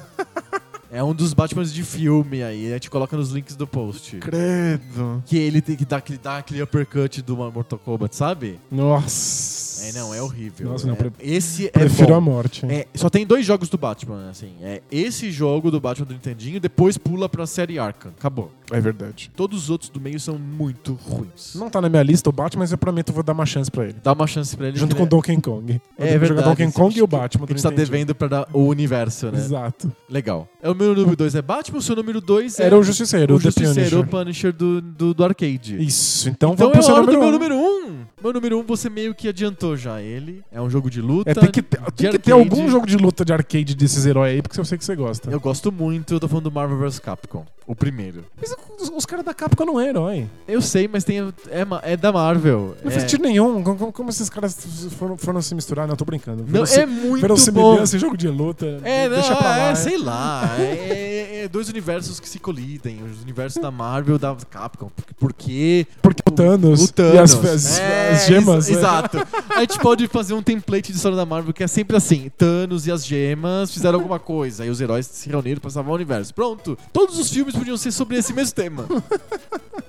Speaker 1: É um dos Batmans de filme aí, a gente coloca nos links do post.
Speaker 2: Credo.
Speaker 1: Que ele tem que dar aquele, dar aquele uppercut do Mortal Kombat, sabe?
Speaker 2: Nossa.
Speaker 1: É, não, é horrível.
Speaker 2: Nossa, não,
Speaker 1: É-
Speaker 2: pre-
Speaker 1: Esse é
Speaker 2: prefiro
Speaker 1: bom.
Speaker 2: a morte.
Speaker 1: É, só tem dois jogos do Batman, assim. É esse jogo do Batman do Nintendinho, depois pula pra série Arkham. Acabou.
Speaker 2: É verdade.
Speaker 1: Todos os outros do meio são muito ruins.
Speaker 2: Não tá na minha lista o Batman, mas eu prometo que eu vou dar uma chance pra ele.
Speaker 1: Dá uma chance pra ele.
Speaker 2: Junto
Speaker 1: que
Speaker 2: com o
Speaker 1: ele-
Speaker 2: Donkey Kong.
Speaker 1: É
Speaker 2: Eu tenho que jogar
Speaker 1: verdade,
Speaker 2: Donkey Kong
Speaker 1: esse-
Speaker 2: e o Batman.
Speaker 1: A gente tá
Speaker 2: do Nintendo.
Speaker 1: devendo pra dar o universo, né?
Speaker 2: Exato.
Speaker 1: Legal. É o meu número 2 é Batman, o seu número 2 é
Speaker 2: Era o Justiceiro,
Speaker 1: o
Speaker 2: o The
Speaker 1: Justiceiro
Speaker 2: Punisher.
Speaker 1: Punisher do, do, do arcade.
Speaker 2: Isso, então,
Speaker 1: Então é
Speaker 2: vamos
Speaker 1: a
Speaker 2: pro
Speaker 1: hora
Speaker 2: seu
Speaker 1: do meu
Speaker 2: número 1.
Speaker 1: número 1. Um. Meu número 1 um, você meio que adiantou já ele. É um jogo de luta.
Speaker 2: É, tem que, ter,
Speaker 1: de
Speaker 2: tem que ter
Speaker 1: arcade.
Speaker 2: algum jogo de luta de arcade desses heróis aí, porque eu sei que você gosta.
Speaker 1: Eu gosto muito, eu tô falando do Marvel vs Capcom, o primeiro.
Speaker 2: Mas os, os caras da Capcom não é herói.
Speaker 1: Eu sei, mas tem é, ma- é da Marvel.
Speaker 2: Não
Speaker 1: é.
Speaker 2: faz sentido nenhum. Como, como- como esses caras foram, foram se misturar? Não, tô brincando.
Speaker 1: Não,
Speaker 2: Verossem-
Speaker 1: é muito bom.
Speaker 2: Verossimilhança em jogo de luta.
Speaker 1: É, não,
Speaker 2: deixa pra lá.
Speaker 1: é, sei lá. É, é dois universos que se colidem. Os universos da Marvel e da Capcom. Por- Por quê?
Speaker 2: Porque o Thanos,
Speaker 1: O Thanos.
Speaker 2: e as, as-
Speaker 1: É,
Speaker 2: as gemas.
Speaker 1: ex-
Speaker 2: né?
Speaker 1: Exato. A gente pode fazer um template de história da Marvel que é sempre assim: Thanos e as gemas fizeram alguma coisa. E os heróis se reuniram pra salvar o universo. Pronto. Todos os filmes podiam ser sobre esse mesmo tema.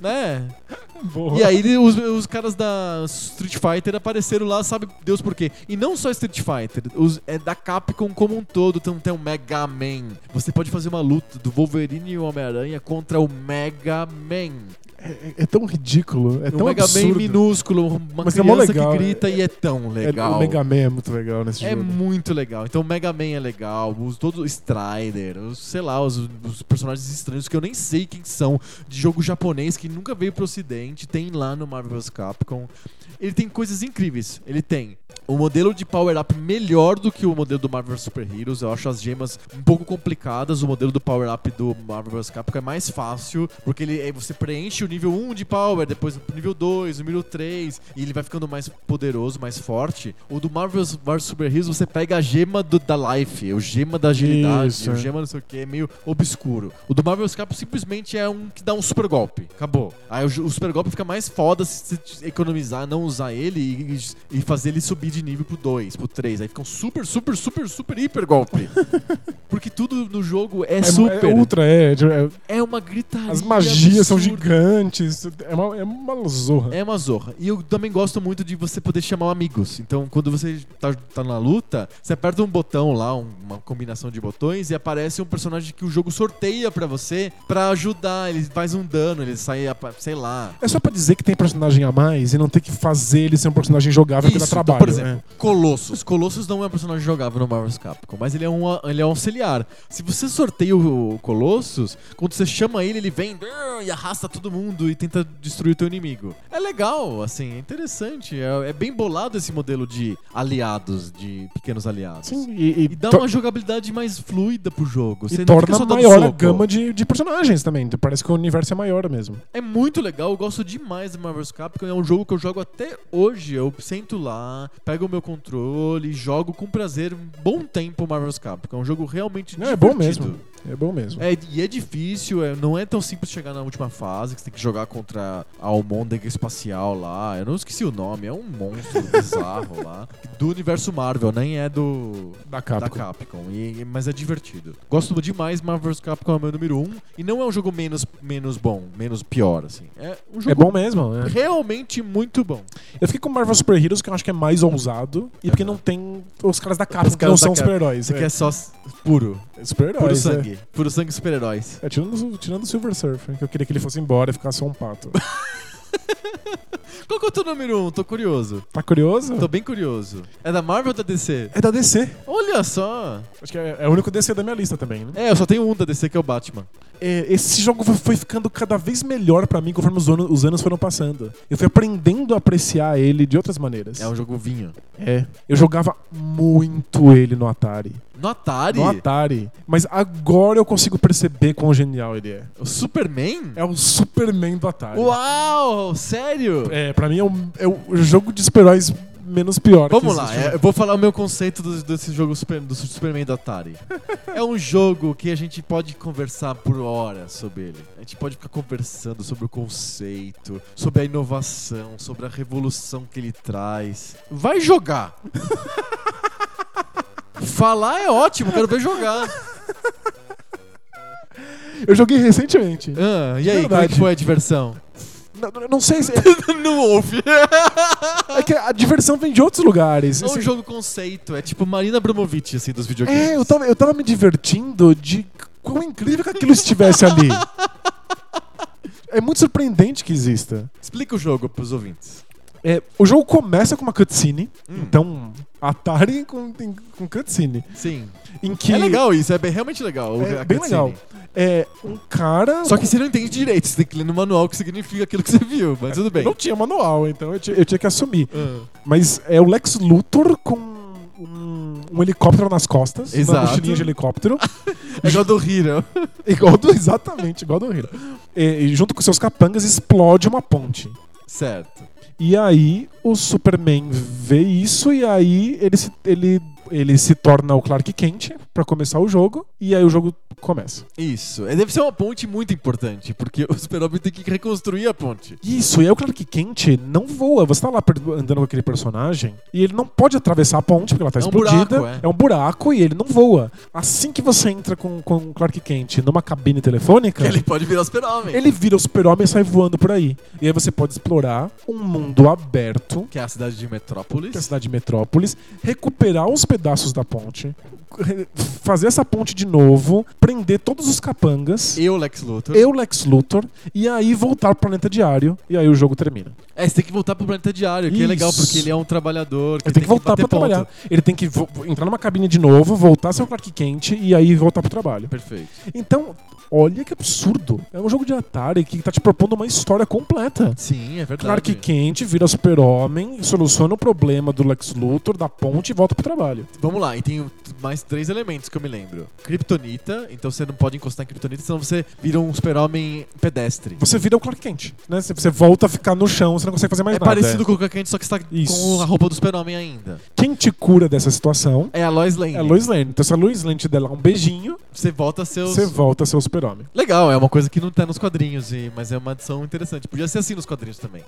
Speaker 1: né?
Speaker 2: Boa.
Speaker 1: E aí ele- os, os caras da Street Fighter apareceram lá, sabe Deus por quê. E não só Street Fighter, os, é da Capcom como um todo, então tem o Mega Man. Você pode fazer uma luta do Wolverine e o Homem-Aranha contra o Mega Man.
Speaker 2: É, é tão ridículo. É
Speaker 1: um
Speaker 2: tão
Speaker 1: Mega Man
Speaker 2: absurdo.
Speaker 1: minúsculo, uma
Speaker 2: Mas é mó
Speaker 1: criança
Speaker 2: legal,
Speaker 1: que grita
Speaker 2: é-
Speaker 1: e é tão
Speaker 2: É,
Speaker 1: legal.
Speaker 2: o Mega Man é muito legal nesse
Speaker 1: É
Speaker 2: jogo.
Speaker 1: muito legal. Então, o Mega Man é legal. Os, todos os Strider, os, sei lá, os, os personagens estranhos que eu nem sei quem são, de jogo japonês que nunca veio pro ocidente, tem lá no Marvel vs. Capcom. Ele tem coisas incríveis. Ele tem um modelo de power-up melhor do que o modelo do Marvel Super Heroes. Eu acho as gemas um pouco complicadas. O modelo do power-up do Marvel vs. Capcom é mais fácil, porque ele, é- você preenche o nível 1 de power, depois o nível 2, o nível 3, e ele vai ficando mais poderoso, mais forte. O do Marvel vs. Super Heroes, você pega a gema do- da life, o gema da agilidade,
Speaker 2: Isso,
Speaker 1: o
Speaker 2: é.
Speaker 1: gema não sei o que, é meio obscuro. O do Marvel vs. Capcom simplesmente é um que dá um super golpe. Acabou. Aí o, ju- o super golpe fica mais foda se você economizar, não usar ele e, e fazer ele subir de nível pro 2, pro 3. Aí fica um super, super, super, super, hiper golpe. Porque tudo no jogo é,
Speaker 2: É,
Speaker 1: super.
Speaker 2: é ultra, é, é-
Speaker 1: É uma gritaria.
Speaker 2: As magias são
Speaker 1: absurda.
Speaker 2: gigantes. É uma, é uma zorra.
Speaker 1: É uma zorra. E eu também gosto muito de você poder chamar amigos. Então, quando você tá, tá na luta, você aperta um botão lá, um- uma combinação de botões, e aparece um personagem que o jogo sorteia pra você pra ajudar. Ele faz um dano, ele sai, apa- sei lá.
Speaker 2: É só pra dizer que tem personagem a mais e não ter que fazer ele ser um personagem jogável que dá
Speaker 1: Isso, então,
Speaker 2: trabalho. né?
Speaker 1: por exemplo, Colossus. Colossus não é um personagem jogável no Marvel's Capcom, mas ele é um, ele é um auxiliar. Se você sorteia o o Colossus, quando você chama ele, ele vem brrr, e arrasta todo mundo e tenta destruir o teu inimigo. É legal, assim, é interessante. É, é bem bolado esse modelo de aliados, de pequenos aliados.
Speaker 2: Sim, e, e
Speaker 1: E dá
Speaker 2: to-
Speaker 1: uma jogabilidade mais fluida pro jogo.
Speaker 2: e
Speaker 1: Você não fica
Speaker 2: torna
Speaker 1: só dando
Speaker 2: maior a
Speaker 1: soco.
Speaker 2: gama de, de personagens também. Então, Parece que o universo é maior mesmo.
Speaker 1: É muito legal, eu gosto demais do Marvel's Capcom. É um jogo que eu jogo até hoje. Eu sento lá, pego o meu controle, jogo com prazer um bom tempo o Marvel's Capcom. É um jogo realmente
Speaker 2: Não, é
Speaker 1: divertido.
Speaker 2: bom mesmo. É bom mesmo.
Speaker 1: É, e é difícil, é- não é tão simples chegar na última fase, que você tem que jogar contra a almôndega espacial lá. Eu não esqueci o nome, é um monstro bizarro lá. Do universo Marvel, nem é do.
Speaker 2: Da Capcom.
Speaker 1: Da Capcom. E- e- mas é divertido. Gosto demais, Marvel vs Capcom é o meu número um. E não é um jogo menos, menos bom, menos pior, assim. É um jogo
Speaker 2: É bom mesmo. é.
Speaker 1: realmente muito bom.
Speaker 2: Eu fiquei com Marvel Super Heroes, que eu acho que é mais ousado. E porque não tem os caras da Capcom,
Speaker 1: Os
Speaker 2: que não
Speaker 1: caras da
Speaker 2: são
Speaker 1: Capcom.
Speaker 2: super-heróis.
Speaker 1: Isso
Speaker 2: É,
Speaker 1: aqui é só s- puro.
Speaker 2: É
Speaker 1: Puro
Speaker 2: super-heróis. é.
Speaker 1: sangue. Puro sangue e super-heróis.
Speaker 2: É, tirando, tirando o Silver Surfer, que eu queria que ele fosse embora e ficasse só um pato.
Speaker 1: Qual que é o teu número um? Tô curioso.
Speaker 2: Tá curioso?
Speaker 1: Tô bem curioso. É da Marvel ou da DC?
Speaker 2: É da DC.
Speaker 1: Olha só!
Speaker 2: Acho que é, é o único DC da minha lista também, né?
Speaker 1: É, eu só tenho um da DC que é o Batman.
Speaker 2: É, esse jogo foi- foi ficando cada vez melhor pra mim conforme os, ano- os anos foram passando. Eu fui aprendendo a apreciar ele de outras maneiras.
Speaker 1: É um jogo vinho.
Speaker 2: É. Eu jogava muito ele no Atari.
Speaker 1: No Atari,
Speaker 2: No Atari. Mas agora eu consigo perceber quão genial ele é.
Speaker 1: o Superman?
Speaker 2: É o Superman do Atari.
Speaker 1: Uau! Sério?
Speaker 2: É, pra mim é o, é o jogo de super-heróis menos pior.
Speaker 1: Vamos
Speaker 2: que
Speaker 1: lá,
Speaker 2: existe.
Speaker 1: é, eu vou falar o meu conceito do- desse jogo super- do Superman do Atari. é um jogo que a gente pode conversar por horas sobre ele. A gente pode ficar conversando sobre o conceito, sobre a inovação, sobre a revolução que ele traz. Vai jogar! falar é ótimo, quero ver jogar. é-
Speaker 2: Eu joguei recentemente.
Speaker 1: Ah, e aí, como é
Speaker 2: Verdade.
Speaker 1: que foi a diversão?
Speaker 2: Não, não- não sei se.
Speaker 1: Não houve.
Speaker 2: É que a diversão vem de outros lugares.
Speaker 1: É
Speaker 2: Esse-
Speaker 1: um jogo conceito, é tipo Marina Abramovic, assim, dos videogames.
Speaker 2: É, eu tava, eu tava me divertindo de quão incrível que aquilo estivesse ali. É muito surpreendente que exista.
Speaker 1: Explica o jogo pros ouvintes.
Speaker 2: É, o jogo começa com uma cutscene,
Speaker 1: Hum.
Speaker 2: então Atari com, tem- com cutscene.
Speaker 1: Sim.
Speaker 2: Em que
Speaker 1: É legal isso, é bem- realmente legal.
Speaker 2: É
Speaker 1: a
Speaker 2: bem
Speaker 1: cutscene.
Speaker 2: legal. É um cara.
Speaker 1: Só que você não entende direito, você tem que ler no manual o que significa aquilo que você viu, mas é tudo bem.
Speaker 2: não tinha manual, então eu tinha, eu tinha que assumir.
Speaker 1: Ah,
Speaker 2: Mas é o Lex Luthor com um, um helicóptero nas costas, uma
Speaker 1: Exato.
Speaker 2: mochilinha de helicóptero.
Speaker 1: é igual do Hero.
Speaker 2: Igual do, exatamente, igual do Hero. E, e junto com seus capangas explode uma ponte.
Speaker 1: certo.
Speaker 2: E aí o Superman vê isso e aí ele se, ele, ele se torna o Clark Kent pra começar o jogo. E aí o jogo começa.
Speaker 1: Isso. É, Deve ser uma ponte muito importante, porque o super tem que reconstruir a ponte.
Speaker 2: Isso, e aí o Clark Kent não voa. Você tá lá per- andando com aquele personagem e ele não pode atravessar a ponte porque ela tá
Speaker 1: É um
Speaker 2: explodida.
Speaker 1: buraco, é.
Speaker 2: um buraco e ele não voa. Assim que você entra com, com o Clark Kent numa cabine telefônica.
Speaker 1: Que ele pode virar super-homem.
Speaker 2: É. Ele vira o super-homem e sai voando por aí. E aí você pode explorar um mundo aberto,
Speaker 1: Que é a cidade de
Speaker 2: que é a
Speaker 1: Metrópolis.
Speaker 2: cidade de Metrópolis, recuperar os pedaços da ponte, re- fazer essa ponte de novo, prender todos os capangas,
Speaker 1: Eu, Lex Luthor.
Speaker 2: eu, Lex Luthor, e aí voltar pro planeta diário, e aí o jogo termina.
Speaker 1: É, você tem que voltar pro planeta diário, que é legal,
Speaker 2: Isso.
Speaker 1: porque ele é um trabalhador.
Speaker 2: Ele tem que voltar
Speaker 1: bater
Speaker 2: pra
Speaker 1: ponto.
Speaker 2: trabalhar. Ele tem que vo- entrar numa cabine de novo, voltar a ser o Clark Kent e aí voltar pro trabalho.
Speaker 1: Perfeito.
Speaker 2: Então, olha que absurdo. É um jogo de Atari que tá te propondo uma história completa.
Speaker 1: Sim, é verdade.
Speaker 2: Clark Kent vira super-homem, soluciona o problema do Lex Luthor, da ponte e volta pro trabalho.
Speaker 1: Vamos lá, e tem mais três elementos que eu me lembro. Kryptonita, então você não pode encostar em Kryptonita, senão você vira um super-homem pedestre.
Speaker 2: Você vira o Clark Kent, né? Você- Você volta a ficar no chão, você não consegue fazer mais
Speaker 1: é
Speaker 2: nada.
Speaker 1: parecido com o Clark Kent, só que está
Speaker 2: Isso.
Speaker 1: com a roupa do super-homem ainda.
Speaker 2: Quem te cura dessa situação
Speaker 1: É a Lois Lane.
Speaker 2: é a Lois Lane. Então se a Lois Lane te der lá um beijinho,
Speaker 1: Você volta a ser os...
Speaker 2: você volta a ser o super-homem.
Speaker 1: Legal, é uma coisa que não tá nos quadrinhos, e- mas é uma adição interessante. Podia ser assim nos quadrinhos também.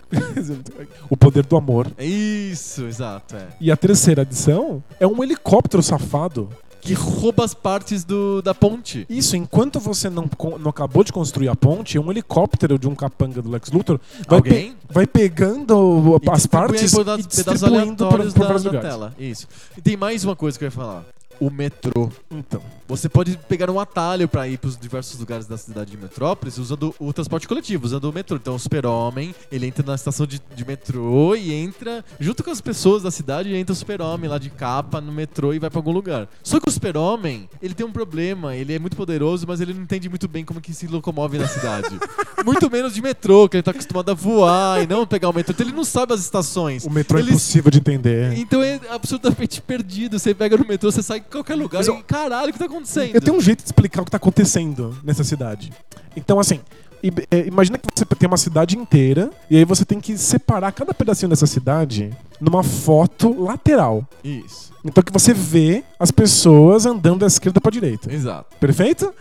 Speaker 2: o poder do amor.
Speaker 1: É Isso, exato, é.
Speaker 2: E a terceira adição é um helicóptero safado.
Speaker 1: Que rouba as partes do, da ponte.
Speaker 2: Isso, enquanto você não, con- não acabou de construir a ponte, um helicóptero de um capanga do Lex Luthor vai, pe-
Speaker 1: Alguém?
Speaker 2: vai pegando
Speaker 1: E
Speaker 2: as
Speaker 1: distribui aí
Speaker 2: partes
Speaker 1: por dados-
Speaker 2: e
Speaker 1: pedaços
Speaker 2: distribuindo por,
Speaker 1: aleatórios
Speaker 2: por
Speaker 1: da,
Speaker 2: vários
Speaker 1: da
Speaker 2: lugares.
Speaker 1: tela. Isso. E tem mais uma coisa que eu ia falar. O metrô.
Speaker 2: Então,
Speaker 1: Você pode pegar um atalho pra ir pros diversos lugares da cidade de Metrópolis usando o transporte coletivo, usando o metrô. Então o super-homem, ele entra na estação de, de metrô e entra junto com as pessoas da cidade, entra o super-homem lá de capa no metrô e vai pra algum lugar. Só que o super-homem, ele tem um problema, ele é muito poderoso, mas ele não entende muito bem como que se locomove na cidade. muito menos de metrô, que ele tá acostumado a voar e não pegar o metrô. Então ele não sabe as estações.
Speaker 2: o metrô é
Speaker 1: Ele
Speaker 2: impossível de entender.
Speaker 1: então é absolutamente perdido. Você pega no metrô, você sai em qualquer lugar
Speaker 2: Mas eu-
Speaker 1: e caralho, o que tá acontecendo?
Speaker 2: Eu tenho um jeito de explicar o que tá acontecendo nessa cidade. Então, assim, i- é, imagina que você tem uma cidade inteira e aí você tem que separar cada pedacinho dessa cidade numa foto lateral.
Speaker 1: Isso,
Speaker 2: Então que você vê as pessoas andando da esquerda pra direita.
Speaker 1: exato.
Speaker 2: Perfeito?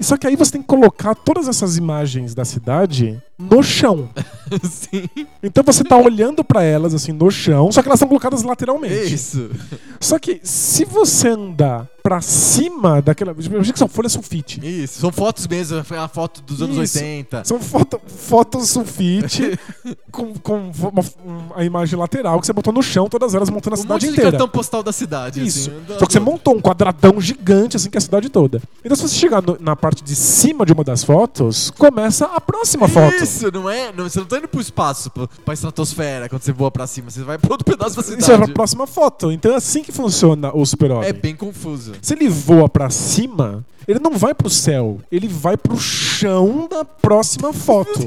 Speaker 2: Só que aí você tem que colocar todas essas imagens da cidade no chão.
Speaker 1: Sim.
Speaker 2: Então você tá olhando pra elas assim no chão, só que elas são colocadas lateralmente.
Speaker 1: Isso.
Speaker 2: Só que se você andar pra cima daquela, imagina que são folhas sulfite.
Speaker 1: Isso. São fotos mesmo. Foi uma foto dos anos
Speaker 2: Isso.
Speaker 1: 80.
Speaker 2: São foto, fotos sulfite com, com uma- um- a imagem lateral que você botou no chão, todas elas montando a
Speaker 1: Um
Speaker 2: cidade
Speaker 1: monte de
Speaker 2: inteira.
Speaker 1: cartão postal da cidade.
Speaker 2: Isso.
Speaker 1: assim.
Speaker 2: Só que você montou um quadradão gigante, assim, que é a cidade toda. Então, se você chegar no- na parte de cima de uma das fotos, começa a próxima foto.
Speaker 1: Isso, não é? Não, você não tá indo pro espaço, pro, pra estratosfera, quando você voa pra cima. Você vai pra outro pedaço da cidade.
Speaker 2: Isso é a próxima foto. Então é assim que funciona o super-homem.
Speaker 1: É bem confuso.
Speaker 2: Se ele voa pra cima, ele não vai pro céu, ele vai pro chão da próxima foto.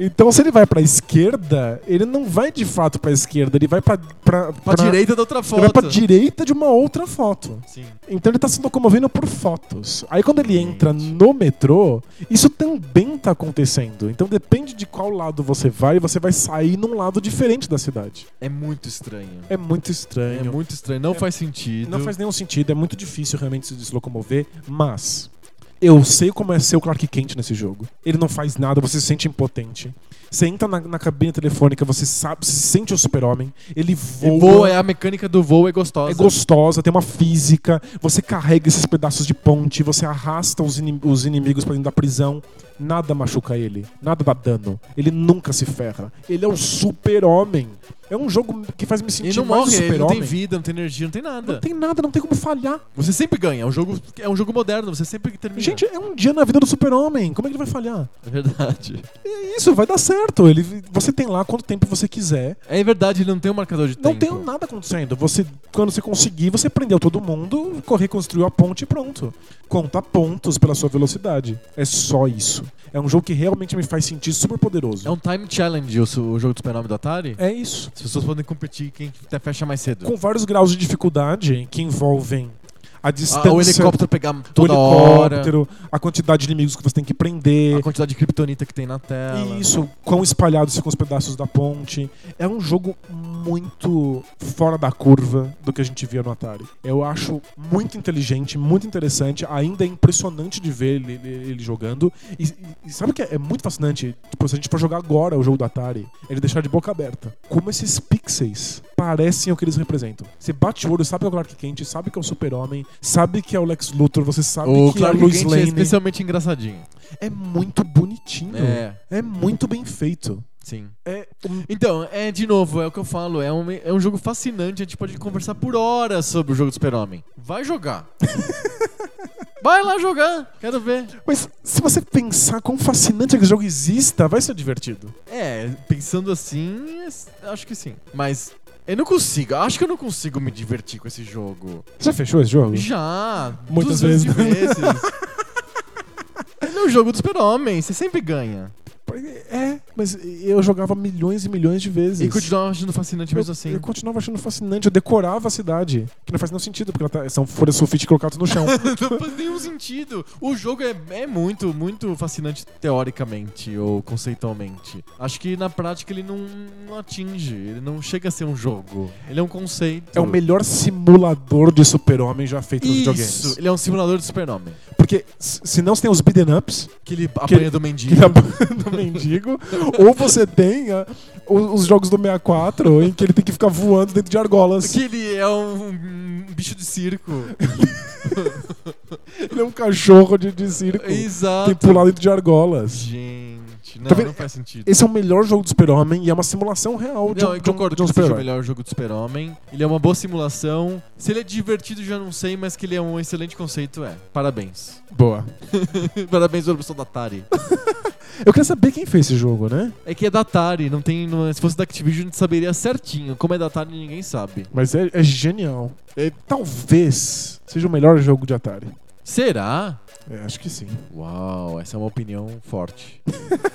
Speaker 2: Então, se ele vai pra esquerda, ele não vai de fato pra esquerda, ele vai pra, pra,
Speaker 1: Pra direita da outra foto.
Speaker 2: Ele vai pra direita de uma outra foto.
Speaker 1: Sim.
Speaker 2: Então ele tá se locomovendo por fotos. Aí quando ele entra no metrô, isso também tá acontecendo. Então depende de qual lado você vai, você vai sair num lado diferente da cidade.
Speaker 1: É muito estranho.
Speaker 2: É muito
Speaker 1: É,
Speaker 2: estranho.
Speaker 1: muito estranho. Não
Speaker 2: É-
Speaker 1: faz sentido.
Speaker 2: Não faz nenhum sentido, é muito difícil realmente se deslocomover, mas eu sei como é ser o Clark Kent nesse jogo. Ele não faz nada, você se sente impotente. Você entra na, na cabine telefônica, você sabe, você se sente o super-homem, ele voa.
Speaker 1: E voa, é a mecânica do voo é gostosa.
Speaker 2: É gostosa, tem uma física. Você carrega esses pedaços de ponte, você arrasta os, ini- os inimigos pra dentro da prisão. Nada machuca ele, nada dá dano. Ele nunca se ferra. Ele é o super-homem. É um jogo que faz me sentir
Speaker 1: E não
Speaker 2: mais um
Speaker 1: morre, ele não tem
Speaker 2: super-homem.
Speaker 1: vida, não tem energia, não tem nada.
Speaker 2: Não tem nada, não tem como falhar.
Speaker 1: Você sempre ganha. É um jogo, é um jogo moderno, você sempre termina.
Speaker 2: Gente, é um dia na vida do super-homem. Como é que ele vai falhar?
Speaker 1: é verdade.
Speaker 2: É isso, vai dar certo. Ele, você tem lá quanto tempo você quiser.
Speaker 1: É verdade, ele não tem um marcador de
Speaker 2: Não
Speaker 1: tempo.
Speaker 2: tem nada acontecendo. Você, quando você conseguir, você prendeu todo mundo, co- reconstruiu a ponte e pronto. Conta pontos pela sua velocidade. É só isso. É um jogo que realmente me faz sentir super poderoso.
Speaker 1: É um time challenge o, su- o jogo do super-nome do Atari.
Speaker 2: É isso.
Speaker 1: As pessoas podem competir quem até fecha mais cedo.
Speaker 2: Com vários graus de dificuldade que envolvem a distância.
Speaker 1: Ah, o helicóptero pegar
Speaker 2: o
Speaker 1: toda hora,
Speaker 2: Um helicóptero, a quantidade de inimigos que você tem que prender.
Speaker 1: a quantidade de kryptonita que tem na tela.
Speaker 2: Isso, quão espalhados ficam os pedaços da ponte. É um jogo muito fora da curva do que a gente via no Atari. Eu acho muito inteligente, muito interessante. Ainda é impressionante de ver ele, ele- ele jogando. E, e sabe o que é, é muito fascinante? Tipo, se a gente for jogar agora o jogo do Atari, ele deixar de boca aberta. Como esses pixels parecem o que eles representam. Você bate o olho, sabe que é o Clark Kent, sabe que é o Super-Homem, sabe que é o Lex Luthor, você sabe
Speaker 1: O
Speaker 2: que é a
Speaker 1: Clark
Speaker 2: Lois
Speaker 1: Kent é
Speaker 2: Lane.
Speaker 1: especialmente engraçadinho.
Speaker 2: É muito bonitinho.
Speaker 1: É,
Speaker 2: É muito bem feito.
Speaker 1: sim.
Speaker 2: É,
Speaker 1: Então, é de novo, é o que eu falo. É um, é um jogo fascinante. A gente pode conversar por horas sobre o jogo do Super-Homem. Vai jogar. Vai lá jogar. Quero ver.
Speaker 2: mas se você pensar quão fascinante é que esse jogo exista, vai ser divertido.
Speaker 1: É, pensando assim, es- acho que sim. Mas eu não consigo. Acho que eu não consigo me divertir com esse jogo.
Speaker 2: Você fechou esse jogo?
Speaker 1: Já.
Speaker 2: Muitas
Speaker 1: duzentas de
Speaker 2: vezes.
Speaker 1: vezes. né? Ele é o jogo do super-homem. Você sempre ganha.
Speaker 2: É, mas eu jogava milhões e milhões de vezes.
Speaker 1: E continuar achando fascinante mesmo
Speaker 2: eu,
Speaker 1: assim.
Speaker 2: eu continuava achando fascinante, eu decorava a cidade. Que não faz nenhum sentido, porque ela tá- são folhas sulfite colocadas no chão.
Speaker 1: não faz nenhum sentido. O jogo é, é muito, muito fascinante teoricamente ou conceitualmente. Acho que na prática ele não, não atinge, ele não chega a ser um jogo. Ele é um conceito.
Speaker 2: é o melhor simulador de super-homem já feito nos
Speaker 1: Isso,
Speaker 2: videogames.
Speaker 1: ele é um simulador de super-homem.
Speaker 2: Porque s- senão você tem os beaten ups,
Speaker 1: Que ele apanha do
Speaker 2: que
Speaker 1: mendigo.
Speaker 2: é a do mendigo, ou você tem ah, o- os jogos do 64, em que ele tem que ficar voando dentro de argolas.
Speaker 1: Que ele é um, um bicho de circo.
Speaker 2: Ele é um cachorro de, de circo.
Speaker 1: Exato.
Speaker 2: Tem que pular dentro de argolas.
Speaker 1: Gente, não,
Speaker 2: Tá vendo?
Speaker 1: não faz sentido.
Speaker 2: Esse é o melhor jogo do Super-Homem e é uma simulação real de
Speaker 1: Não,
Speaker 2: um,
Speaker 1: eu
Speaker 2: de um-
Speaker 1: concordo
Speaker 2: de
Speaker 1: que
Speaker 2: um
Speaker 1: não seja o
Speaker 2: super-herói.
Speaker 1: melhor jogo do Super-Homem. Ele é uma boa simulação. Se ele é divertido, já não sei, mas que ele é um excelente conceito, é. Parabéns.
Speaker 2: Boa.
Speaker 1: Parabéns pela opção da Atari.
Speaker 2: Eu queria saber quem fez esse jogo, né?
Speaker 1: É que é da Atari, não tem. não- é, se fosse da Activision, a gente saberia certinho. Como é da Atari, ninguém sabe.
Speaker 2: Mas é, é genial. É, talvez seja o melhor jogo de Atari.
Speaker 1: Será?
Speaker 2: É, acho que sim.
Speaker 1: Uau, essa é uma opinião forte.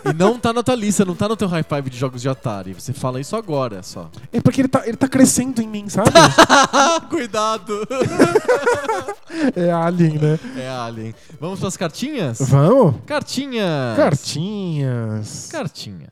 Speaker 1: e não tá na tua lista, não tá no teu high five de jogos de Atari. Você fala isso agora só.
Speaker 2: É porque ele tá, ele tá crescendo em mim, sabe?
Speaker 1: Ah, Cuidado!
Speaker 2: é Alien, né?
Speaker 1: é Alien. Vamos pras cartinhas?
Speaker 2: Vamos?
Speaker 1: Cartinhas!
Speaker 2: Cartinhas.
Speaker 1: Cartinha.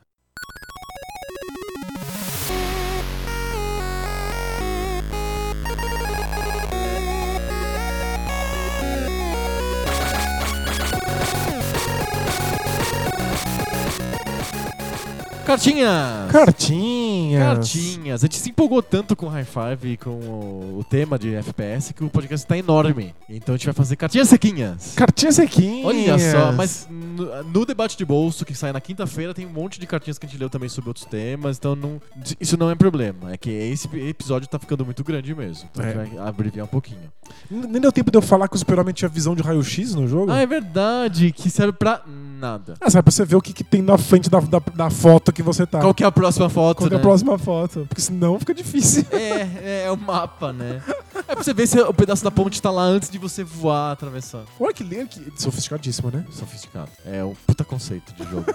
Speaker 1: Cartinhas!
Speaker 2: Cartinhas.
Speaker 1: Cartinhas. A gente se empolgou tanto com o High Five e com o, o tema de FPS que o podcast tá enorme. Então a gente vai fazer cartinhas sequinhas.
Speaker 2: Cartinhas sequinhas.
Speaker 1: Olha só, mas no, no debate de bolso que sai na quinta-feira tem um monte de cartinhas que a gente leu também sobre outros temas, então não- isso não é problema. É que esse episódio tá ficando muito grande mesmo. Então a
Speaker 2: É.
Speaker 1: gente vai abreviar um pouquinho.
Speaker 2: N- Nem deu tempo de eu falar que o Super-Homem tinha visão de raio-x no jogo.
Speaker 1: Ah, é verdade, que serve pra nada.
Speaker 2: Ah, sabe pra você ver o que, que tem na frente da, da, da foto que você tá.
Speaker 1: Qual que é a próxima foto?
Speaker 2: Qual que é a
Speaker 1: né?
Speaker 2: próxima foto? Porque senão fica difícil.
Speaker 1: É, é, é o mapa, né? É pra você ver se o pedaço da ponte tá lá antes de você voar, atravessar.
Speaker 2: Olha que lindo, que sofisticadíssimo, né?
Speaker 1: Sofisticado. É um puta conceito de jogo.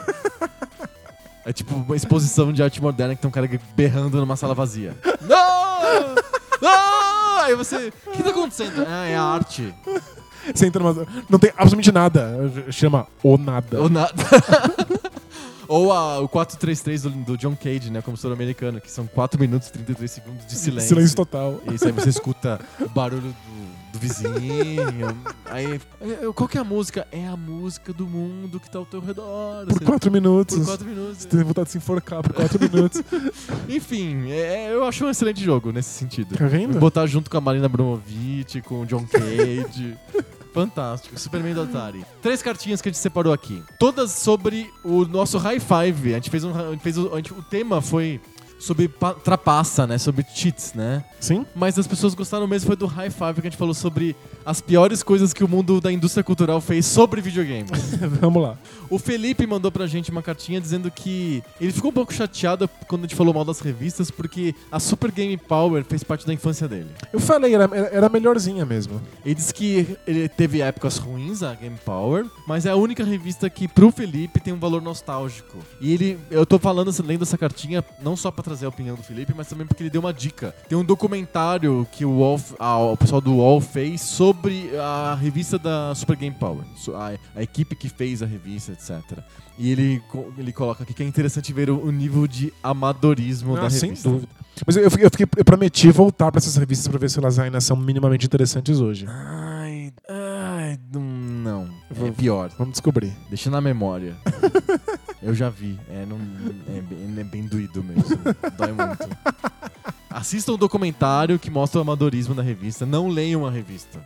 Speaker 1: É tipo uma exposição de arte moderna que tem um cara berrando numa sala vazia. Não! Não! Aí você. O que tá acontecendo? Ah, é a arte.
Speaker 2: Você entra numa... Não tem absolutamente nada. Chama O Nada.
Speaker 1: Ou nada. Ou a- o 433 do, do John Cage, né? Como americano, que são 4 minutos e 33 segundos de silêncio.
Speaker 2: Silêncio total.
Speaker 1: Isso aí você escuta o barulho do, do vizinho. Aí. eh, Qual que é a música? É a música do mundo que tá ao teu redor.
Speaker 2: Por
Speaker 1: Você-
Speaker 2: quatro minutos.
Speaker 1: por quatro minutos.
Speaker 2: Você tem vontade de se enforcar por quatro minutos.
Speaker 1: Enfim, é- eu acho um excelente jogo nesse sentido.
Speaker 2: Tá vendo?
Speaker 1: Botar junto com a Marina Abramovic, com o John Cage. Fantástico, Superman do Atari. Três cartinhas que a gente separou aqui. Todas sobre o nosso high five. A gente fez um. A gente fez o, a gente- o tema foi sobre pa- trapaça, né? Sobre cheats, né?
Speaker 2: Sim?
Speaker 1: Mas as pessoas gostaram mesmo foi do High Five que a gente falou sobre as piores coisas que o mundo da indústria cultural fez sobre videogames.
Speaker 2: Vamos lá.
Speaker 1: o Felipe mandou pra gente uma cartinha dizendo que ele ficou um pouco chateado quando a gente falou mal das revistas porque a Super Game Power fez parte da infância dele.
Speaker 2: Eu falei, era, era- era melhorzinha mesmo.
Speaker 1: Ele disse que ele teve épocas ruins a Game Power, mas é a única revista que pro Felipe tem um valor nostálgico. E ele, eu tô falando, assim, lendo essa cartinha, não só pra trazer a opinião do Felipe, mas também porque ele deu uma dica. Tem um documentário que o, UOL, a- o pessoal do UOL fez sobre a revista da Super Game Power, so- a, a equipe que fez a revista, etc. E ele, co- ele coloca aqui que é interessante ver o, o nível de amadorismo da
Speaker 2: Ah,
Speaker 1: revista.
Speaker 2: sem dúvida. Mas eu, eu fiquei, eu fiquei- eu prometi voltar pra essas revistas pra ver se elas ainda são minimamente interessantes hoje.
Speaker 1: Ai, ai, não. É
Speaker 2: Vou-
Speaker 1: pior.
Speaker 2: Vamos descobrir.
Speaker 1: Deixa na memória. Eu já vi. É, não, é, bem- é bem doído mesmo. Dói muito. Assistam um documentário que mostra o amadorismo da revista. Não leiam a revista.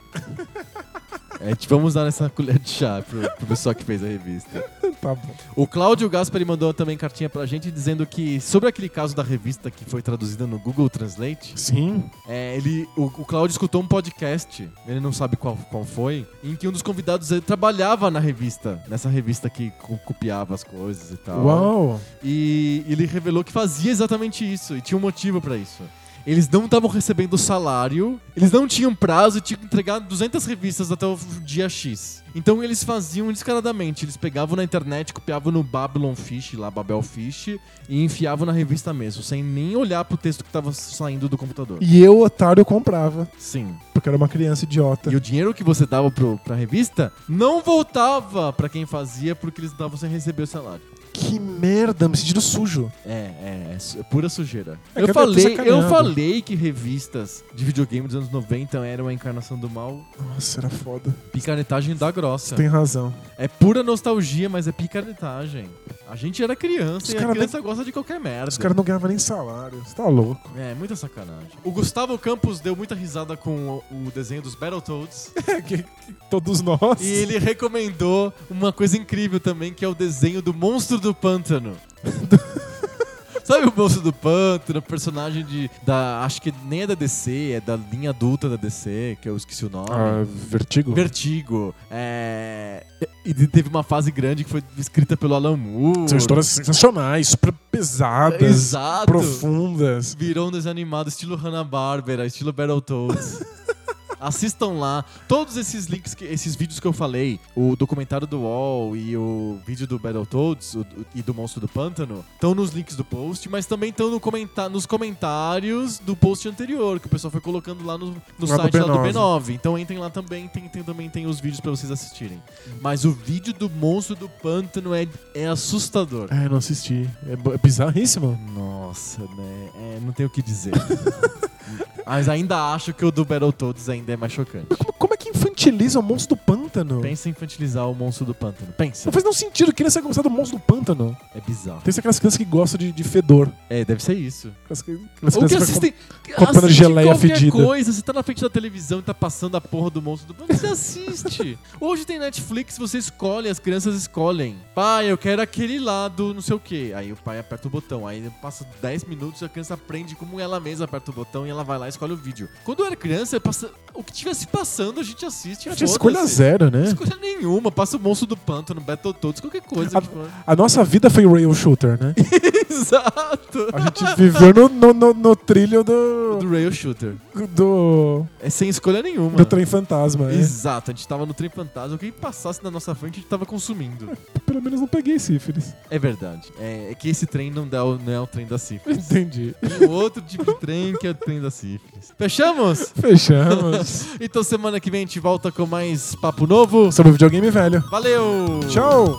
Speaker 1: É, tipo, vamos dar essa colher de chá pro, pro pessoal que fez a revista.
Speaker 2: Tá bom.
Speaker 1: O Cláudio Gaspari mandou também cartinha pra gente dizendo que sobre aquele caso da revista que foi traduzida no Google Translate,
Speaker 2: Sim.
Speaker 1: é, ele, o, o Claudio escutou um podcast, ele não sabe qual, qual foi, em que um dos convidados ele trabalhava na revista, nessa revista que co- copiava as coisas e
Speaker 2: Tá
Speaker 1: tal.
Speaker 2: Uau.
Speaker 1: E ele revelou que fazia exatamente isso, e tinha um motivo pra isso. Eles não estavam recebendo salário, eles não tinham prazo e tinham que entregar 200 revistas até o dia X. Então eles faziam descaradamente, eles pegavam na internet, copiavam no Babylon Fish, lá Babel Fish, e enfiavam na revista mesmo, sem nem olhar pro texto que tava saindo do computador.
Speaker 2: E eu, otário, comprava.
Speaker 1: Sim.
Speaker 2: Porque era uma criança idiota.
Speaker 1: E o dinheiro que você dava pro, pra revista não voltava pra quem fazia porque eles davam sem receber o salário.
Speaker 2: Que merda, me sentindo sujo.
Speaker 1: É, é, é, su- é pura sujeira.
Speaker 2: É que
Speaker 1: eu
Speaker 2: eu tô te
Speaker 1: falei, eu
Speaker 2: sacaneando.
Speaker 1: falei que revistas de videogame dos anos 90 eram a encarnação do mal.
Speaker 2: Nossa, era foda.
Speaker 1: Picaretagem da
Speaker 2: Você
Speaker 1: grossa.
Speaker 2: tem razão.
Speaker 1: É pura nostalgia, mas é picaretagem. A gente era criança
Speaker 2: Os
Speaker 1: e a
Speaker 2: cara
Speaker 1: criança gosta de qualquer merda.
Speaker 2: Os caras não ganhavam nem salário. Você tá louco.
Speaker 1: É, muita sacanagem. O Gustavo Campos deu muita risada com o o desenho dos Battletoads.
Speaker 2: Todos nós.
Speaker 1: E ele recomendou uma coisa incrível também, que é o desenho do monstro do pântano. Sabe o monstro do pântano, personagem de. Da, acho que nem é da DC, é da linha adulta da DC, que eu esqueci o nome.
Speaker 2: Ah, vertigo?
Speaker 1: Vertigo. É, E teve uma fase grande que foi escrita pelo Alan Moore.
Speaker 2: São histórias sensacionais, super pesadas,
Speaker 1: Exato.
Speaker 2: profundas.
Speaker 1: Virou um desenho animado estilo Hanna-Barbera, estilo Battletoads. Assistam lá. Todos esses links, que- esses vídeos que eu falei, o documentário do UOL e o vídeo do Battletoads o- o- e do Monstro do Pântano, estão nos links do post, mas também estão no comenta- nos comentários do post anterior, que o pessoal foi colocando lá no, no
Speaker 2: Lá do
Speaker 1: site lá do
Speaker 2: B9.
Speaker 1: B9. Então entrem lá também, tem, tem- também tem os vídeos pra vocês assistirem. Mas o vídeo do Monstro do Pântano é, é assustador.
Speaker 2: Ah, eu não assisti. É, bo- é bizarríssimo.
Speaker 1: Nossa, né? É, não tem o que dizer. Mas ainda acho que o do Battletoads ainda é mais chocante.
Speaker 2: Como, como é que infantiliza o monstro do pântano.
Speaker 1: Pensa em infantilizar o monstro do pântano. Pensa.
Speaker 2: Não faz nenhum sentido. Criança gostar do monstro do pântano.
Speaker 1: É bizarro.
Speaker 2: Tem aquelas crianças que gostam de, de fedor.
Speaker 1: É, deve ser isso.
Speaker 2: Aquelas que- aquelas
Speaker 1: Ou que
Speaker 2: crianças ficam
Speaker 1: assistem.
Speaker 2: comprando
Speaker 1: assiste
Speaker 2: geleia
Speaker 1: qualquer
Speaker 2: é fedida.
Speaker 1: coisa, você tá na frente da televisão e tá passando a porra do monstro do pântano. Você assiste. Hoje tem Netflix, você escolhe, as crianças escolhem. Pai, eu quero aquele lado, não sei o quê. Aí o pai aperta o botão. Aí passa 10 minutos e a criança aprende como ela mesma aperta o botão e ela vai lá e escolhe o vídeo. Quando eu era criança, eu passa... o que tivesse passando, a gente assiste.
Speaker 2: Não tinha
Speaker 1: foda-se.
Speaker 2: escolha zero, né?
Speaker 1: Escolha nenhuma, passa o monstro do pântano, Battletoads, qualquer coisa.
Speaker 2: A-
Speaker 1: tipo.
Speaker 2: A nossa vida foi rail shooter, né?
Speaker 1: Exato!
Speaker 2: A gente viveu no, no, no, no trilho do.
Speaker 1: Do Rail Shooter.
Speaker 2: do.
Speaker 1: É sem escolha nenhuma.
Speaker 2: do trem fantasma. é.
Speaker 1: Exato, a gente tava no trem fantasma, quem passasse na nossa frente a gente tava consumindo.
Speaker 2: Pelo menos não peguei sífilis.
Speaker 1: É verdade. É, é que esse trem não, dá o- não é o trem da sífilis.
Speaker 2: Entendi.
Speaker 1: Tem outro tipo de trem que é o trem da sífilis. Fechamos?
Speaker 2: Fechamos.
Speaker 1: Então semana que vem a gente volta com mais papo novo.
Speaker 2: Sobre o videogame velho.
Speaker 1: Valeu!
Speaker 2: Tchau!